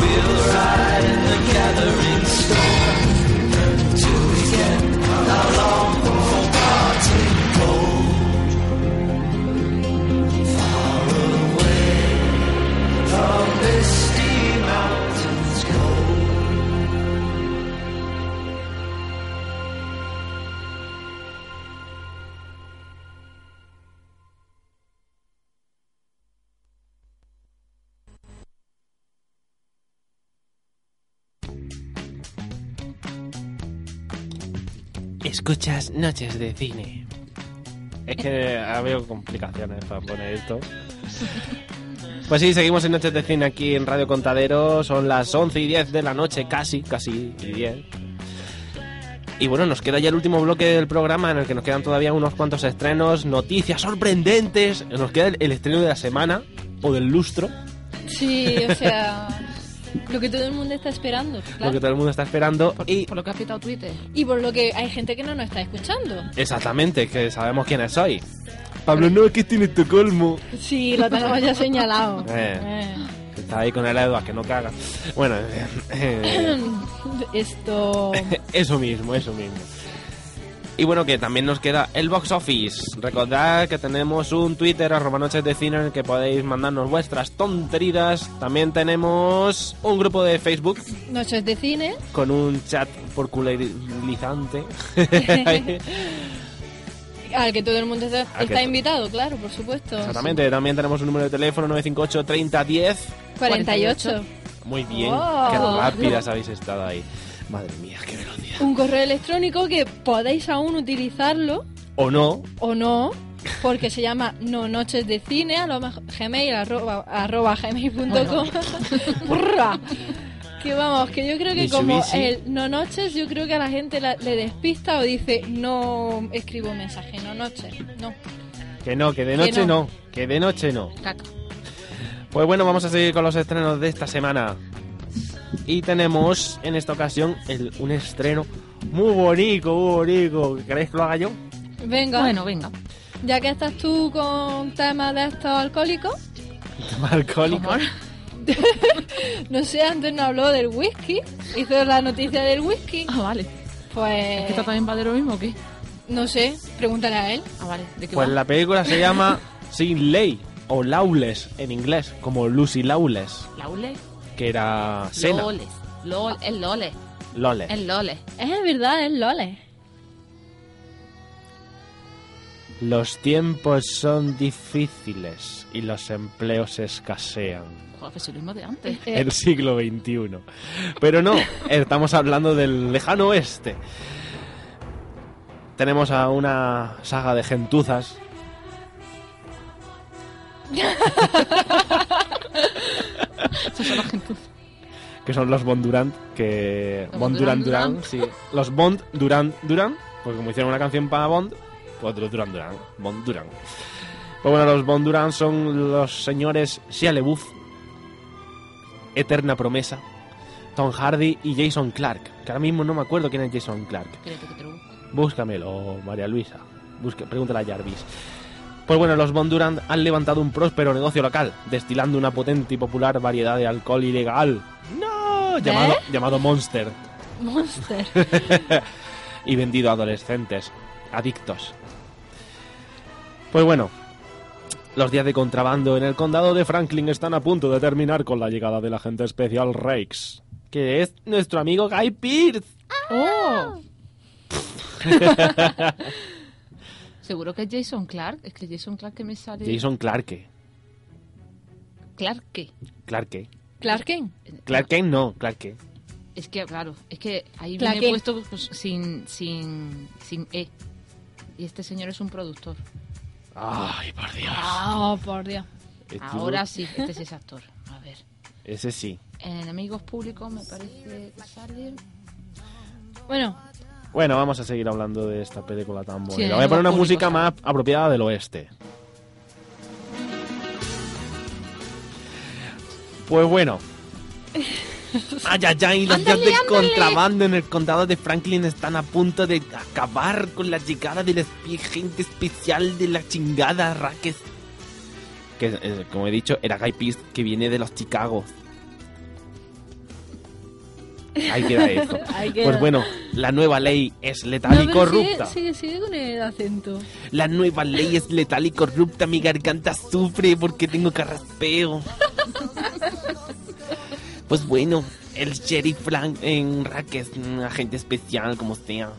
[SPEAKER 4] We'll ride in the gathering storm till we get our long forgotten gold. Far away from misty mountains cold.
[SPEAKER 5] Escuchas Noches de Cine. Es que ha habido complicaciones para poner esto. Pues sí, seguimos en Noches de Cine aquí en Radio Contadero. Son las 11 y 10 de la noche, casi, casi y 10. Y bueno, nos queda ya el último bloque del programa en el que nos quedan todavía unos cuantos estrenos, noticias sorprendentes. Nos queda el, el estreno de la semana o del lustro,
[SPEAKER 6] Sí, o sea, lo que todo el mundo está esperando.
[SPEAKER 5] lo
[SPEAKER 6] claro.
[SPEAKER 5] que todo el mundo está esperando.
[SPEAKER 7] Por,
[SPEAKER 5] Y
[SPEAKER 7] por lo que ha pitado Twitter.
[SPEAKER 6] Y por lo que hay gente que no nos está escuchando.
[SPEAKER 5] exactamente, que sabemos quiénes sois. Pablo, no, es que tiene Estocolmo.
[SPEAKER 6] Sí, lo tenemos ya señalado.
[SPEAKER 5] Eh. Que Está ahí con el Eduard, que no caga. Bueno, eh,
[SPEAKER 6] Esto.
[SPEAKER 5] eso mismo, eso mismo. Y bueno, que también nos queda el box office. Recordad que tenemos un Twitter, arroba noches de cine, en el que podéis mandarnos vuestras tonterías. También tenemos un grupo de Facebook
[SPEAKER 6] Noches de cine.
[SPEAKER 5] con un chat porcularizante.
[SPEAKER 6] Al que todo el mundo está,
[SPEAKER 5] Al que
[SPEAKER 6] está
[SPEAKER 5] to-
[SPEAKER 6] invitado, claro, por supuesto.
[SPEAKER 5] Exactamente, también tenemos un número de teléfono 958 3010
[SPEAKER 6] 48.
[SPEAKER 5] Muy bien,
[SPEAKER 6] Wow.
[SPEAKER 5] qué rápidas habéis estado ahí.
[SPEAKER 8] Madre mía, qué velocidad.
[SPEAKER 6] Un correo electrónico que podéis aún utilizarlo
[SPEAKER 5] O no,
[SPEAKER 6] o no, porque se llama no noches de cine, a lo mejor gmail arroba, arroba gmail.com. Burra. que vamos, que yo creo que como
[SPEAKER 8] Mitsubishi.
[SPEAKER 6] el no noches, yo creo que a la gente la- le despista o dice no escribo un mensaje, no noches, no.
[SPEAKER 5] que no, que de
[SPEAKER 6] Que
[SPEAKER 5] noche
[SPEAKER 6] no.
[SPEAKER 5] no, que de noche no.
[SPEAKER 7] Caca.
[SPEAKER 5] Pues bueno, vamos a seguir con los estrenos de esta semana. Y tenemos en esta ocasión el- un estreno muy bonito, muy bonito. ¿Queréis que lo haga yo?
[SPEAKER 6] Venga,
[SPEAKER 7] Bueno, venga.
[SPEAKER 6] ya que estás tú con temas de estos alcohólicos,
[SPEAKER 5] Alcohólico.
[SPEAKER 6] no sé, antes no habló del whisky, hizo la noticia del whisky,
[SPEAKER 7] Ah, vale.
[SPEAKER 6] pues...
[SPEAKER 7] ¿Esto también va de lo mismo o qué?
[SPEAKER 6] No sé, pregúntale a él.
[SPEAKER 7] Ah, vale. ¿De qué
[SPEAKER 5] Pues
[SPEAKER 7] va?
[SPEAKER 5] la película se llama Sin Ley o Lawless en inglés, como Lucy Lawless,
[SPEAKER 7] ¿La ULE?
[SPEAKER 5] que era Sena.
[SPEAKER 7] Loles. Lol, el Lole.
[SPEAKER 5] Lawless.
[SPEAKER 7] El Lole.
[SPEAKER 6] Es verdad, es Lole.
[SPEAKER 5] Los tiempos son difíciles y los empleos escasean.
[SPEAKER 7] Joder, pues es lo mismo de antes.
[SPEAKER 6] Eh,
[SPEAKER 5] El siglo XXI. Pero no, estamos hablando del lejano oeste. Tenemos a una saga de gentuzas.
[SPEAKER 7] Estos son los gentuza.
[SPEAKER 5] que son los Bond Durant, que...
[SPEAKER 7] Los
[SPEAKER 5] Bond Durant
[SPEAKER 7] Bond
[SPEAKER 5] Durant,
[SPEAKER 7] Durant.
[SPEAKER 5] sí. Los Bond Durant Durant, porque como hicieron una canción para Bond, pues otro Durant Durant, Bond Durant. Pues bueno, los Bond Durant son los señores Shia LaBeouf, Eterna Promesa, Tom Hardy y Jason Clark, que ahora mismo no me acuerdo quién es Jason Clark.
[SPEAKER 7] Espérate que te lo busco.
[SPEAKER 5] Búscamelo, María Luisa. Busca, pregúntale a Jarvis. Pues bueno, los Von Durant han levantado un próspero negocio local, destilando una potente y popular variedad de alcohol ilegal. ¡No! Llamado, llamado Monster.
[SPEAKER 6] Monster.
[SPEAKER 5] Y vendido a adolescentes, adictos. Pues bueno, los días de contrabando en el condado de Franklin están a punto de terminar con la llegada del agente especial Rakes, que es nuestro amigo Guy Pearce.
[SPEAKER 7] ¡Oh! Seguro que es Jason Clark. Es que Jason Clark que me sale.
[SPEAKER 5] Jason Clarke.
[SPEAKER 7] Clark qué.
[SPEAKER 5] Clarke.
[SPEAKER 6] Clark Kent.
[SPEAKER 5] Clark Kent no, Clark Kent.
[SPEAKER 7] Es que, claro, es que ahí
[SPEAKER 6] Clark
[SPEAKER 7] viene
[SPEAKER 6] Kent.
[SPEAKER 7] puesto pues, sin, sin, sin E. Y este señor es un productor.
[SPEAKER 5] Ay, por Dios.
[SPEAKER 6] Oh, por Dios.
[SPEAKER 5] Este-
[SPEAKER 7] Ahora sí, este sí es actor. A ver.
[SPEAKER 5] Ese sí.
[SPEAKER 7] En enemigos públicos me parece que sale.
[SPEAKER 6] Bueno,
[SPEAKER 5] Bueno, vamos a seguir hablando de esta película tan bonita.
[SPEAKER 7] en
[SPEAKER 5] Voy a poner una
[SPEAKER 7] algo
[SPEAKER 5] música
[SPEAKER 7] público,
[SPEAKER 5] más apropiada del oeste. Pues bueno. Ay, ay, ay, los días de contrabando en el condado de Franklin están a punto de acabar con la llegada del espi- agente especial de la chingada Rackets. Que, eh, como he dicho, era Guy Pearce que viene de los Chicago. Ahí queda esto.
[SPEAKER 6] hay que.
[SPEAKER 5] Pues bueno, la nueva ley es letal
[SPEAKER 6] No,
[SPEAKER 5] y
[SPEAKER 6] pero
[SPEAKER 5] corrupta.
[SPEAKER 6] Sigue, sigue, sigue con el acento.
[SPEAKER 5] La nueva ley es letal y corrupta. Mi garganta sufre porque tengo carraspeo. Pues bueno, el sheriff Frank en Rackets, un agente especial como sea,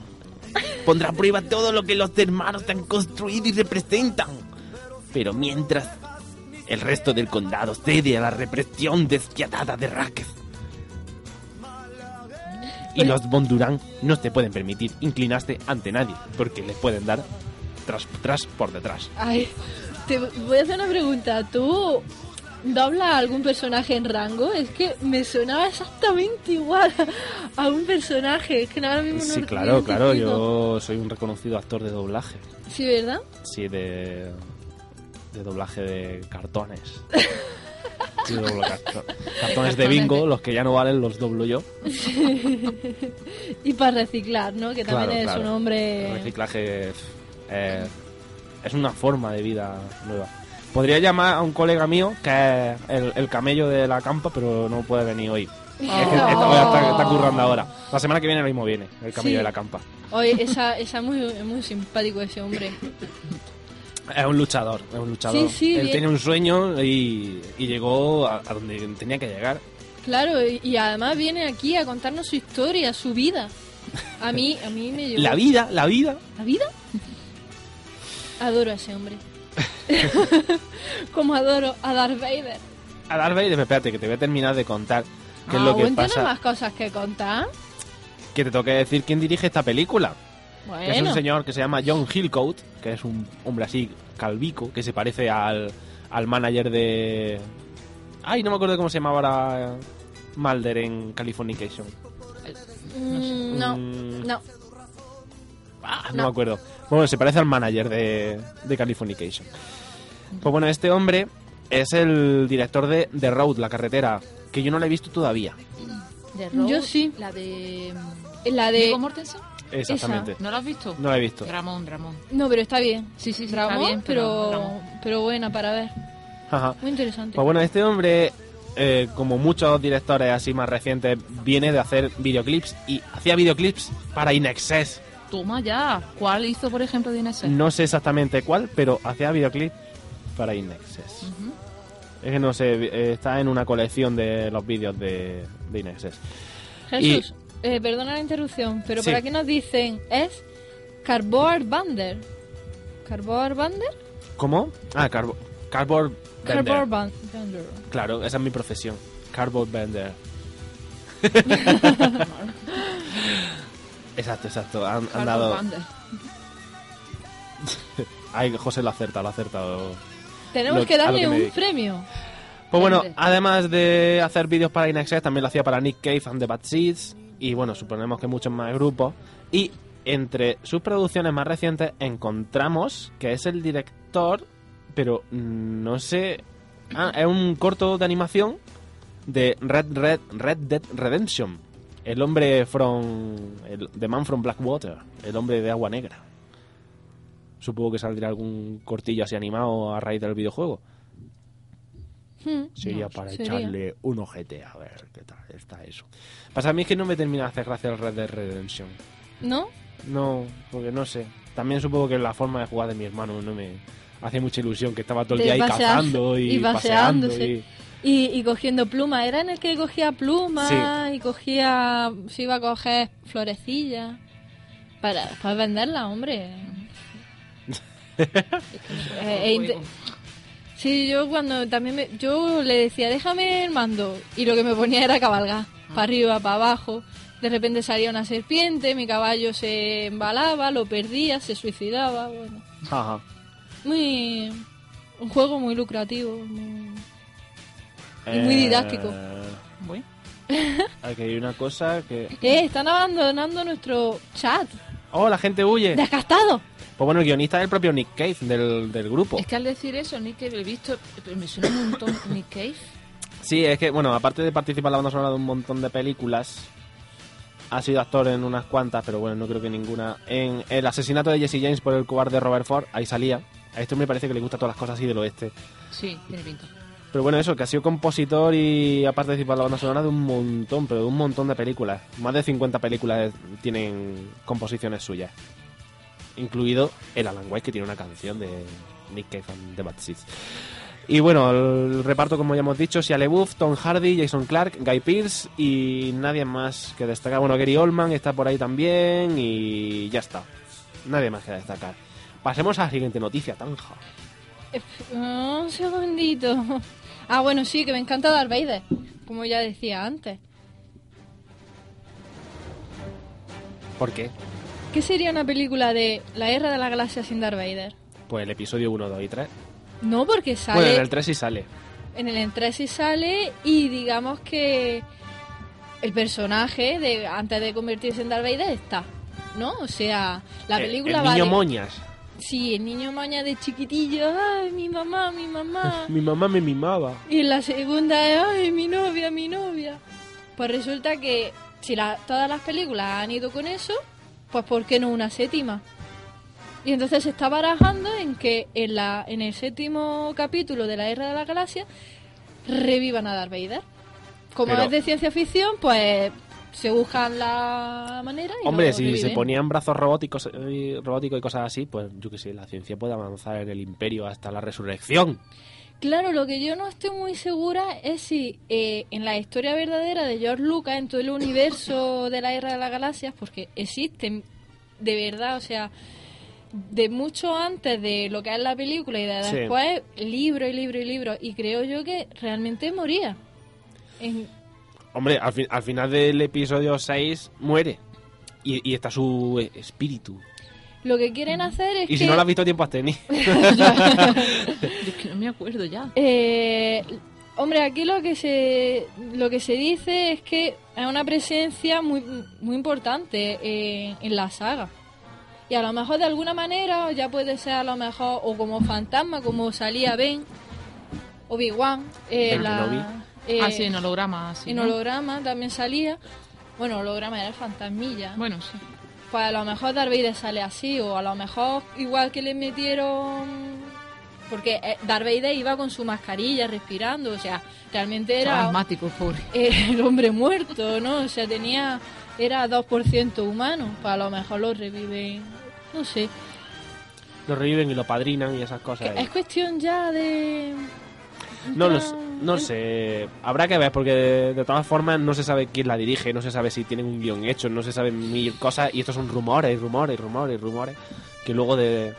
[SPEAKER 5] pondrá a prueba todo lo que los hermanos han construido y representan. Pero mientras, el resto del condado cede a la represión despiadada de Rackets. Y los Bondurán no se pueden permitir inclinarse ante nadie, porque les pueden dar tras, tras por detrás.
[SPEAKER 6] Ay, te voy a hacer una pregunta. ¿Tú doblas a algún personaje en rango? Es que me sonaba exactamente igual a un personaje. Es que ahora mismo no
[SPEAKER 5] Sí,
[SPEAKER 6] lo
[SPEAKER 5] claro, claro,
[SPEAKER 6] identifico.
[SPEAKER 5] yo soy un reconocido actor de doblaje.
[SPEAKER 6] Sí, ¿verdad?
[SPEAKER 5] Sí, de, de doblaje de cartones. Sí, doblo carto- cartones de bingo, los que ya no valen los doblo yo.
[SPEAKER 6] Y para reciclar, ¿no? Que también
[SPEAKER 5] Claro,
[SPEAKER 6] es
[SPEAKER 5] claro.
[SPEAKER 6] un
[SPEAKER 5] El
[SPEAKER 6] hombre.
[SPEAKER 5] reciclaje eh, es una forma de vida nueva. Podría llamar a un colega mío que es el, el camello de la campa, pero no puede venir hoy. Es que está,
[SPEAKER 6] Oh.
[SPEAKER 5] está- está currando ahora. La semana que viene lo mismo viene, el camello
[SPEAKER 6] Sí.
[SPEAKER 5] de la campa.
[SPEAKER 6] Oye, esa, esa es muy, es muy simpático ese hombre.
[SPEAKER 5] Es un luchador, es un luchador.
[SPEAKER 6] Sí, sí,
[SPEAKER 5] Él
[SPEAKER 6] bien.
[SPEAKER 5] tenía un sueño y, y llegó a, a donde tenía que llegar.
[SPEAKER 6] Claro, y, y además viene aquí a contarnos su historia, su vida. A mí, a mí me llevó.
[SPEAKER 5] La vida, la vida.
[SPEAKER 6] ¿La vida? Adoro a ese hombre. Como adoro a Darth Vader.
[SPEAKER 5] A Darth Vader, espérate, que te voy a terminar de contar qué
[SPEAKER 6] Ah,
[SPEAKER 5] es lo que
[SPEAKER 6] bueno, tiene
[SPEAKER 5] pasa.
[SPEAKER 6] más cosas que contar.
[SPEAKER 5] que te toque decir quién dirige esta película. Que es un
[SPEAKER 7] Bueno,
[SPEAKER 5] señor que se llama John Hillcoat, que es un hombre así calvico, que se parece al, al manager de... Ay, no me acuerdo cómo se llamaba ahora Mulder en Californication.
[SPEAKER 6] Mm, No,
[SPEAKER 5] Mm,
[SPEAKER 6] no.
[SPEAKER 5] ah, no,
[SPEAKER 6] no.
[SPEAKER 5] me acuerdo. Bueno, se parece al manager de, de Californication. Pues bueno, este hombre es el director de The Road, la carretera, que yo no la he visto todavía.
[SPEAKER 7] The Road,
[SPEAKER 6] Yo sí.
[SPEAKER 7] La de.
[SPEAKER 6] La de.
[SPEAKER 7] Viggo Mortensen.
[SPEAKER 5] Exactamente.
[SPEAKER 7] ¿No la has visto?
[SPEAKER 5] No la he visto.
[SPEAKER 7] Ramón, Ramón.
[SPEAKER 6] No, pero está bien.
[SPEAKER 7] Sí, sí, sí,
[SPEAKER 6] Ramón,
[SPEAKER 7] está bien,
[SPEAKER 6] pero,
[SPEAKER 7] Ramón.
[SPEAKER 6] pero buena para ver.
[SPEAKER 5] Ajá.
[SPEAKER 6] Muy interesante.
[SPEAKER 5] Pues bueno, este hombre, eh, como muchos directores así más recientes, viene de hacer videoclips y hacía videoclips para Inexcess.
[SPEAKER 7] Toma ya. ¿Cuál hizo, por ejemplo, de Inés?
[SPEAKER 5] No sé exactamente cuál, pero hacía videoclips para Inexcess.
[SPEAKER 7] Ujú.
[SPEAKER 5] Es que no sé, eh, está en una colección de los vídeos de, de Inexcess.
[SPEAKER 6] Jesús, eh, perdona la interrupción, pero
[SPEAKER 5] Sí.
[SPEAKER 6] ¿para qué nos dicen? Es Cardboard Bander. ¿Cardboard Bander?
[SPEAKER 5] ¿Cómo? Ah, Carbo, Cardboard Bender.
[SPEAKER 6] Cardboard Ban- Bander.
[SPEAKER 5] Claro, esa es mi profesión. Cardboard Bender. exacto, exacto. Han, han dado. Ay, José lo acerta, lo ha acertado.
[SPEAKER 6] Tenemos
[SPEAKER 5] Lo-
[SPEAKER 6] que
[SPEAKER 5] a lo
[SPEAKER 6] darle
[SPEAKER 5] que me
[SPEAKER 6] un
[SPEAKER 5] dedico.
[SPEAKER 6] premio.
[SPEAKER 5] Pues bueno,
[SPEAKER 7] Hombre.
[SPEAKER 5] además de hacer vídeos para INXS, también lo hacía para Nick Cave and the Bad Seeds. Y bueno, suponemos que muchos más grupos. Y entre sus producciones más recientes encontramos que es el director, pero mm, no sé. Ah, es un corto de animación de Red, Red, Red Dead Redemption. El hombre from. El, the Man from Blackwater. El hombre de agua negra. Supongo que saldrá algún cortillo así animado a raíz del videojuego.
[SPEAKER 6] Hmm.
[SPEAKER 5] Sería
[SPEAKER 7] No,
[SPEAKER 5] para
[SPEAKER 6] sería.
[SPEAKER 5] echarle un ojete a ver qué tal está eso. Pasa a mí es que no me termina de hacer gracia el Red Dead Redemption.
[SPEAKER 6] ¿No?
[SPEAKER 5] No, porque no sé. También supongo que la forma de jugar de mi hermano no me hace mucha ilusión, que estaba todo el
[SPEAKER 6] De
[SPEAKER 5] día ahí
[SPEAKER 6] pasear-
[SPEAKER 5] cazando y,
[SPEAKER 6] y
[SPEAKER 5] paseando.
[SPEAKER 6] paseándose.
[SPEAKER 5] y-
[SPEAKER 6] Y, y cogiendo pluma. Era en el que cogía pluma y cogía. Se iba a coger florecillas. Para, para venderla, hombre. Eh,
[SPEAKER 7] juego.
[SPEAKER 6] inte- Sí, yo cuando también me- yo le decía, déjame el mando. Y lo que me ponía era cabalgar, para arriba, para abajo. De repente salía una serpiente, mi caballo se embalaba, lo perdía, se suicidaba. Bueno,
[SPEAKER 5] Ajá.
[SPEAKER 6] muy. Un juego muy lucrativo. muy- Y muy didáctico.
[SPEAKER 7] Bueno.
[SPEAKER 5] Eh, Aquí hay una cosa que...
[SPEAKER 6] Eh, están abandonando nuestro chat.
[SPEAKER 5] ¡Oh, la gente huye!
[SPEAKER 6] ¡Desgastado!
[SPEAKER 5] Pues bueno, el guionista es el propio Nick Cave del, del grupo.
[SPEAKER 7] Es que al decir eso, Nick Cave, he visto, pero me suena un montón Nick Cave.
[SPEAKER 5] Sí, es que, bueno, aparte de participar en la banda sonora de un montón de películas, ha sido actor en unas cuantas, pero bueno, no creo que ninguna. En El asesinato de Jesse James por el cobarde Robert Ford, ahí salía. A este me parece que le gustan todas las cosas así del oeste.
[SPEAKER 7] Sí, tiene pinta.
[SPEAKER 5] Pero bueno, eso, que ha sido compositor y ha participado en la banda sonora de un montón, pero de un montón de películas. Más de 50 películas tienen composiciones suyas. Incluido el Alan White, que tiene una canción de Nick Cave and the Bad Seeds. Y bueno, el reparto, como ya hemos dicho, Shia LaBeouf, Tom Hardy, Jason Clark, Guy Pearce y nadie más que destacar. Bueno, Gary Oldman está por ahí también y ya está. Nadie más que destacar. Pasemos a la siguiente noticia, Tanja.
[SPEAKER 6] Eh, Un segundito. Ah, bueno, sí, que me encanta Darth Vader, como ya decía antes.
[SPEAKER 5] ¿Por qué?
[SPEAKER 6] ¿Qué sería una película de La Guerra de la Galaxia sin Darth Vader?
[SPEAKER 5] Pues el episodio 1, 2 y 3.
[SPEAKER 6] No, porque sale
[SPEAKER 5] Bueno, en el 3 sí sale.
[SPEAKER 6] en el entre sí sale y digamos que el personaje de antes de convertirse en Darth Vader está, ¿no? O sea, la
[SPEAKER 5] El-
[SPEAKER 6] película
[SPEAKER 5] Eh, el
[SPEAKER 6] va
[SPEAKER 5] niño
[SPEAKER 6] de-
[SPEAKER 5] Moñas.
[SPEAKER 6] Sí, el niño maña de chiquitillo, ay, mi mamá, mi mamá.
[SPEAKER 5] Mi mamá me mimaba.
[SPEAKER 6] Y la segunda es, ay, mi novia, mi novia. Pues resulta que si la- todas las películas han ido con eso, pues ¿por qué no una séptima? Y entonces se está barajando en que en, la, en el séptimo capítulo de la Guerra de la Galaxia revivan a Darth Vader. Como
[SPEAKER 5] Pero-
[SPEAKER 6] es de ciencia ficción, pues se buscan la manera y
[SPEAKER 5] Hombre,
[SPEAKER 6] lo
[SPEAKER 5] si se
[SPEAKER 6] reviven.
[SPEAKER 5] ponían brazos robóticos, eh, robóticos y cosas así, pues yo qué sé, la ciencia puede avanzar en el imperio hasta la resurrección.
[SPEAKER 6] Claro, lo que yo no estoy muy segura es si eh, en la historia verdadera de George Lucas, en todo el universo de la Guerra de las Galaxias, porque existen de verdad, o sea, de mucho antes de lo que es la película y de
[SPEAKER 5] Sí.
[SPEAKER 6] después, libro y libro y libro, y creo yo que realmente moría. En-
[SPEAKER 5] Hombre, al, fin- al final del episodio 6 muere. Y, y está su eh, espíritu.
[SPEAKER 6] Lo que quieren hacer es
[SPEAKER 5] Y si
[SPEAKER 6] que
[SPEAKER 5] no lo has visto a tiempo, has tenis.
[SPEAKER 7] Yo es que no me acuerdo ya.
[SPEAKER 6] Eh, hombre, aquí lo que se lo que se dice es que hay una presencia muy muy importante eh, en la saga. Y a lo mejor de alguna manera ya puede ser a lo mejor o como fantasma, como salía Ben, Obi-Wan, eh,
[SPEAKER 5] Ben Kenobi.
[SPEAKER 6] la, eh,
[SPEAKER 7] ah, sí, en holograma. Sí,
[SPEAKER 6] en
[SPEAKER 7] ¿no?
[SPEAKER 6] holograma también salía. Bueno, holograma era el fantasmilla.
[SPEAKER 7] Bueno, sí.
[SPEAKER 6] Pues a lo mejor Darth Vader sale así, o a lo mejor igual que le metieron... Porque eh, Darth Vader iba con su mascarilla respirando, o sea, realmente
[SPEAKER 7] Era
[SPEAKER 6] era
[SPEAKER 7] asmático, pobre.
[SPEAKER 6] era el hombre muerto, ¿no? O sea, tenía... Era 2% humano, pues a lo mejor lo reviven, no sé.
[SPEAKER 5] lo reviven y lo padrinan y esas cosas.
[SPEAKER 6] Es cuestión ya de...
[SPEAKER 5] No, lo s- no sé, habrá que ver porque de, de todas formas no se sabe quién la dirige, no se sabe si tienen un guión hecho, no se saben mil cosas y estos son rumores, rumores, rumores, rumores que luego de...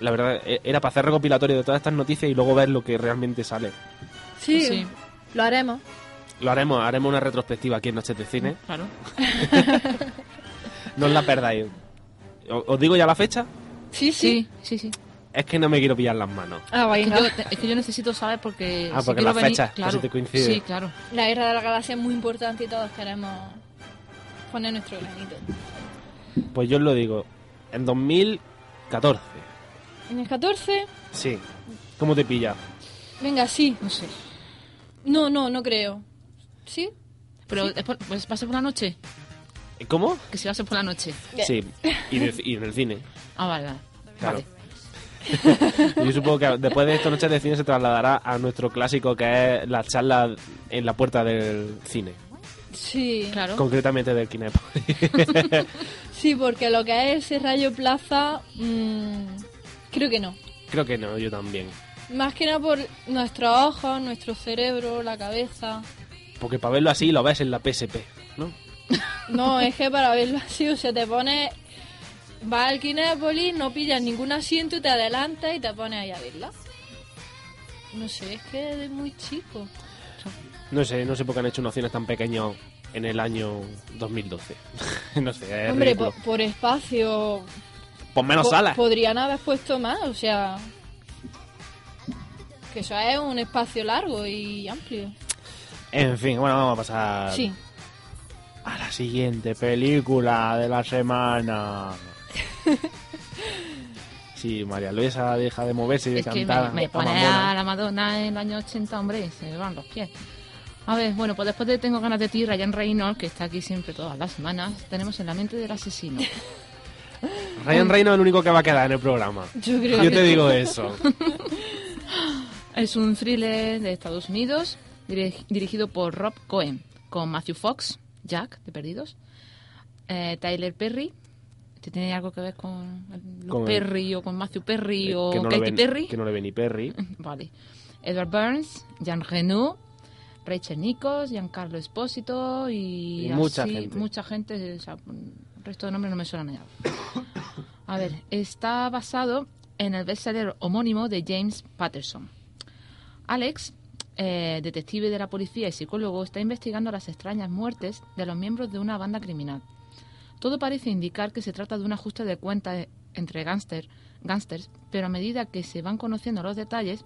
[SPEAKER 5] La verdad, e- era para hacer recopilatorio de todas estas noticias y luego ver lo que realmente sale.
[SPEAKER 6] Sí,
[SPEAKER 7] Sí.
[SPEAKER 6] lo haremos.
[SPEAKER 5] Lo haremos, haremos una retrospectiva aquí en Noches de Cine,
[SPEAKER 7] Claro.
[SPEAKER 5] no os la perdáis. O- ¿Os digo ya la fecha?
[SPEAKER 6] Sí, sí.
[SPEAKER 7] Sí, sí, sí.
[SPEAKER 5] Es que no me quiero pillar las manos.
[SPEAKER 6] Ah,
[SPEAKER 7] Es que,
[SPEAKER 6] venga.
[SPEAKER 7] yo, es que yo necesito saber porque.
[SPEAKER 5] Ah,
[SPEAKER 7] si
[SPEAKER 5] porque
[SPEAKER 7] quiero
[SPEAKER 5] las
[SPEAKER 7] venir-
[SPEAKER 5] fechas casi te coinciden.
[SPEAKER 7] Sí, claro.
[SPEAKER 6] La guerra de la galaxia es muy importante y todos queremos poner nuestro granito.
[SPEAKER 5] Pues yo os lo digo, en 2014.
[SPEAKER 6] En el 14,
[SPEAKER 5] Sí. ¿Cómo te pilla?
[SPEAKER 6] venga, sí.
[SPEAKER 7] No sé.
[SPEAKER 6] No, no, no creo. ¿Sí?
[SPEAKER 7] Pero es por- pues, va a ser por la noche.
[SPEAKER 5] ¿Cómo?
[SPEAKER 7] Que si va a ser por la noche.
[SPEAKER 5] Sí. Y, de- y en el cine.
[SPEAKER 7] Ah, vale, vale.
[SPEAKER 5] Claro.
[SPEAKER 7] Vale.
[SPEAKER 5] Yo supongo que después de esta noche de cine se trasladará a nuestro clásico que es la charla en la puerta del cine,
[SPEAKER 6] Sí.
[SPEAKER 7] Claro.
[SPEAKER 5] concretamente del Kinepolis.
[SPEAKER 6] Sí, porque lo que es ese rayo plaza, mm, creo que no.
[SPEAKER 5] Creo que no, yo también.
[SPEAKER 6] Más que nada por nuestros ojos, nuestro cerebro, la cabeza.
[SPEAKER 5] Porque para verlo así lo ves en la PSP, ¿no?
[SPEAKER 6] No, es que para verlo así, o sea, te pones... Vas al Kinépolis, no pillas ningún asiento, te adelantas y te pones ahí a verla. No sé, es que de muy chico.
[SPEAKER 5] No sé, no sé por qué han hecho unos cines tan pequeños en el año 2012. no sé, es
[SPEAKER 6] Hombre,
[SPEAKER 5] ridículo.
[SPEAKER 6] po- por espacio.
[SPEAKER 5] Pon menos
[SPEAKER 6] po-
[SPEAKER 5] salas.
[SPEAKER 6] Podrían haber puesto más, o sea. Que eso es un espacio largo y amplio.
[SPEAKER 5] En fin, bueno, vamos a pasar
[SPEAKER 6] Sí.
[SPEAKER 5] a la siguiente película de la semana. Sí, María Luisa deja de moverse y de
[SPEAKER 7] Es que me,
[SPEAKER 5] cantar.
[SPEAKER 7] me
[SPEAKER 5] a
[SPEAKER 7] pone
[SPEAKER 5] mamona.
[SPEAKER 7] a la Madonna en el año 80, hombre, se me van los pies. A ver, bueno, pues después de Tengo ganas de ti, Ryan Reynolds, que está aquí siempre todas las semanas, tenemos en la mente del asesino.
[SPEAKER 5] Ryan Reynolds es el único que va a quedar en el programa.
[SPEAKER 6] Yo creo
[SPEAKER 5] Yo
[SPEAKER 6] que
[SPEAKER 5] te digo eso.
[SPEAKER 7] Es un thriller de Estados Unidos diri- dirigido por Rob Cohen, con Matthew Fox, Jack, de Perdidos, eh, Tyler Perry. ¿Este tiene algo que ver con los
[SPEAKER 5] Con- eh,
[SPEAKER 7] Perry o con Matthew Perry o
[SPEAKER 5] que, no le
[SPEAKER 7] Katy
[SPEAKER 5] ven-
[SPEAKER 7] Perry?
[SPEAKER 5] que no le ve ni Perry.
[SPEAKER 7] Vale. Edward Burns, Jean Reno, Rachel Nichols, Giancarlo Espósito y,
[SPEAKER 5] Y mucha
[SPEAKER 7] así-
[SPEAKER 5] gente.
[SPEAKER 7] mucha gente, o sea, el resto de nombres no me suena nada. A ver, está basado en el bestseller homónimo de James Patterson. Alex, eh, detective de la policía y psicólogo, está investigando las extrañas muertes de los miembros de una banda criminal. Todo parece indicar que se trata de un ajuste de cuentas entre gánster, gángsters, pero a medida que se van conociendo los detalles,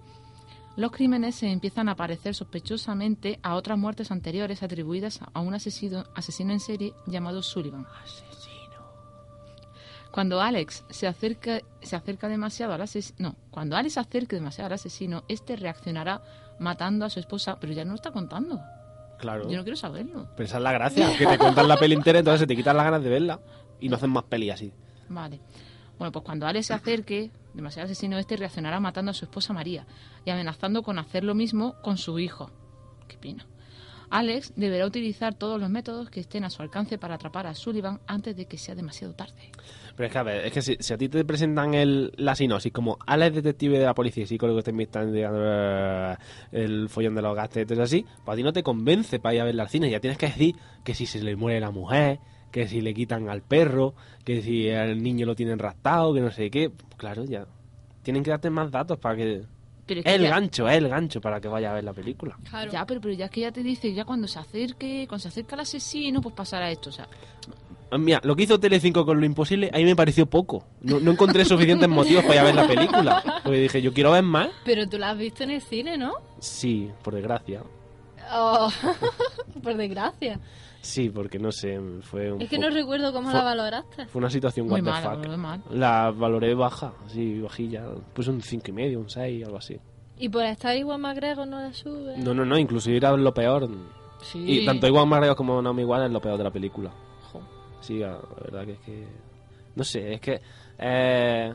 [SPEAKER 7] los crímenes se empiezan a parecer sospechosamente a otras muertes anteriores atribuidas a un asesino, asesino en serie llamado Sullivan. Cuando Alex se acerca, se acerca demasiado al asesino, no, cuando Alex se acerque demasiado al asesino, este reaccionará matando a su esposa, pero ya no lo está contando.
[SPEAKER 5] Claro.
[SPEAKER 7] Yo no quiero saberlo.
[SPEAKER 5] Pensad la gracia. Que te cuentan la peli entera, entonces se te quitan las ganas de verla. Y no hacen más peli así.
[SPEAKER 7] Vale. Bueno, pues cuando Alex se acerque, demasiado asesino este reaccionará matando a su esposa María y amenazando con hacer lo mismo con su hijo. Qué pena. Alex deberá utilizar todos los métodos que estén a su alcance para atrapar a Sullivan antes de que sea demasiado tarde.
[SPEAKER 5] Pero es que, a ver, es que si, si a ti te presentan el, la sinosis como Alex detective de la policía y psicólogo que te invitan eh, el follón de los gastetes así, pues a ti no te convence para ir a verla al cine. Ya tienes que decir que si se le muere la mujer, que si le quitan al perro, que si al niño lo tienen raptado, que no sé qué. Pues claro, ya. Tienen que darte más datos para que...
[SPEAKER 7] Pero es que
[SPEAKER 5] El
[SPEAKER 7] ya-
[SPEAKER 5] gancho, es el gancho para que vaya a ver la película.
[SPEAKER 6] Claro.
[SPEAKER 7] Ya, pero, pero ya es que ya te dice, ya cuando se acerque, cuando se acerca el asesino, pues pasará esto. O sea,
[SPEAKER 5] Ah, Mira, lo que hizo Telecinco con Lo Imposible a mí me pareció poco. No, no encontré suficientes motivos para ir a ver la película. Porque dije, yo quiero ver más.
[SPEAKER 6] Pero tú la has visto en el cine, ¿no?
[SPEAKER 5] Sí, por desgracia.
[SPEAKER 6] Oh, por desgracia.
[SPEAKER 5] Sí, porque no sé, fue un
[SPEAKER 6] Es que
[SPEAKER 5] poco-
[SPEAKER 6] no recuerdo cómo
[SPEAKER 5] fue-
[SPEAKER 6] la valoraste.
[SPEAKER 5] Fue una situación
[SPEAKER 7] Muy
[SPEAKER 5] what the
[SPEAKER 7] mal,
[SPEAKER 5] fuck.
[SPEAKER 7] muy mal.
[SPEAKER 5] La valoré baja, así, bajilla. Pues un cinco y medio, un 6, algo así.
[SPEAKER 6] Y por estar igual McGregor no la sube.
[SPEAKER 5] No, no, no, incluso era lo peor.
[SPEAKER 7] Sí.
[SPEAKER 5] Y tanto Iwan Marriott como Naomi Watts es lo peor de la película. Sí, la la verdad que es que... No sé, es que... Eh,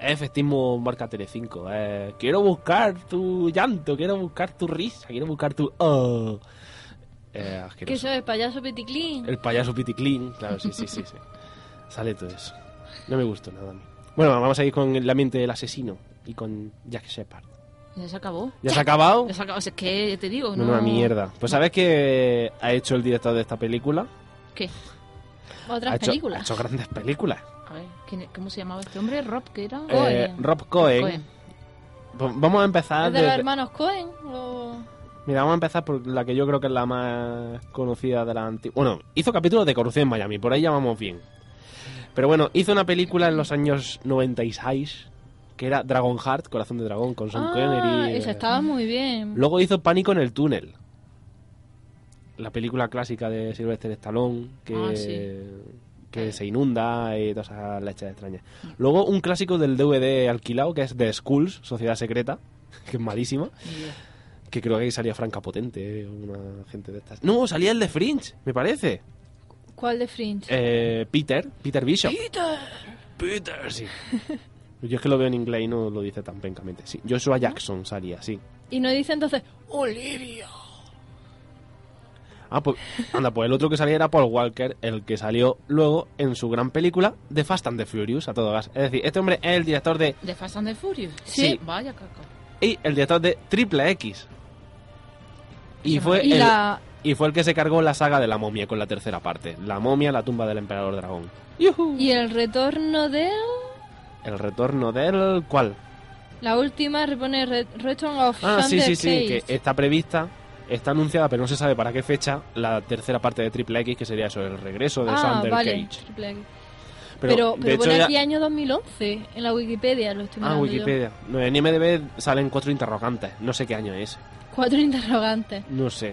[SPEAKER 5] es efectismo marca Telecinco. Eh, quiero buscar tu llanto, quiero buscar tu risa, quiero buscar tu... Oh. Eh, asqueroso.
[SPEAKER 6] Que soy payaso peticlín.
[SPEAKER 5] El payaso Piticlin, claro, sí, sí, sí, sí. Sale todo eso. No me gustó nada a mí. Bueno, vamos a ir con La mente del asesino y con Jack Shepard.
[SPEAKER 7] Ya se acabó.
[SPEAKER 5] ¿Ya se ha acabado?
[SPEAKER 7] Ya se acabó. O sea, es que ya te digo, ¿no?
[SPEAKER 5] Una mierda. Pues ¿sabes qué ha hecho el director de esta película?
[SPEAKER 7] ¿Qué?
[SPEAKER 6] Otras
[SPEAKER 5] Ha hecho, ha
[SPEAKER 6] películas.
[SPEAKER 5] hecho grandes películas.
[SPEAKER 7] A ver, ¿quién es- ¿cómo se llamaba este hombre? ¿Rob? ¿Qué era?
[SPEAKER 5] Eh, Rob Cohen. Pues Vamos a empezar...
[SPEAKER 6] ¿Es de los
[SPEAKER 5] desde-
[SPEAKER 6] hermanos Cohen? o-
[SPEAKER 5] Mira, vamos a empezar por la que yo creo que es la más conocida de la antigua. Bueno, hizo capítulos de corrupción en Miami, por ahí ya vamos bien. Pero bueno, hizo una película en los años 96 que era Dragon Heart, Corazón de Dragón, con Sean
[SPEAKER 6] Ah,
[SPEAKER 5] Connery.
[SPEAKER 6] esa
[SPEAKER 5] eh.
[SPEAKER 6] estaba muy bien.
[SPEAKER 5] Luego hizo Pánico en el túnel. La película clásica de Sylvester Stallone que,
[SPEAKER 7] Ah, sí. Eh.
[SPEAKER 5] que se inunda y todas esas leches extrañas.
[SPEAKER 7] Mm.
[SPEAKER 5] Luego un clásico del DVD alquilado que es The Skulls, Sociedad Secreta, que es malísima. Que creo que ahí salía Franca Potente, eh, una gente de estas. No, salía el de Fringe, me parece.
[SPEAKER 6] ¿Cuál de Fringe?
[SPEAKER 5] Eh, Peter, Peter Bishop. Peter. Peter, sí. Yo es que lo veo en inglés y no lo dice tan pencamente. Sí, Joshua Jackson salía, sí.
[SPEAKER 6] Y no dice entonces, Olivia.
[SPEAKER 5] Ah, pues, anda, pues el otro que salía era Paul Walker, el que salió luego en su gran película The Fast and the Furious, a todo gas. Es decir, este hombre es el director de...
[SPEAKER 7] ¿De Fast and the Furious?
[SPEAKER 5] Sí.
[SPEAKER 7] Vaya caca.
[SPEAKER 5] Y el director de Triple X. Y fue,
[SPEAKER 6] Y
[SPEAKER 5] Eh, el,
[SPEAKER 6] la...
[SPEAKER 5] y fue el que se cargó la saga de la momia con la tercera parte. La momia, la tumba del emperador dragón. ¡Yujú!
[SPEAKER 6] Y el retorno de...
[SPEAKER 5] El retorno del... ¿Cuál?
[SPEAKER 6] La última repone re- Return of
[SPEAKER 5] Ah, sí, sí,
[SPEAKER 6] Xander
[SPEAKER 5] sí,
[SPEAKER 6] Cage.
[SPEAKER 5] que está prevista, está anunciada, pero no se sabe para qué fecha, la tercera parte de Triple X, que sería eso, el regreso de
[SPEAKER 6] ah,
[SPEAKER 5] Xander
[SPEAKER 6] vale.
[SPEAKER 5] Cage.
[SPEAKER 6] Triple X.
[SPEAKER 5] Pero,
[SPEAKER 6] Pero,
[SPEAKER 5] de
[SPEAKER 6] pero
[SPEAKER 5] hecho,
[SPEAKER 6] pone
[SPEAKER 5] ya-
[SPEAKER 6] aquí año 2011 en la Wikipedia, lo estoy
[SPEAKER 5] Ah,
[SPEAKER 6] mirando yo.
[SPEAKER 5] Wikipedia. No, en IMDb salen cuatro interrogantes. No sé qué año es.
[SPEAKER 6] Cuatro interrogantes.
[SPEAKER 5] No sé.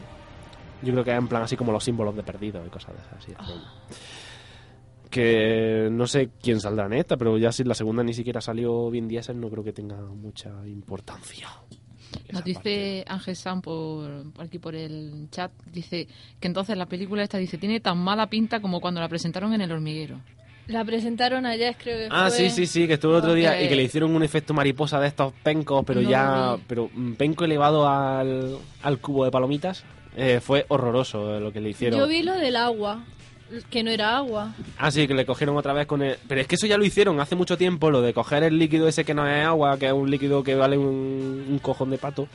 [SPEAKER 5] Yo creo que en plan así como los símbolos de perdido y cosas de esas, así. extrañas. Que no sé quién saldrá en esta, pero ya si la segunda ni siquiera salió Vin Diesel, no creo que tenga mucha importancia. Esa
[SPEAKER 7] Nos
[SPEAKER 5] parte.
[SPEAKER 7] dice Ángel San por, por aquí por el chat, dice que entonces la película esta dice tiene tan mala pinta como cuando la presentaron en El Hormiguero.
[SPEAKER 6] La presentaron ayer, creo que
[SPEAKER 5] Ah, sí,
[SPEAKER 6] fue.
[SPEAKER 5] sí, sí, que estuvo el otro día y
[SPEAKER 7] Porque-
[SPEAKER 5] que le hicieron un efecto mariposa de estos pencos, pero
[SPEAKER 7] No
[SPEAKER 5] ya.
[SPEAKER 7] lo vi.
[SPEAKER 5] Pero un penco elevado al, al cubo de palomitas. Eh, fue horroroso eh, lo que le hicieron.
[SPEAKER 6] Yo vi lo del agua, que no era agua.
[SPEAKER 5] Ah, sí, que le cogieron otra vez con el... Pero es que eso ya lo hicieron hace mucho tiempo, lo de coger el líquido ese que no es agua, que es un líquido que vale un, un cojón de pato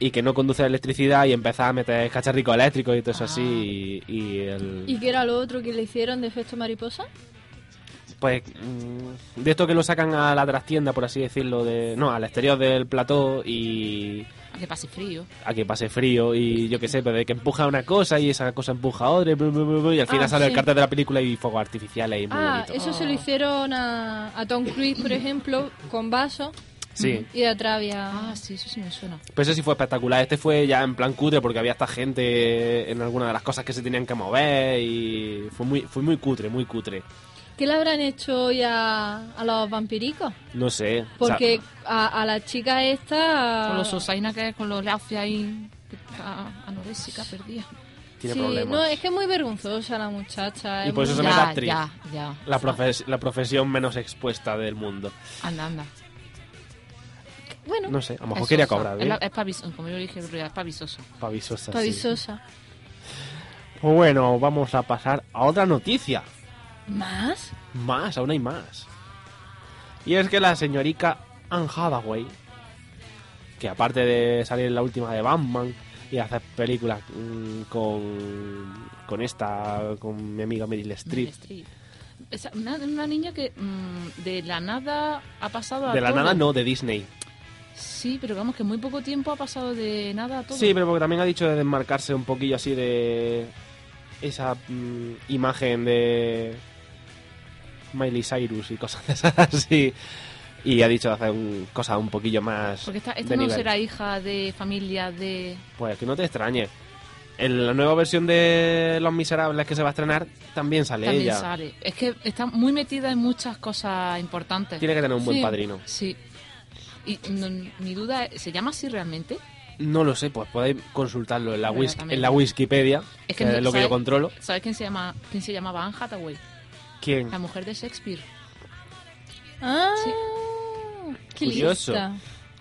[SPEAKER 5] y que no conduce a electricidad y empezar a meter cacharrico eléctrico y todo eso
[SPEAKER 7] Ah.
[SPEAKER 5] así y, y el...
[SPEAKER 6] ¿Y qué era lo otro que le hicieron de efecto mariposa?
[SPEAKER 5] Pues mm, de esto que lo sacan a la trastienda, por así decirlo, de... No, al exterior del plató y...
[SPEAKER 7] A Ah, que pase frío.
[SPEAKER 5] a que pase frío y yo qué sé, pero de que empuja una cosa y esa cosa empuja a otra y, blu, blu, blu, blu, y al final
[SPEAKER 6] Ah,
[SPEAKER 5] sale el
[SPEAKER 6] sí.
[SPEAKER 5] cartel de la película y fuegos artificiales y muy
[SPEAKER 6] Ah,
[SPEAKER 5] bonito.
[SPEAKER 6] eso se lo hicieron a, a Tom Cruise, por ejemplo, con vaso
[SPEAKER 5] Sí.
[SPEAKER 6] y a Travia.
[SPEAKER 7] Ah, sí, eso sí me suena.
[SPEAKER 5] Pues ese sí fue espectacular. Este fue ya en plan cutre porque había esta gente en alguna de las cosas que se tenían que mover y fue muy, fue muy cutre, muy cutre.
[SPEAKER 6] ¿Qué le habrán hecho hoy a, a los vampiricos?
[SPEAKER 5] No sé. o sea,
[SPEAKER 6] Porque a, a la chica esta...
[SPEAKER 7] Con los Osaina que es con los Lacia ahí, que está anoréxica, perdida.
[SPEAKER 5] tiene
[SPEAKER 6] Sí,
[SPEAKER 5] problemas.
[SPEAKER 6] no, es que es muy vergonzosa la muchacha.
[SPEAKER 5] Y
[SPEAKER 6] es
[SPEAKER 5] por eso
[SPEAKER 6] muy-
[SPEAKER 5] se mete
[SPEAKER 7] ya,
[SPEAKER 5] actriz.
[SPEAKER 7] ya, ya.
[SPEAKER 5] la, profes- la profesión menos expuesta del mundo.
[SPEAKER 7] Anda, anda.
[SPEAKER 6] Bueno,
[SPEAKER 5] No sé, a lo
[SPEAKER 7] Es
[SPEAKER 5] mejor quería
[SPEAKER 7] sosa.
[SPEAKER 5] cobrar,
[SPEAKER 7] Es,
[SPEAKER 5] ¿eh?
[SPEAKER 7] la- es paviso- como yo dije el otro día, es pavisoso.
[SPEAKER 5] Pavisosa, sí.
[SPEAKER 6] pavisosa.
[SPEAKER 5] Pues bueno, vamos a pasar a otra noticia.
[SPEAKER 6] ¿Más?
[SPEAKER 5] Más, aún hay más. Y es que la señorica Anne Hathaway, que aparte de salir en la última de Batman y hacer películas mm, con, con esta, con mi amiga Meryl
[SPEAKER 7] Meryl
[SPEAKER 5] Streep,
[SPEAKER 7] Streep. Esa- Una, una niña que mm, de la nada ha pasado a
[SPEAKER 5] de la
[SPEAKER 7] todo.
[SPEAKER 5] nada no, de Disney.
[SPEAKER 7] Sí, pero vamos que muy poco tiempo ha pasado de nada a todo.
[SPEAKER 5] Sí, pero porque también ha dicho de desmarcarse un poquillo así de... esa mm, imagen de Miley Cyrus y cosas de esas así. Y ha dicho hacer un, cosas un poquillo más.
[SPEAKER 7] Porque esta, esta
[SPEAKER 5] de
[SPEAKER 7] no
[SPEAKER 5] nivel.
[SPEAKER 7] será hija de familia de...
[SPEAKER 5] Pues que no te extrañe. En la nueva versión de Los Miserables que se va a estrenar también sale
[SPEAKER 7] También
[SPEAKER 5] ella.
[SPEAKER 7] sale. Es que está muy metida en muchas cosas importantes.
[SPEAKER 5] Tiene que tener un buen
[SPEAKER 6] Sí.
[SPEAKER 5] padrino.
[SPEAKER 7] Sí. Y no- mi duda es, ¿se llama así realmente?
[SPEAKER 5] No lo sé, pues podéis consultarlo en la,
[SPEAKER 7] Bueno,
[SPEAKER 5] whis-
[SPEAKER 7] también.
[SPEAKER 5] en la Wikipedia,
[SPEAKER 7] Es
[SPEAKER 5] es
[SPEAKER 7] que
[SPEAKER 5] que
[SPEAKER 7] no-
[SPEAKER 5] es lo que
[SPEAKER 7] ¿sabes?
[SPEAKER 5] yo controlo.
[SPEAKER 7] ¿Sabes quién se llama quién se llamaba Anne Hathaway?
[SPEAKER 5] ¿Quién?
[SPEAKER 7] La mujer de Shakespeare.
[SPEAKER 6] Ah, qué
[SPEAKER 5] Curioso.
[SPEAKER 6] lista.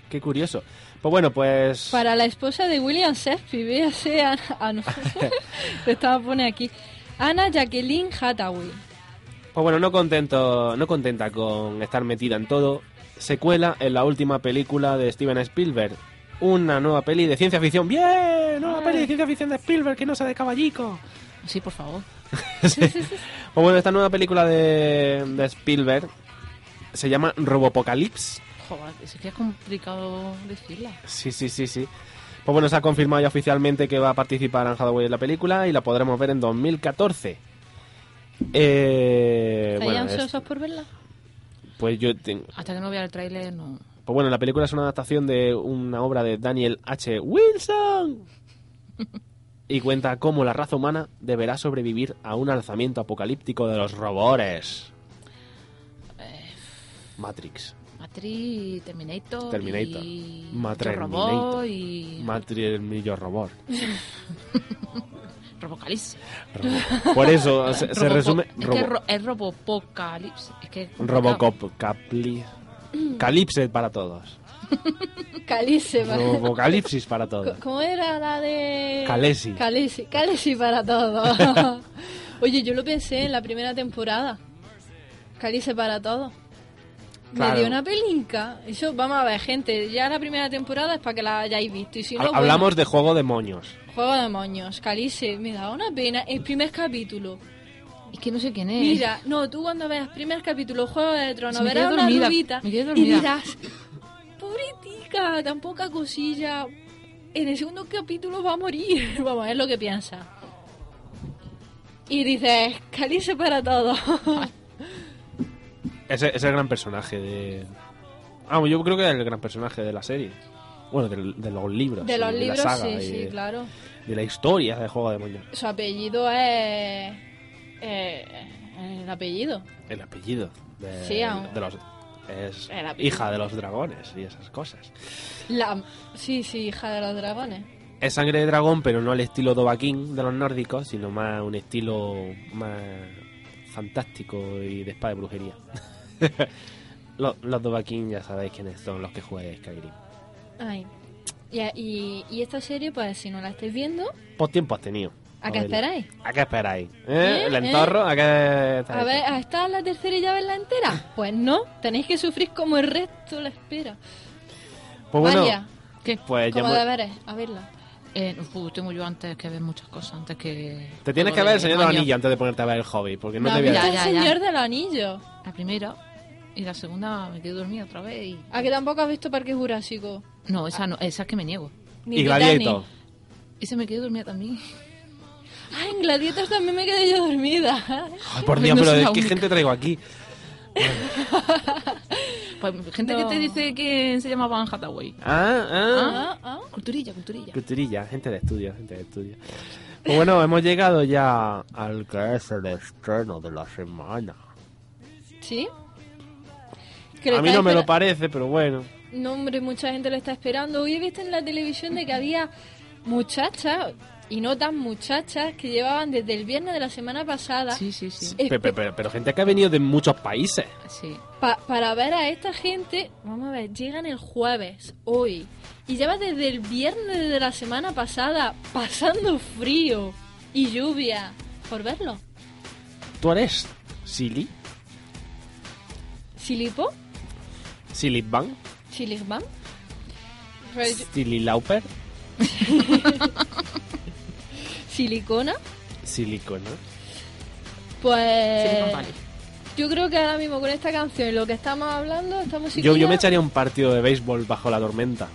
[SPEAKER 5] Qué curioso. Pues bueno, pues...
[SPEAKER 6] Para la esposa de William Shakespeare, véase Ana. Ah, no. Lo estaba pone aquí. Ana Jacqueline Hathaway.
[SPEAKER 5] Pues bueno, no contento, no contenta con estar metida en todo, secuela en la última película de Steven Spielberg. Una nueva peli de ciencia ficción. ¡Bien! Nueva peli de ciencia ficción de Spielberg que no sea de caballico.
[SPEAKER 7] Sí, por favor.
[SPEAKER 5] Sí. Pues bueno, esta nueva película de, de Spielberg se llama Robopocalypse.
[SPEAKER 7] Joder, es que es complicado decirla.
[SPEAKER 5] Sí, sí, sí, sí. Pues bueno, se ha confirmado ya oficialmente que va a participar Anne Hathaway en la película y la podremos ver en 2014. Eh,
[SPEAKER 6] ¿Estáis
[SPEAKER 5] bueno, es-
[SPEAKER 6] ansiosos por verla?
[SPEAKER 5] pues yo tengo...
[SPEAKER 7] Hasta que no vea el tráiler no.
[SPEAKER 5] Pues bueno, la película es una adaptación de una obra de Daniel H. Wilson. Y cuenta cómo la raza humana deberá sobrevivir a un alzamiento apocalíptico de los robores. Matrix.
[SPEAKER 7] Matrix, Terminator,
[SPEAKER 5] Terminator.
[SPEAKER 7] y
[SPEAKER 5] Matrix,
[SPEAKER 7] Yo Robot
[SPEAKER 5] Terminator.
[SPEAKER 7] y
[SPEAKER 5] Matrix el millo robot.
[SPEAKER 7] Robocalypse.
[SPEAKER 5] Robo- Por eso se, se
[SPEAKER 7] Robopo-
[SPEAKER 5] resume...
[SPEAKER 7] es
[SPEAKER 5] robo-
[SPEAKER 7] que ro- es Robopocalypse. Es que es complicado.
[SPEAKER 5] Robocop. Capli, calipse para todos.
[SPEAKER 6] Calice, va.
[SPEAKER 5] Robocalipsis para
[SPEAKER 6] Co-
[SPEAKER 5] todos.
[SPEAKER 6] ¿Cómo era la de...?
[SPEAKER 5] Khaleesi.
[SPEAKER 6] Calesi, Calesi para todos. Oye, yo lo pensé en la primera temporada. Calesi para todos.
[SPEAKER 5] Claro.
[SPEAKER 6] Me dio una pelinca. Eso, vamos a ver, gente. Ya la primera temporada es para que la hayáis visto. Y si no,
[SPEAKER 5] Ha-
[SPEAKER 6] bueno,
[SPEAKER 5] Hablamos de juego de moños.
[SPEAKER 6] Juego de moños. Calice, me da una pena. El primer capítulo.
[SPEAKER 7] Es que no sé quién es.
[SPEAKER 6] Mira, no, tú cuando veas primer capítulo Juego de Tronos,
[SPEAKER 7] Sí, me quedé
[SPEAKER 6] verás una
[SPEAKER 7] dormida,
[SPEAKER 6] rubita
[SPEAKER 7] me quedé
[SPEAKER 6] y
[SPEAKER 7] dormida.
[SPEAKER 6] dirás, pobretica, tan poca cosilla. En el segundo capítulo va a morir. Vamos, es lo que piensa. Y dices, calice para todo.
[SPEAKER 5] Ese ese es el gran personaje de. Ah, yo creo que es el gran personaje de la serie. Bueno, del- de, los libros.
[SPEAKER 6] de
[SPEAKER 5] y
[SPEAKER 6] los
[SPEAKER 5] la
[SPEAKER 6] libros,
[SPEAKER 5] saga
[SPEAKER 6] sí,
[SPEAKER 5] y
[SPEAKER 6] sí,
[SPEAKER 5] de,
[SPEAKER 6] claro.
[SPEAKER 5] de la historia de Juego de Moños.
[SPEAKER 6] Su apellido es. eh, el apellido.
[SPEAKER 5] El apellido. De,
[SPEAKER 6] Sí, aún.
[SPEAKER 5] de los. Es
[SPEAKER 6] El apellido.
[SPEAKER 5] hija de los dragones y esas cosas.
[SPEAKER 6] La, sí, sí, hija de los dragones.
[SPEAKER 5] Es sangre de dragón, pero no al estilo Dovahkiin de los nórdicos, sino más un estilo más fantástico y de espada de brujería. los, los Dovahkiin ya sabéis quiénes son los que juegan Skyrim.
[SPEAKER 6] Ay. Y, y, y esta serie, pues si no la estáis viendo,
[SPEAKER 5] Pues tiempo has tenido.
[SPEAKER 6] ¿a qué
[SPEAKER 5] Noelia.
[SPEAKER 6] esperáis?
[SPEAKER 5] ¿A qué esperáis? ¿Eh?
[SPEAKER 6] ¿Eh?
[SPEAKER 5] ¿El entorro? ¿A qué estáis?
[SPEAKER 6] A ver, ¿ah, ¿está la tercera y ya ves la entera? Pues no, tenéis que sufrir como el resto la espera.
[SPEAKER 5] Pues bueno,
[SPEAKER 6] Vaya,
[SPEAKER 7] ¿Qué?
[SPEAKER 5] pues ya
[SPEAKER 6] como
[SPEAKER 5] hemos-
[SPEAKER 6] deberes, a verla.
[SPEAKER 7] Eh, uf, tengo yo antes que ver muchas cosas, antes que...
[SPEAKER 5] Te tienes que
[SPEAKER 7] Juego
[SPEAKER 5] ver el Señor de los
[SPEAKER 7] de Demonios.
[SPEAKER 5] Anillos antes de ponerte a ver el hobby, porque no,
[SPEAKER 6] No,
[SPEAKER 5] te voy
[SPEAKER 6] mira,
[SPEAKER 5] a...
[SPEAKER 7] Ya,
[SPEAKER 6] el
[SPEAKER 7] ya, ya.
[SPEAKER 6] Señor del Anillo.
[SPEAKER 7] La primera y la segunda me quedé dormida otra vez y...
[SPEAKER 6] ¿A Ah, que tampoco has visto Parque Jurásico?
[SPEAKER 7] No, esa no, esa es que me niego.
[SPEAKER 6] Ni
[SPEAKER 5] Y
[SPEAKER 6] Titanic.
[SPEAKER 5] Gladiator.
[SPEAKER 7] Esa me quedé dormida también.
[SPEAKER 6] Ah, en Gladiator también me quedé yo dormida.
[SPEAKER 5] Ay, por
[SPEAKER 7] No
[SPEAKER 5] Dios,
[SPEAKER 7] soy
[SPEAKER 5] pero
[SPEAKER 7] la
[SPEAKER 5] ¿qué
[SPEAKER 7] única.
[SPEAKER 5] gente traigo aquí?
[SPEAKER 7] Pues gente
[SPEAKER 6] No.
[SPEAKER 7] que te dice que se llamaba Anne Hathaway.
[SPEAKER 5] Ah, ah.
[SPEAKER 6] Ah, ah.
[SPEAKER 7] Culturilla, culturilla.
[SPEAKER 5] Culturilla, gente de estudio, gente de estudio. Pues bueno, hemos llegado ya al que es el estreno de la semana.
[SPEAKER 6] ¿Sí? Que le
[SPEAKER 5] A mí
[SPEAKER 6] está
[SPEAKER 5] no me lo
[SPEAKER 6] espera-
[SPEAKER 5] parece, pero bueno.
[SPEAKER 6] No, hombre, mucha gente lo está esperando. Hoy he visto en la televisión de que había muchachas, y no tan muchachas, que llevaban desde el viernes de la semana pasada
[SPEAKER 7] Sí, sí, sí.
[SPEAKER 6] Eh,
[SPEAKER 5] Pero, pero- pero- pero gente que ha venido de muchos países.
[SPEAKER 7] Sí.
[SPEAKER 6] Pa- para ver a esta gente, vamos a ver, llegan el jueves, hoy, y lleva desde el viernes de la semana pasada pasando frío y lluvia por verlo.
[SPEAKER 5] ¿Tú eres Silly?
[SPEAKER 6] ¿Silipo?
[SPEAKER 5] ¿Silly Bang?
[SPEAKER 6] ¿Siligman? Eh, Pues,
[SPEAKER 5] ¿Silly Lauper?
[SPEAKER 6] ¿Silicona?
[SPEAKER 5] ¿Silicona?
[SPEAKER 6] Pues.
[SPEAKER 7] Silicon Valley.
[SPEAKER 6] Yo creo que ahora mismo con esta canción y lo que estamos hablando, estamos
[SPEAKER 5] Yo, yo me echaría un partido de béisbol bajo la tormenta.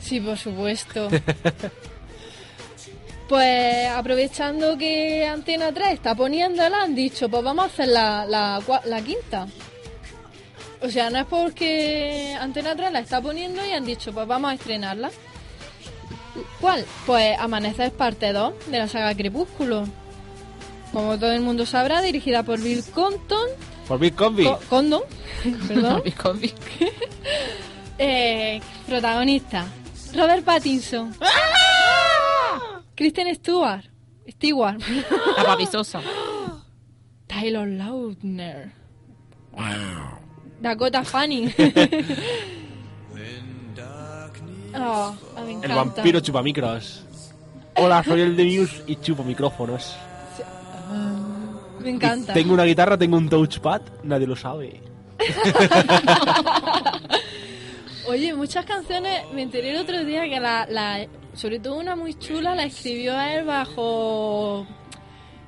[SPEAKER 6] Sí, por supuesto. Pues aprovechando que Antena 3 está poniéndola, han dicho, pues vamos a hacer la, la, cua- la quinta. O sea, no es porque Antena 3 la está poniendo y han dicho, pues vamos a estrenarla. ¿Cuál? Pues Amanecer parte 2 de la saga Crepúsculo. Como todo el mundo sabrá, dirigida por Bill Compton.
[SPEAKER 5] Por Bill Cosby.
[SPEAKER 6] Co- Condon, perdón.
[SPEAKER 7] Bobby Cosby.
[SPEAKER 6] Eh, protagonista. Robert Pattinson.
[SPEAKER 5] ¡Ah!
[SPEAKER 6] Kristen Stewart. Stewart.
[SPEAKER 7] La Papi Sosa.
[SPEAKER 6] Taylor Lautner. Dakota Fanning. oh, me
[SPEAKER 5] el
[SPEAKER 6] encanta.
[SPEAKER 5] vampiro chupa micros. Hola, soy el de Muse y chupo micrófonos.
[SPEAKER 6] Me encanta.
[SPEAKER 5] Tengo una guitarra, tengo un touchpad, nadie lo sabe.
[SPEAKER 6] Oye, muchas canciones, me enteré el otro día que la, la- sobre todo una muy chula, la escribió a él bajo...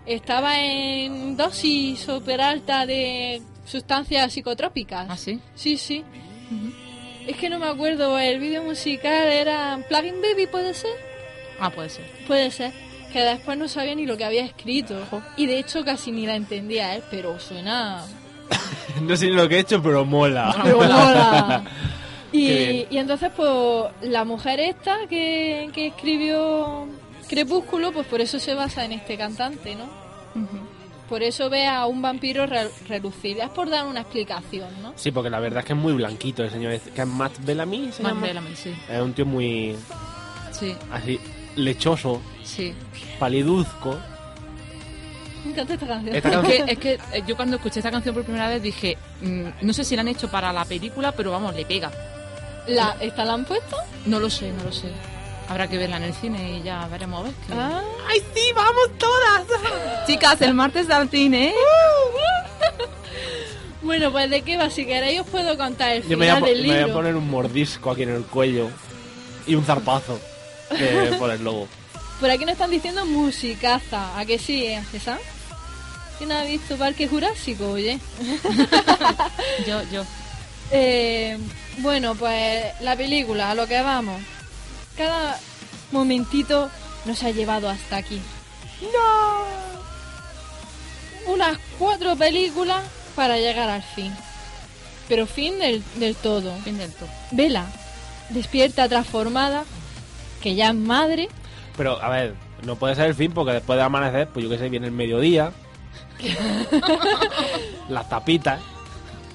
[SPEAKER 6] Estaba en dosis super alta de sustancias psicotrópicas.
[SPEAKER 7] ¿Ah, sí?
[SPEAKER 6] Sí, sí. Es que no me acuerdo, el vídeo musical era Plugin Baby, ¿puede ser?
[SPEAKER 7] Ah, puede ser.
[SPEAKER 6] Puede ser. Que después no sabía ni lo que había escrito. Y de hecho casi ni la entendía él, pero suena...
[SPEAKER 5] No sé ni lo que he hecho, pero mola.
[SPEAKER 6] Pero mola.
[SPEAKER 5] Qué
[SPEAKER 6] Y,
[SPEAKER 5] bien.
[SPEAKER 6] y entonces, pues, la mujer esta que, que escribió Crepúsculo, pues por eso se basa en este cantante, ¿no? Por eso ve a un vampiro re- relucir. Es por dar una explicación, ¿no?
[SPEAKER 5] Sí, porque la verdad es que es muy blanquito el señor. este, Que es Matt Bellamy, se llama.
[SPEAKER 7] Mandela, sí.
[SPEAKER 5] Es un tío muy
[SPEAKER 7] Sí,
[SPEAKER 5] así, lechoso,
[SPEAKER 7] sí.
[SPEAKER 5] paliduzco.
[SPEAKER 6] Me encanta esta canción.
[SPEAKER 5] Esta
[SPEAKER 7] Es que,
[SPEAKER 5] canción.
[SPEAKER 7] es que eh, yo cuando escuché esta canción por primera vez dije, mm, no sé si la han hecho para la película, pero vamos, le pega.
[SPEAKER 6] La, ¿Esta la han puesto?
[SPEAKER 7] No lo sé, no lo sé. Habrá que verla en el cine y ya veremos a ver. qué-
[SPEAKER 6] Ah,
[SPEAKER 7] ¡Ay, sí! ¡Vamos todas! Chicas, el martes al cine, ¿eh?
[SPEAKER 6] Uh. bueno, pues de qué va, si queréis os puedo contar el
[SPEAKER 5] Yo me voy, a,
[SPEAKER 6] final
[SPEAKER 5] po-
[SPEAKER 6] del
[SPEAKER 5] me voy a
[SPEAKER 6] libro.
[SPEAKER 5] poner un mordisco aquí en el cuello y un zarpazo de- por el lobo.
[SPEAKER 6] Por aquí nos están diciendo musicaza, ¿a que sí, eh, César? ¿Quién ha visto Parque Jurásico, oye?
[SPEAKER 7] Yo, yo.
[SPEAKER 6] Eh, bueno, pues la película, a lo que vamos. Cada momentito nos ha llevado hasta aquí. ¡No! Unas cuatro películas para llegar al fin. Pero fin del, del todo.
[SPEAKER 7] Fin del todo.
[SPEAKER 6] Vela, despierta transformada, que ya es madre.
[SPEAKER 5] Pero, a ver, no puede ser el fin porque después de amanecer, pues yo qué sé, viene el mediodía, las tapitas,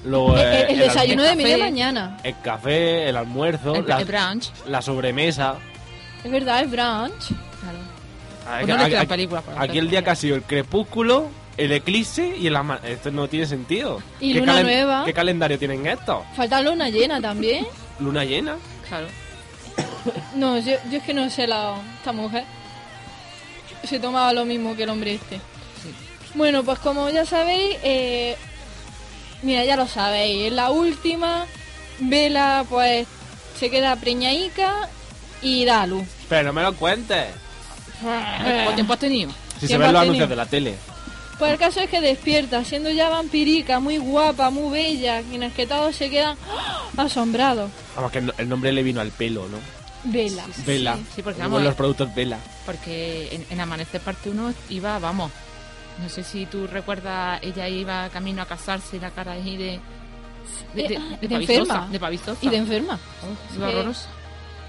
[SPEAKER 5] luego
[SPEAKER 6] Eh, eh,
[SPEAKER 5] eh,
[SPEAKER 6] el,
[SPEAKER 5] al-
[SPEAKER 6] desayuno de
[SPEAKER 7] café.
[SPEAKER 6] media mañana.
[SPEAKER 5] el café, el almuerzo,
[SPEAKER 7] El,
[SPEAKER 5] la,
[SPEAKER 7] el brunch.
[SPEAKER 5] la sobremesa.
[SPEAKER 6] Es verdad, es brunch.
[SPEAKER 7] Claro.
[SPEAKER 5] A ver,
[SPEAKER 7] Pues no le
[SPEAKER 5] aquí-
[SPEAKER 7] quedan
[SPEAKER 5] aquí-
[SPEAKER 7] películas para
[SPEAKER 5] Aquí
[SPEAKER 7] hacer.
[SPEAKER 5] el día que ha sido el crepúsculo, el eclipse y el ama- Esto no tiene sentido.
[SPEAKER 6] Y
[SPEAKER 5] ¿Qué
[SPEAKER 6] luna
[SPEAKER 5] calen-
[SPEAKER 6] nueva.
[SPEAKER 5] ¿Qué calendario tienen estos?
[SPEAKER 6] Falta luna llena también.
[SPEAKER 5] ¿Luna llena?
[SPEAKER 7] Claro.
[SPEAKER 6] No, yo, yo es que no sé la esta mujer. Se tomaba lo mismo que el hombre este. Bueno, pues como ya sabéis, eh, mira, ya lo sabéis, en la última, Vela pues se queda preñaica y da a luz.
[SPEAKER 5] Pero no me lo cuentes.
[SPEAKER 7] ¿Cuánto tiempo has tenido?
[SPEAKER 5] Si se
[SPEAKER 6] Siempre
[SPEAKER 5] ven los
[SPEAKER 6] ha
[SPEAKER 5] anuncios
[SPEAKER 6] tenido.
[SPEAKER 5] de la tele.
[SPEAKER 6] Pues el caso es que despierta, siendo ya vampirica, muy guapa, muy bella, en el que todos se quedan ¡ah! asombrados.
[SPEAKER 5] Vamos, que el no- el nombre le vino al pelo, ¿no?
[SPEAKER 6] Vela.
[SPEAKER 5] Vela.
[SPEAKER 7] sí, porque
[SPEAKER 5] Como
[SPEAKER 7] vamos,
[SPEAKER 5] los
[SPEAKER 7] eh.
[SPEAKER 5] productos Vela.
[SPEAKER 7] Porque en, en Amanecer Parte 1 iba, vamos. No sé si tú recuerdas, ella iba camino a casarse y la cara ahí de. De,
[SPEAKER 6] Eh, ah, de
[SPEAKER 7] pavistosa,
[SPEAKER 6] enferma.
[SPEAKER 7] De pavistosa.
[SPEAKER 6] Y de enferma.
[SPEAKER 7] Oh, iba
[SPEAKER 6] Sí.
[SPEAKER 7] horrorosa.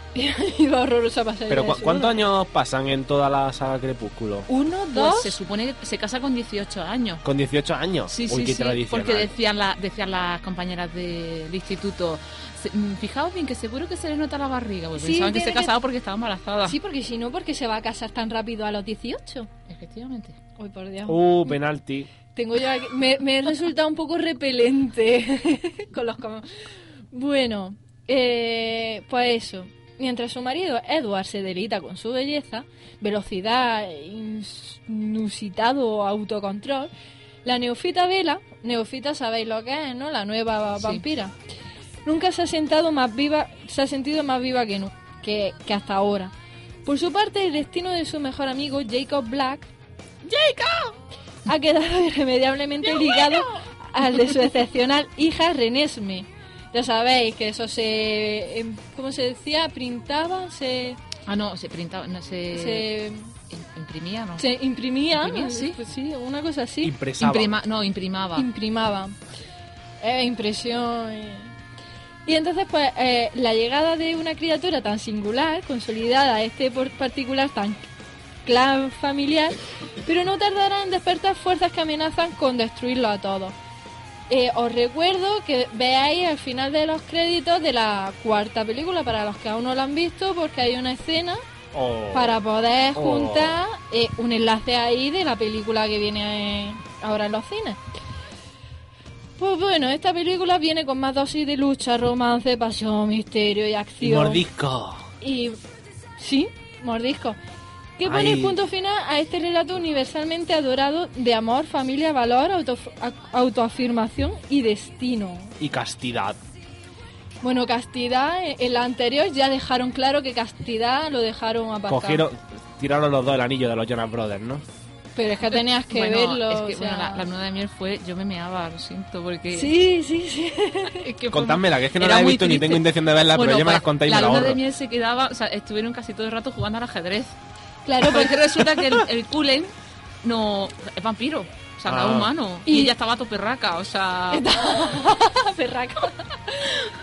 [SPEAKER 6] Iba horrorosa pasar.
[SPEAKER 5] Pero cu- ¿cuántos años pasan en toda la saga Crepúsculo?
[SPEAKER 6] Uno,
[SPEAKER 7] Pues
[SPEAKER 6] dos.
[SPEAKER 7] se supone que se casa con 18 años.
[SPEAKER 5] Con 18 años.
[SPEAKER 7] Sí,
[SPEAKER 5] Uy,
[SPEAKER 7] sí,
[SPEAKER 5] qué
[SPEAKER 7] sí,
[SPEAKER 5] tradicional.
[SPEAKER 7] porque decían, la- decían las compañeras del instituto, "Se- mm, fijaos bien que seguro que se les nota la barriga, porque
[SPEAKER 6] Sí,
[SPEAKER 7] pensaban que se
[SPEAKER 6] tiene que-
[SPEAKER 7] casaba porque estaba embarazada.
[SPEAKER 6] Sí, porque si no, porque se va a casar tan rápido a los 18.
[SPEAKER 7] Efectivamente.
[SPEAKER 6] Uy, por Dios.
[SPEAKER 5] Uh, penalti.
[SPEAKER 6] Tengo yo aquí- me, me he resultado un poco repelente con los com- Bueno, eh, pues eso. Mientras su marido Edward se delita con su belleza, velocidad, ins- inusitado autocontrol, la neofita Vela, neofita sabéis lo que es, ¿no? La nueva
[SPEAKER 7] Sí.
[SPEAKER 6] vampira. Nunca se ha sentado más viva, se ha sentido más viva que, nu- que, que hasta ahora. Por su parte, el destino de su mejor amigo Jacob Black ha quedado irremediablemente ligado al de su excepcional hija Renesme. Ya sabéis que eso se. em, ¿Cómo se decía? Printaba, se.
[SPEAKER 7] Ah, no, se printaba, no se...
[SPEAKER 6] se
[SPEAKER 7] em- imprimía, ¿no?
[SPEAKER 6] Se imprimía,
[SPEAKER 7] Imprimía, sí.
[SPEAKER 6] pues sí, una cosa así.
[SPEAKER 5] Impresaba.
[SPEAKER 7] Imprima- no, imprimaba.
[SPEAKER 6] imprimaba. Eh, impresión. eh. Y entonces, pues, eh, la llegada de una criatura tan singular, consolidada a este por particular tan clan familiar, pero no tardará en despertar fuerzas que amenazan con destruirlo a todos. Eh, os recuerdo que veáis al final de los créditos de la cuarta película, para los que aún no la han visto, porque hay una escena
[SPEAKER 5] Oh.
[SPEAKER 6] para poder
[SPEAKER 5] Oh.
[SPEAKER 6] juntar eh, un enlace ahí de la película que viene eh, ahora en los cines. Pues bueno, esta película viene con más dosis de lucha, romance, pasión, misterio y
[SPEAKER 5] Y
[SPEAKER 6] acción.
[SPEAKER 5] mordisco.
[SPEAKER 6] Y- sí, mordisco. Que pone
[SPEAKER 5] Ay.
[SPEAKER 6] el punto final a este relato universalmente adorado de amor, familia, valor, autof- a- autoafirmación y destino.
[SPEAKER 5] Y castidad.
[SPEAKER 6] Bueno, castidad, eh, en en la anterior ya dejaron claro que castidad lo dejaron apartado.
[SPEAKER 5] Cogieron, tiraron los dos el anillo de los Jonas Brothers, ¿no?
[SPEAKER 6] Pero es que tenías que
[SPEAKER 7] Bueno,
[SPEAKER 6] verlo.
[SPEAKER 7] Es que
[SPEAKER 6] o
[SPEAKER 7] bueno,
[SPEAKER 6] sea.
[SPEAKER 7] la, la luna de miel fue. Yo me meaba, lo siento, porque.
[SPEAKER 6] Sí, sí, sí.
[SPEAKER 7] es que fue-
[SPEAKER 5] Contádmela, que es que no
[SPEAKER 7] era
[SPEAKER 5] la he
[SPEAKER 7] muy
[SPEAKER 5] visto ni
[SPEAKER 7] triste.
[SPEAKER 5] tengo intención de verla,
[SPEAKER 7] Bueno,
[SPEAKER 5] pero ya me
[SPEAKER 7] pues,
[SPEAKER 5] las contáis y
[SPEAKER 7] La
[SPEAKER 5] me la
[SPEAKER 7] luna
[SPEAKER 5] ahorro.
[SPEAKER 7] de miel se quedaba. O sea, estuvieron casi todo el rato jugando al ajedrez.
[SPEAKER 6] Claro,
[SPEAKER 7] Porque
[SPEAKER 6] porque
[SPEAKER 7] resulta que el, el Cullen no. Es vampiro. O sea, no
[SPEAKER 5] Ah.
[SPEAKER 7] es humano. Y,
[SPEAKER 6] Y-
[SPEAKER 7] ella estaba toperraca, o sea.
[SPEAKER 6] perraco.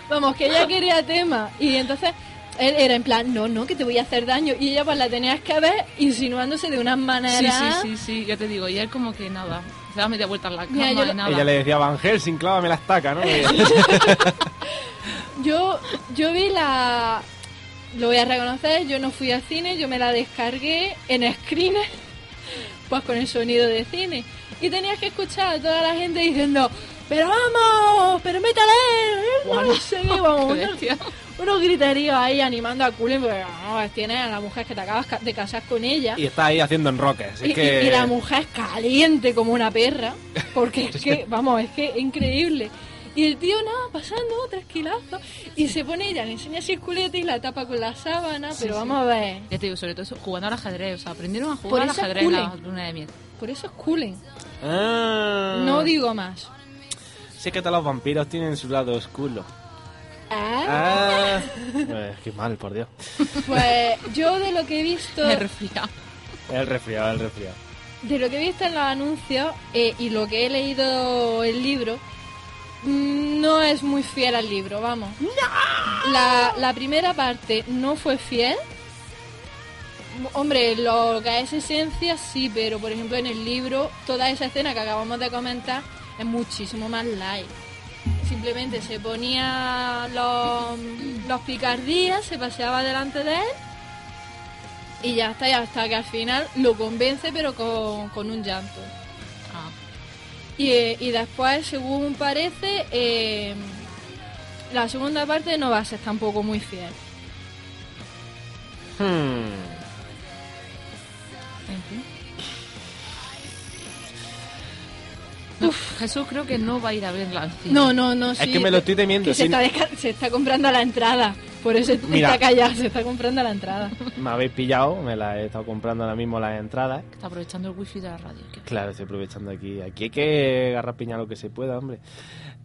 [SPEAKER 6] Vamos, que ella quería tema. Y entonces él era en plan, no, no, que te voy a hacer daño. Y ella pues la tenías que ver insinuándose de unas maneras.
[SPEAKER 7] Sí, sí, sí, sí, ya te digo. Y él como que nada. Se da media vuelta en la cama
[SPEAKER 6] Mira, yo
[SPEAKER 7] y
[SPEAKER 6] lo-
[SPEAKER 7] nada.
[SPEAKER 5] Ella le decía, Van Helsing, clávame la estaca, ¿no?
[SPEAKER 6] Yo, yo vi la... Lo voy a reconocer, yo no fui al cine, yo me la descargué en screener, pues con el sonido de cine. Y tenías que escuchar a toda la gente diciendo, pero vamos, pero métale, eh, no sé qué, vamos,
[SPEAKER 7] Qué
[SPEAKER 6] unos-
[SPEAKER 7] bestia.
[SPEAKER 6] unos griteríos ahí animando a Cullen, porque vamos, tienes a la mujer que te acabas ca- de casar con ella.
[SPEAKER 5] y está ahí haciendo enroques.
[SPEAKER 6] Y,
[SPEAKER 5] Es que...
[SPEAKER 6] y- y la mujer es caliente como una perra, porque es que, vamos, es que es increíble. Y el tío nada, pasando, tranquilazo, y se pone ella, le enseña así el culete y la tapa con la sábana, pero
[SPEAKER 7] sí.
[SPEAKER 6] vamos a ver.
[SPEAKER 7] Ya te digo, sobre todo eso, jugando al ajedrez. O sea, aprendieron a
[SPEAKER 6] Por
[SPEAKER 7] jugar al
[SPEAKER 6] eso
[SPEAKER 7] ajedrez en la
[SPEAKER 6] Cullen.
[SPEAKER 7] luna de miel.
[SPEAKER 6] Por eso es Cullen,
[SPEAKER 5] Ah.
[SPEAKER 6] no digo más.
[SPEAKER 5] Sé que todos los vampiros tienen su lado oscuro.
[SPEAKER 6] Ah,
[SPEAKER 5] Ah. Eh, qué mal, por Dios.
[SPEAKER 6] Pues yo de lo que he visto...
[SPEAKER 7] Me resfriaba.
[SPEAKER 5] El resfriado, el resfriado.
[SPEAKER 6] De lo que he visto en los anuncios eh, y lo que he leído el libro, mm, no es muy fiel al libro, vamos. La, la primera parte no fue fiel. M- Hombre, lo que es esencia sí, pero por ejemplo en el libro, toda esa escena que acabamos de comentar es muchísimo más light. Simplemente se ponía los, los picardías, se paseaba delante de él y ya está, y hasta que al final lo convence, pero con, con un llanto.
[SPEAKER 7] Ah.
[SPEAKER 6] Y, eh, y después, según parece, eh, la segunda parte no va a ser tampoco muy fiel.
[SPEAKER 5] Hmm.
[SPEAKER 7] En fin. No, Jesús creo que no va a ir a verla al cine.
[SPEAKER 6] No, no, no, sí.
[SPEAKER 5] es que
[SPEAKER 7] eh,
[SPEAKER 5] me lo estoy temiendo.
[SPEAKER 6] Mm. que se,
[SPEAKER 5] sí.
[SPEAKER 6] está desca- se está comprando a la entrada. Por eso
[SPEAKER 5] Mira.
[SPEAKER 6] está callado, se está comprando a la entrada.
[SPEAKER 5] Me habéis pillado, me las he estado comprando ahora mismo las entradas.
[SPEAKER 7] Está aprovechando el wifi de la radio. que-
[SPEAKER 5] Claro, estoy aprovechando aquí. Aquí hay que agarrar piña lo que se pueda, hombre.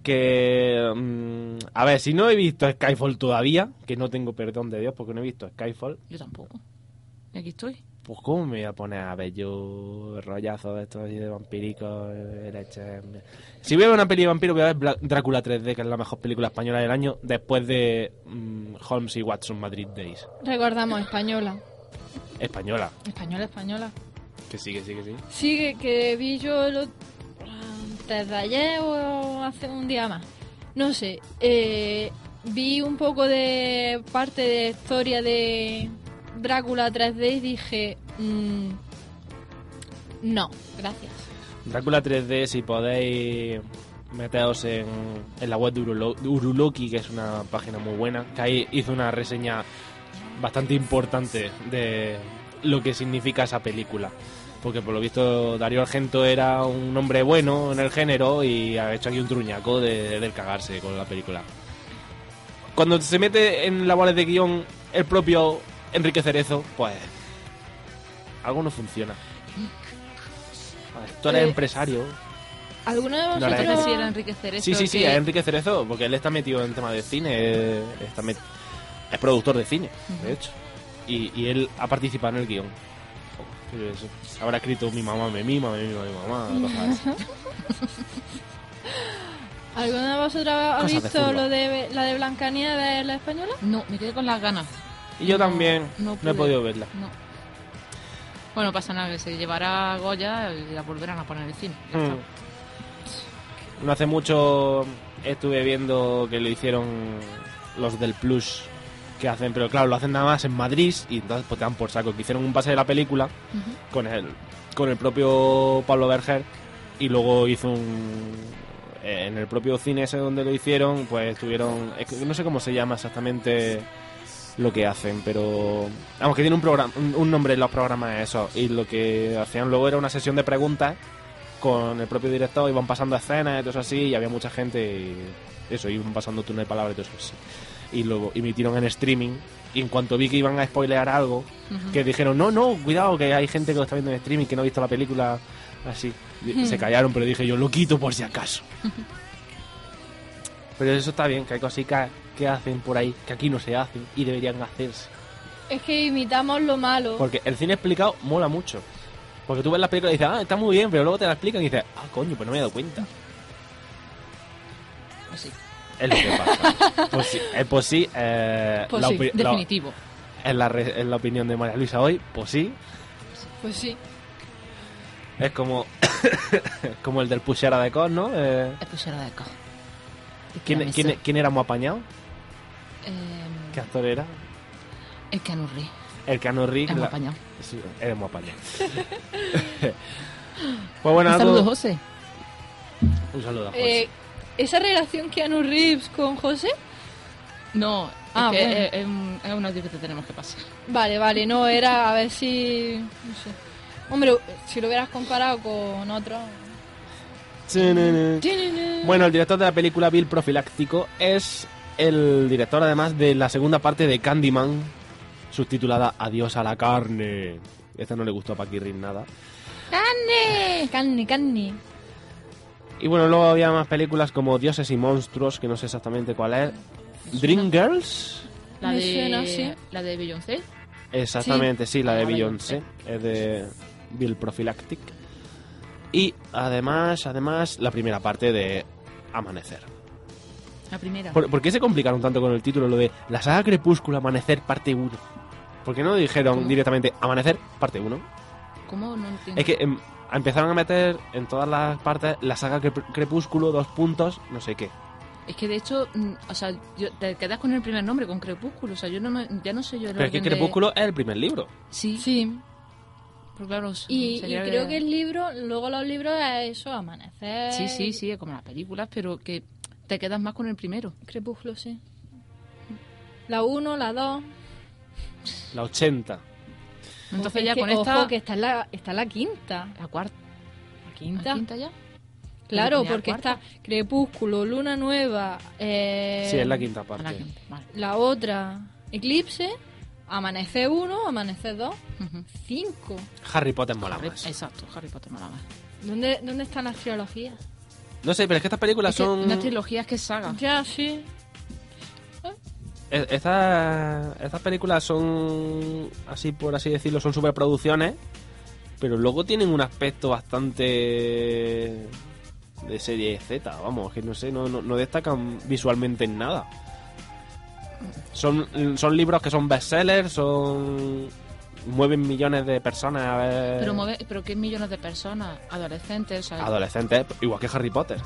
[SPEAKER 5] Que. mm, a ver, si no he visto Skyfall todavía, que no tengo perdón de Dios porque no he visto Skyfall,
[SPEAKER 7] Yo tampoco. Y aquí estoy.
[SPEAKER 5] pues ¿cómo me voy a poner a ver yo rollazo de estos así de vampíricos? eh, leche? Si voy a ver una peli de vampiros, voy a ver Bla- Drácula 3D, que es la mejor película española del año, después de mm, Holmes y Watson Madrid Days.
[SPEAKER 6] Recordamos, española.
[SPEAKER 5] Española.
[SPEAKER 6] Española, española.
[SPEAKER 5] Que sí, que sí, que sí.
[SPEAKER 6] Sí, que, que vi yo el ot- antes de ayer o hace un día más. No sé, eh, vi un poco de parte de historia de Drácula 3D y dije, mm, no, gracias.
[SPEAKER 5] Drácula 3D, si podéis meteos en, en la web de Urulo- de Uruloki, que es una página muy buena, que ahí hizo una reseña bastante importante de lo que significa esa película. Porque por lo visto Darío Argento era un hombre bueno en el género y ha hecho aquí un truñaco de, del cagarse con la película. Cuando se mete en labores de guión el propio Enrique Cerezo, pues algo no funciona. A ver, Tú eres
[SPEAKER 6] Eh,
[SPEAKER 5] empresario,
[SPEAKER 6] ¿Alguno de
[SPEAKER 5] No la he
[SPEAKER 7] No sé
[SPEAKER 6] vosotros...
[SPEAKER 7] si era Enrique Cerezo.
[SPEAKER 5] Sí, sí, sí,
[SPEAKER 7] que-
[SPEAKER 5] es Enrique Cerezo, porque él está metido en tema de cine, eh, está met- es productor de cine, de hecho. Y, y él ha participado en el guión. Pues, habrá escrito mi mamá me mima, me mima mi mamá. cosas así.
[SPEAKER 6] ¿Alguna de vosotras ha
[SPEAKER 5] Cosas de
[SPEAKER 6] visto
[SPEAKER 5] fútbol.
[SPEAKER 6] lo de la de Blancanieves, la española?
[SPEAKER 7] No, me quedé con las ganas.
[SPEAKER 5] Y yo
[SPEAKER 7] No,
[SPEAKER 5] también
[SPEAKER 7] no
[SPEAKER 5] no,
[SPEAKER 7] pude.
[SPEAKER 5] he podido verla.
[SPEAKER 7] No. Bueno, pasa nada, que se llevará Goya y la volverán a poner en el cine. Ya está.
[SPEAKER 5] Mm. No hace mucho estuve viendo que lo hicieron los del Plus que hacen, pero claro, lo hacen nada más en Madrid y entonces pues te dan por saco. Que hicieron un pase de la película con el con el propio Pablo Berger y luego hizo un eh, en el propio cine ese donde lo hicieron, pues tuvieron es que no sé cómo se llama exactamente lo que hacen, pero vamos que tiene un programa un, un nombre en los programas esos y lo que hacían luego era una sesión de preguntas con el propio director iban pasando escenas y todo eso así y había mucha gente y eso iban pasando turno de palabras y todo eso así y lo emitieron en streaming y en cuanto vi que iban a spoilear algo que dijeron no no cuidado que hay gente que lo está viendo en streaming que no ha visto la película así Y se callaron pero dije yo lo quito por si acaso pero eso está bien que hay cositas que hacen por ahí que aquí no se hacen y deberían hacerse
[SPEAKER 6] Es que imitamos lo malo.
[SPEAKER 5] porque el cine explicado mola mucho. Porque tú ves la película y dices, ah, está muy bien, pero luego te la explican y dices, ah, coño, pues no me he dado cuenta.
[SPEAKER 7] Pues sí.
[SPEAKER 5] Es lo que pasa. pues sí, eh, pues sí, eh,
[SPEAKER 6] Pues
[SPEAKER 5] la
[SPEAKER 6] sí,
[SPEAKER 5] opi- la-
[SPEAKER 7] Definitivo.
[SPEAKER 5] es la re- es la opinión de María Luisa hoy, pues sí.
[SPEAKER 6] Pues sí.
[SPEAKER 5] Es como, como el del pushera de Cos, ¿no? Eh,
[SPEAKER 7] Es pusiera de cojo.
[SPEAKER 5] ¿quién,
[SPEAKER 7] Mesa.
[SPEAKER 5] quién, quién era muy apañado? ¿Qué
[SPEAKER 7] Eh,
[SPEAKER 5] actor era?
[SPEAKER 7] es que Anurri.
[SPEAKER 5] El Cano Rick.
[SPEAKER 7] Hemos
[SPEAKER 5] la-
[SPEAKER 7] apañado.
[SPEAKER 5] Sí, eres muy apañado. pues bueno,
[SPEAKER 7] Un
[SPEAKER 5] algo-
[SPEAKER 7] saludo, José.
[SPEAKER 5] Un saludo a José.
[SPEAKER 6] Eh, esa relación que Anu Reeves con José.
[SPEAKER 7] No, es,
[SPEAKER 6] Ah,
[SPEAKER 7] que
[SPEAKER 6] bueno.
[SPEAKER 7] es, es un, es un audio que te tenemos que pasar.
[SPEAKER 6] Vale, vale, no, era a ver si. No sé. Hombre, si lo hubieras comparado con otro.
[SPEAKER 5] Tchanana.
[SPEAKER 6] Bueno.
[SPEAKER 5] Bueno, el director de la película Bill Profiláctico es el director además de la segunda parte de Candyman, subtitulada Adiós a la carne. Esta no le gustó a Paquirrin nada.
[SPEAKER 6] Canni, Canni.
[SPEAKER 5] Y bueno, luego había más películas como Dioses y Monstruos, que no sé exactamente cuál es. Dream Girls.
[SPEAKER 7] La
[SPEAKER 6] Me
[SPEAKER 7] de,
[SPEAKER 6] suena, sí.
[SPEAKER 7] la de Beyoncé.
[SPEAKER 5] Exactamente, sí, la de
[SPEAKER 7] Ah,
[SPEAKER 5] Beyoncé. Es de Bill Prophylactic. Y además, además, la primera parte de Amanecer.
[SPEAKER 7] La primera.
[SPEAKER 5] ¿Por, por qué se complicaron tanto con el título lo de La saga Crepúsculo Amanecer parte 1? ¿Por qué no dijeron
[SPEAKER 7] ¿Cómo?
[SPEAKER 5] directamente Amanecer parte 1?
[SPEAKER 7] ¿Cómo? No entiendo.
[SPEAKER 5] Es que em, empezaron a meter en todas las partes la saga Crep- Crepúsculo, dos puntos, no sé qué.
[SPEAKER 7] Es que, de hecho, mm, o sea, yo- te quedas con el primer nombre, con Crepúsculo. O sea, yo no me- ya no sé yo el
[SPEAKER 5] Pero es que
[SPEAKER 7] orden de-
[SPEAKER 5] Crepúsculo es el primer libro.
[SPEAKER 7] Sí,
[SPEAKER 6] Sí.
[SPEAKER 7] pero Pues claro.
[SPEAKER 6] Y, y
[SPEAKER 7] Mm, sería
[SPEAKER 6] creo que el libro, luego los libros, es eso, amanecer.
[SPEAKER 7] Sí, sí, sí, es como las películas, pero que te quedas más con el primero.
[SPEAKER 6] Crepúsculo, sí. La 1, la 2.
[SPEAKER 5] La 80.
[SPEAKER 7] Entonces ya con
[SPEAKER 6] Ojo,
[SPEAKER 7] esta...
[SPEAKER 6] que está la, está la quinta.
[SPEAKER 7] La cuarta.
[SPEAKER 6] La
[SPEAKER 7] ¿La
[SPEAKER 6] quinta.
[SPEAKER 7] quinta ya?
[SPEAKER 6] Claro,
[SPEAKER 7] Tenía la
[SPEAKER 6] porque
[SPEAKER 7] cuarta.
[SPEAKER 6] está Crepúsculo, Luna Nueva. eh,
[SPEAKER 5] sí, es la quinta
[SPEAKER 7] A
[SPEAKER 5] parte.
[SPEAKER 7] la quinta, vale.
[SPEAKER 6] La otra, Eclipse. Amanecer 1, Amanecer 2.
[SPEAKER 7] Ujú.
[SPEAKER 6] 5.
[SPEAKER 5] Harry Potter mola
[SPEAKER 7] Harry-
[SPEAKER 5] más.
[SPEAKER 7] Exacto, Harry Potter mola más.
[SPEAKER 6] ¿Dónde, ¿Dónde están las trilogías?
[SPEAKER 5] No sé, pero es que estas películas
[SPEAKER 7] Es que
[SPEAKER 5] son...
[SPEAKER 7] Una trilogía es que es saga.
[SPEAKER 6] Ya, sí.
[SPEAKER 5] Eh, Estas, estas películas son, así por así decirlo, son superproducciones, pero luego tienen un aspecto bastante de serie Z, vamos, que no sé, no, no, no destacan visualmente en nada. Son, son libros que son bestsellers, son... mueven millones de personas eh, a ver...
[SPEAKER 7] Pero, mueve, pero que millones de personas, adolescentes, o sea,
[SPEAKER 5] Adolescentes, igual que Harry Potter.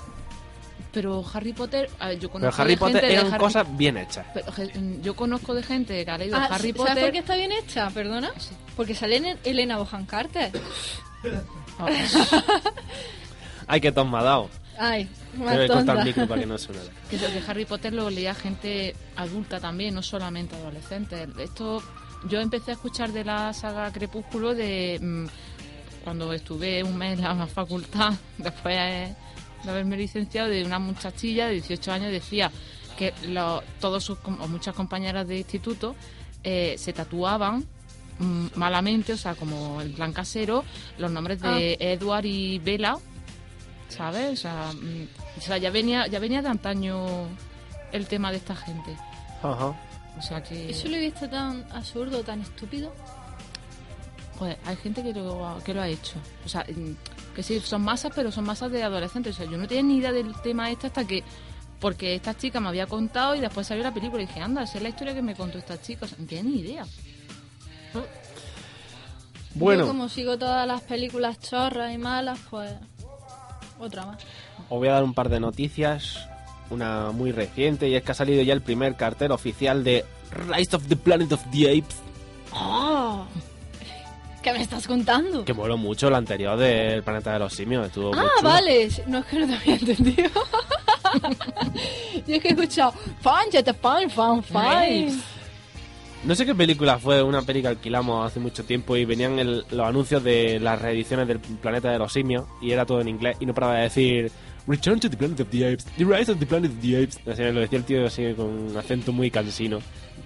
[SPEAKER 7] pero Harry Potter, a ver, yo
[SPEAKER 5] Pero
[SPEAKER 7] conozco
[SPEAKER 5] Harry
[SPEAKER 7] de gente
[SPEAKER 5] Potter
[SPEAKER 7] de
[SPEAKER 5] eran
[SPEAKER 7] Harry-
[SPEAKER 5] cosas bien hechas.
[SPEAKER 7] pero, je- yo conozco de gente que ha leído
[SPEAKER 6] Ah,
[SPEAKER 7] Harry
[SPEAKER 6] ¿Sabes por qué
[SPEAKER 7] Potter.
[SPEAKER 6] está bien hecha? Perdona.
[SPEAKER 7] Sí.
[SPEAKER 6] Porque sale Ene- Elena Bohan Carter.
[SPEAKER 7] Oh,
[SPEAKER 5] Ay, que tos me ha dado.
[SPEAKER 6] Ay, más
[SPEAKER 5] Debe cortar
[SPEAKER 6] tonta.
[SPEAKER 5] el micro para que no suene.
[SPEAKER 7] que lo que Harry Potter lo leía gente adulta también, no solamente adolescentes. Esto yo empecé a escuchar de la saga Crepúsculo de mm, cuando estuve un mes en la facultad, después eh, de haberme licenciado, de una muchachilla de 18 años decía que lo- todos sus com- o muchas compañeras de instituto eh, se tatuaban mm, malamente, o sea, como en plan casero, los nombres de Edward y Bella, ¿sabes? O sea, mm, o sea, ya venía, ya venía de antaño el tema de esta gente.
[SPEAKER 5] Ajá.
[SPEAKER 7] O sea que
[SPEAKER 6] Eso lo he visto tan absurdo, tan estúpido.
[SPEAKER 7] Joder, hay gente que lo, ha- que lo ha hecho. O sea, mm, que sí, son masas, pero son masas de adolescentes. O sea, yo no tenía ni idea del tema este hasta que... Porque esta chica me había contado y después salió la película y dije, anda, esa es la historia que me contó esta chica. O sea, no tenía ni idea.
[SPEAKER 6] Yo
[SPEAKER 5] Bueno,
[SPEAKER 6] como sigo todas las películas chorras y malas, pues otra más.
[SPEAKER 5] os voy a dar un par de noticias. Una muy reciente y es que ha salido ya el primer cartel oficial de Rise of the Planet of the Apes.
[SPEAKER 7] Ah.
[SPEAKER 6] ¡Oh! ¿Qué me estás contando?
[SPEAKER 5] Que moló mucho la anterior del Planeta de los Simios. Estuvo muy
[SPEAKER 6] ah,
[SPEAKER 5] chula.
[SPEAKER 6] vale. No es que no te había entendido. Yo es que he escuchado Punch, fan, fan, fan.
[SPEAKER 7] Nice.
[SPEAKER 5] No sé qué película fue, una peli que alquilamos hace mucho tiempo y venían el- los anuncios de las reediciones del Planeta de los Simios y era todo en inglés y no paraba de decir Return to the Planet of the Apes, The Rise of the Planet of the Apes. Así lo decía el tío así con un acento muy cansino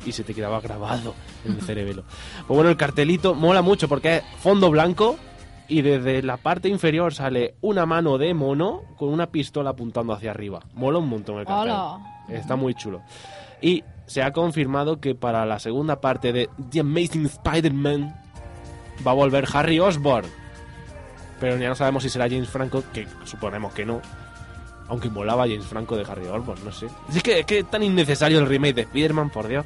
[SPEAKER 5] y se te quedaba grabado en el cerebelo. Pues bueno, el cartelito mola mucho porque es fondo blanco y desde la parte inferior sale una mano de mono con una pistola apuntando hacia arriba. Mola un montón el cartel.
[SPEAKER 6] Hola.
[SPEAKER 5] Está muy chulo. Y se ha confirmado que para la segunda parte de The Amazing Spider-Man va a volver Harry Osborn. Pero ya no sabemos si será James Franco, que suponemos que no. Aunque molaba James Franco de Harry Osborn, no sé. Es que es que es tan innecesario el remake de Spider-Man, por Dios.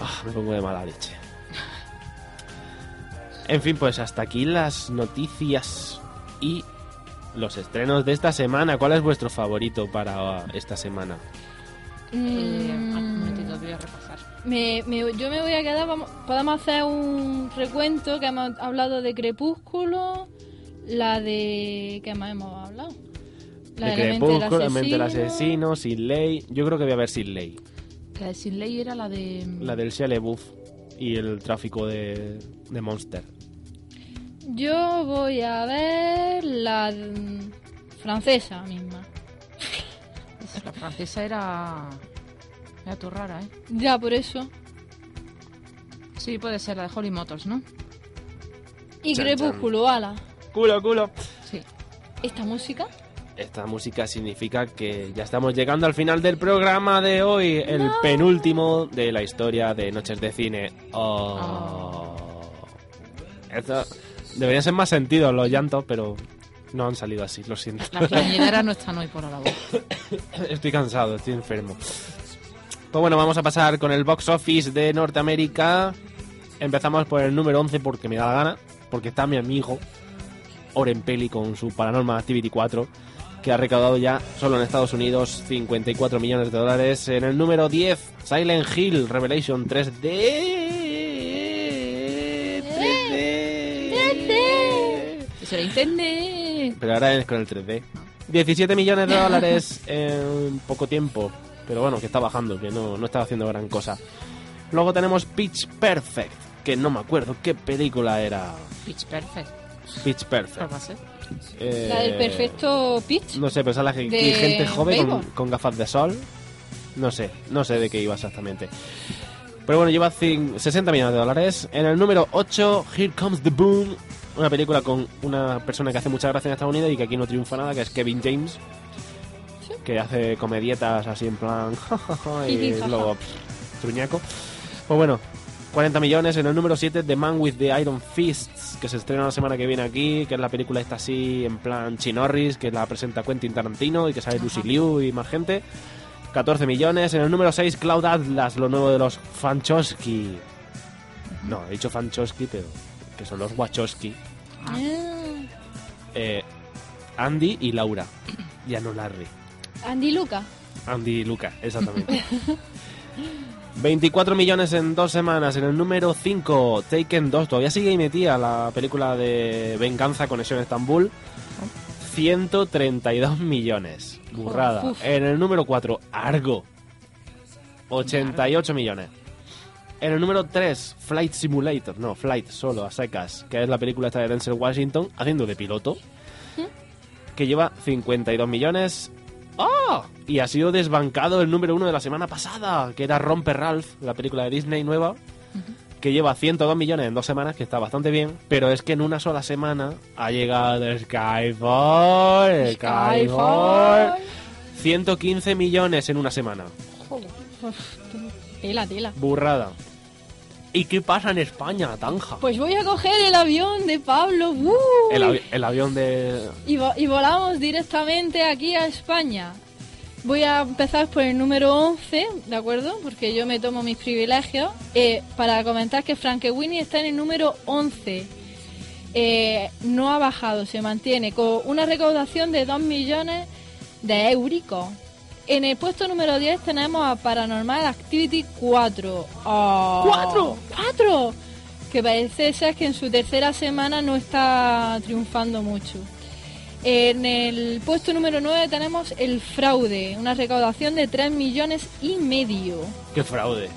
[SPEAKER 5] Ah, me pongo de mala leche. En fin, pues hasta aquí las noticias y los estrenos de esta semana. ¿Cuál es vuestro favorito para esta semana?
[SPEAKER 7] Eh,
[SPEAKER 6] Mm,
[SPEAKER 7] ah, un momentito, voy a repasar.
[SPEAKER 6] me- me- yo me voy a quedar. Vamos, podemos hacer un recuento que hemos hablado de Crepúsculo. La de. ¿Qué más hemos hablado?
[SPEAKER 5] de
[SPEAKER 6] de Mente del
[SPEAKER 5] Crepúsculo, La Mente del Asesino, Sin Ley. Yo creo que voy a ver Sin Ley.
[SPEAKER 7] La de Sin Ley era la de... mm,
[SPEAKER 5] La del Shia LaBeouf y el tráfico de, de Monster.
[SPEAKER 6] Yo voy a ver la mm, francesa misma.
[SPEAKER 7] La francesa era... Era tu rara, ¿eh?
[SPEAKER 6] Ya por eso.
[SPEAKER 7] Sí, puede ser la de Holly Motors, ¿no?
[SPEAKER 6] Y
[SPEAKER 5] Chan, chan.
[SPEAKER 6] Crepúsculo, ala.
[SPEAKER 5] ¡Culo, culo!
[SPEAKER 7] Sí.
[SPEAKER 6] Esta música.
[SPEAKER 5] Esta música significa que ya estamos llegando al final del programa de hoy, el penúltimo de la historia de Noches de Cine. Oh. Esto- deberían ser más sentidos los llantos, pero no han salido así, lo siento.
[SPEAKER 7] Las plañideras no están hoy por la voz.
[SPEAKER 5] Estoy cansado, estoy enfermo. Pues bueno, vamos a pasar con el box office de Norteamérica. Empezamos por el número 11 porque me da la gana, porque está mi amigo Oren Peli con su Paranormal Activity 4, que ha recaudado ya solo en Estados Unidos 54 millones de dólares. En el número 10, Silent Hill Revelation 3D. 3D.
[SPEAKER 7] Eso era internet.
[SPEAKER 5] Pero ahora es con el 3D. 17 millones de dólares en poco tiempo. Pero bueno, que está bajando, que no, no está haciendo gran cosa. Luego tenemos Pitch Perfect, que no me acuerdo qué película era.
[SPEAKER 7] Pitch Perfect.
[SPEAKER 5] Pitch
[SPEAKER 7] ¿Cuál
[SPEAKER 5] Perfect.
[SPEAKER 7] va a ser?
[SPEAKER 5] Eh,
[SPEAKER 6] La del perfecto pitch.
[SPEAKER 5] No sé, pero sale aquí
[SPEAKER 6] De
[SPEAKER 5] gente joven con,
[SPEAKER 6] Babel.
[SPEAKER 5] con gafas de sol. No sé, no sé de qué iba exactamente. Pero bueno, lleva cin- 60 millones de dólares. En el número 8, Here Comes the Boom. Una película con una persona que hace mucha gracia en Estados Unidos y que aquí no triunfa nada, que es Kevin James. Que hace comedietas así en plan... y
[SPEAKER 6] Jiji,
[SPEAKER 5] luego... pff, Truñaco. Pues bueno, 40 millones. En el número 7, The Man with the Iron Fists, que se estrena la semana que viene aquí, que es la película esta así en plan Chinorris, que la presenta Quentin Tarantino y que sale Lucy Liu y más gente. 14 millones. En el número 6, Cloud Atlas, lo nuevo de los Fanchosky. No, he dicho Fanchosky, pero que son los Wachowski.
[SPEAKER 6] Ah,
[SPEAKER 5] Eh, Andy y Laura. Ya no Larry.
[SPEAKER 6] Andy Luca.
[SPEAKER 5] Andy y Luca, exactamente. 24 millones en dos semanas. En el número 5, Taken 2. Todavía sigue y metía la película de Venganza, Conexión Estambul. 132 millones. Burrada.
[SPEAKER 6] Uf.
[SPEAKER 5] En el número 4, Argo. 88 millones. En el número 3, Flight Simulator. No, Flight solo, a secas. Que es la película esta de Denzel Washington haciendo de piloto. Que lleva 52 millones. ¡Ah! Y ha sido desbancado el número uno de la semana pasada, que era Romper Ralph, la película de Disney nueva, que lleva 102 millones en dos semanas, que está bastante bien, pero es que en una sola semana ha llegado Skyfall, Skyfall, 115 millones en una semana,
[SPEAKER 6] Tela, tela.
[SPEAKER 5] burrada. ¿Y qué pasa en España, Tanja?
[SPEAKER 6] Pues voy a coger el avión de Pablo. ¡uh!
[SPEAKER 5] El, avi- el avión de...
[SPEAKER 6] y, vo- y volamos directamente aquí a España. Voy a empezar por el número 11, ¿de acuerdo? Porque yo me tomo mis privilegios. Eh, para comentar que Frankenweenie está en el número 11. Eh, no ha bajado, se mantiene con una recaudación de 2 millones de euricos. En el puesto número 10 tenemos a Paranormal Activity 4. ¡Cuatro! ¡Cuatro! Que parece ser que en su tercera semana no está triunfando mucho. En el puesto número 9 tenemos el fraude, una recaudación de 3 millones y medio.
[SPEAKER 5] ¡Qué fraude!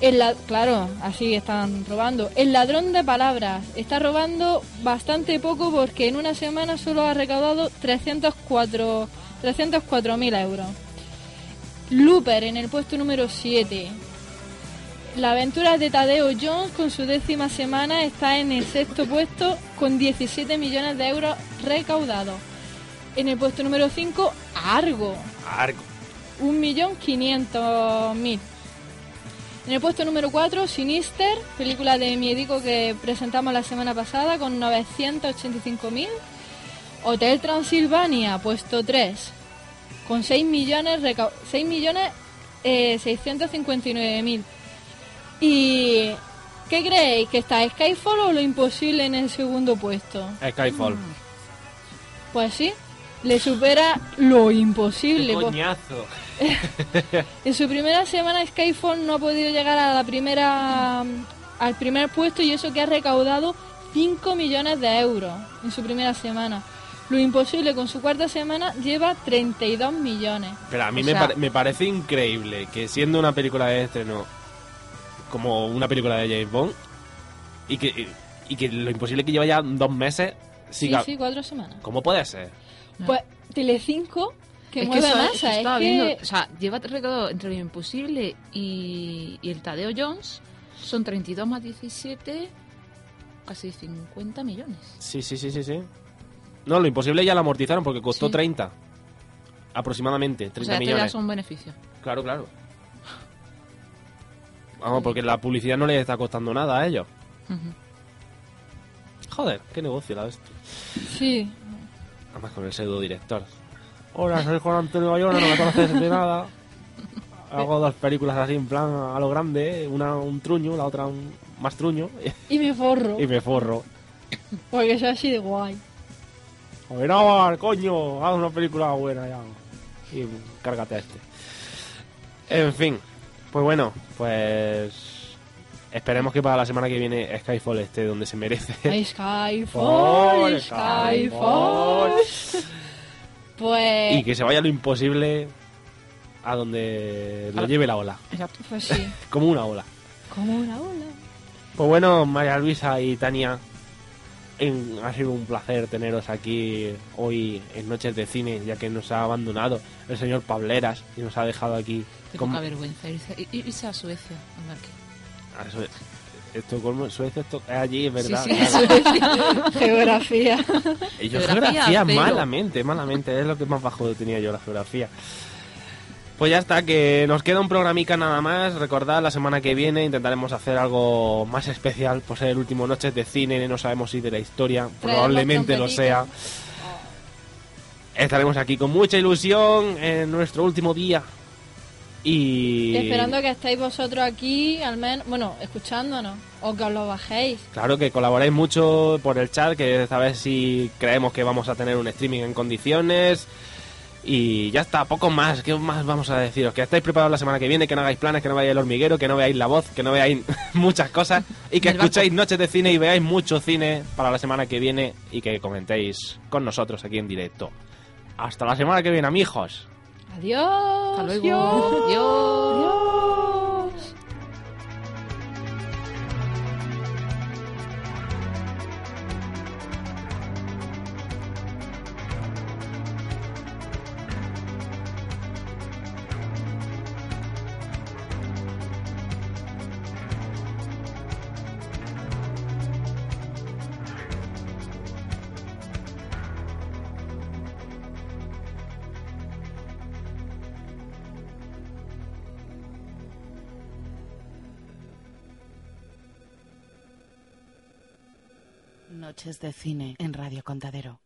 [SPEAKER 6] El la- claro, así están robando. El ladrón de palabras está robando bastante poco porque en una semana solo ha recaudado 304 304.000 euros. Looper en el puesto número 7. La aventura de Tadeo Jones con su décima semana está en el sexto puesto con 17 millones de euros recaudados. En el puesto número 5, Argo,
[SPEAKER 5] Arco.
[SPEAKER 6] 1.500.000. En el puesto número 4, Sinister, película de Miedico que presentamos la semana pasada con 985.000. Hotel Transilvania, puesto 3, con 6 millones, recau- 6 millones eh, 659.000. ¿Y qué creéis? ¿Que está Skyfall o lo imposible en el segundo puesto?
[SPEAKER 5] Skyfall.
[SPEAKER 7] Mm,
[SPEAKER 6] Pues sí, le supera lo imposible.
[SPEAKER 5] ¡Qué
[SPEAKER 6] pues.
[SPEAKER 5] coñazo!
[SPEAKER 6] En su primera semana Skyfall no ha podido llegar a la primera al primer puesto y eso que ha recaudado 5 millones de euros en su primera semana. Lo imposible con su cuarta semana lleva 32 millones.
[SPEAKER 5] Pero a mí
[SPEAKER 7] O
[SPEAKER 5] me,
[SPEAKER 7] sea-
[SPEAKER 5] pare- me parece increíble que siendo una película de estreno como una película de James Bond y que, y que lo imposible que lleva ya dos meses
[SPEAKER 6] Sí,
[SPEAKER 5] siga...
[SPEAKER 6] sí, cuatro semanas.
[SPEAKER 5] ¿Cómo puede ser?
[SPEAKER 6] Pues Telecinco que
[SPEAKER 7] Es que
[SPEAKER 6] mueve
[SPEAKER 7] eso-
[SPEAKER 6] masa,
[SPEAKER 7] eso
[SPEAKER 6] es
[SPEAKER 7] estaba
[SPEAKER 6] que-
[SPEAKER 7] viendo, O sea, lleva recaudado entre lo imposible y, y el Tadeo Jones. Son 32 más 17, casi 50 millones.
[SPEAKER 5] Sí, sí, sí, sí, sí. No, lo imposible ya lo amortizaron porque costó
[SPEAKER 7] Sí.
[SPEAKER 5] 30. Aproximadamente, 30
[SPEAKER 7] o sea, esto este ya
[SPEAKER 5] millones.
[SPEAKER 7] son beneficios.
[SPEAKER 5] Claro, claro. Vamos, porque la publicidad no les está costando nada a ellos.
[SPEAKER 7] Ujú.
[SPEAKER 5] Joder, qué negocio la bestia.
[SPEAKER 6] Sí.
[SPEAKER 5] Además con el pseudo director. Hola, soy Juan Antonio Bayona, no me conoces de nada. Hago dos películas así en plan a lo grande, una un truño, la otra un más truño,
[SPEAKER 6] Y me forro,
[SPEAKER 5] y me forro.
[SPEAKER 6] porque soy así de guay.
[SPEAKER 5] Joder, no, coño, haz una película buena ya. Y cárgate a este. En fin, pues bueno, pues esperemos que para la semana que viene Skyfall esté donde se merece.
[SPEAKER 6] Skyfall,
[SPEAKER 5] Skyfall.
[SPEAKER 6] Skyfall. Pues
[SPEAKER 5] Y que se vaya lo imposible a donde lo lleve la ola.
[SPEAKER 6] pues sí,
[SPEAKER 5] Como una ola.
[SPEAKER 6] como una ola.
[SPEAKER 5] Pues bueno, María Luisa y Tania, en- ha sido un placer teneros aquí hoy en Noches de Cine, ya que nos ha abandonado el señor Pableras y nos ha dejado aquí.
[SPEAKER 7] Qué
[SPEAKER 5] con-
[SPEAKER 7] poca vergüenza irse, i- irse a Suecia. anda que-
[SPEAKER 5] Ah, eso es- Estocolmo, Suecia, esto, es allí, es verdad.
[SPEAKER 7] Sí, sí,
[SPEAKER 5] claro.
[SPEAKER 7] Suecia.
[SPEAKER 6] Geografía.
[SPEAKER 5] Y Yo
[SPEAKER 7] Geografía,
[SPEAKER 5] geografía
[SPEAKER 7] cero.
[SPEAKER 5] malamente, malamente, es lo que más bajo tenía yo la geografía. Pues ya está, que nos queda un programica nada más. Recordad, la semana que viene intentaremos hacer algo más especial por ser el último Noches de Cine, no sabemos si de la historia, probablemente lo sea.
[SPEAKER 6] trompetica.
[SPEAKER 5] Estaremos aquí con mucha ilusión en nuestro último día. Y...
[SPEAKER 6] Esperando que estéis vosotros aquí, al menos, bueno, escuchándonos, o que os lo bajéis.
[SPEAKER 5] Claro, que colaboréis mucho por el chat, que esta vez sí creemos que vamos a tener un streaming en condiciones. Y ya está, poco más. ¿Qué más vamos a deciros? Que estáis preparados la semana que viene, que no hagáis planes, que no veáis el hormiguero, que no veáis la voz, que no veáis muchas cosas. Y que
[SPEAKER 7] Del banco.
[SPEAKER 5] escuchéis noches de cine y veáis mucho cine para la semana que viene y que comentéis con nosotros aquí en directo. Hasta la semana que viene, amigos.
[SPEAKER 6] Adiós.
[SPEAKER 7] Hasta luego. Adiós.
[SPEAKER 6] Adiós.
[SPEAKER 3] Noches de cine en Radio Contadero.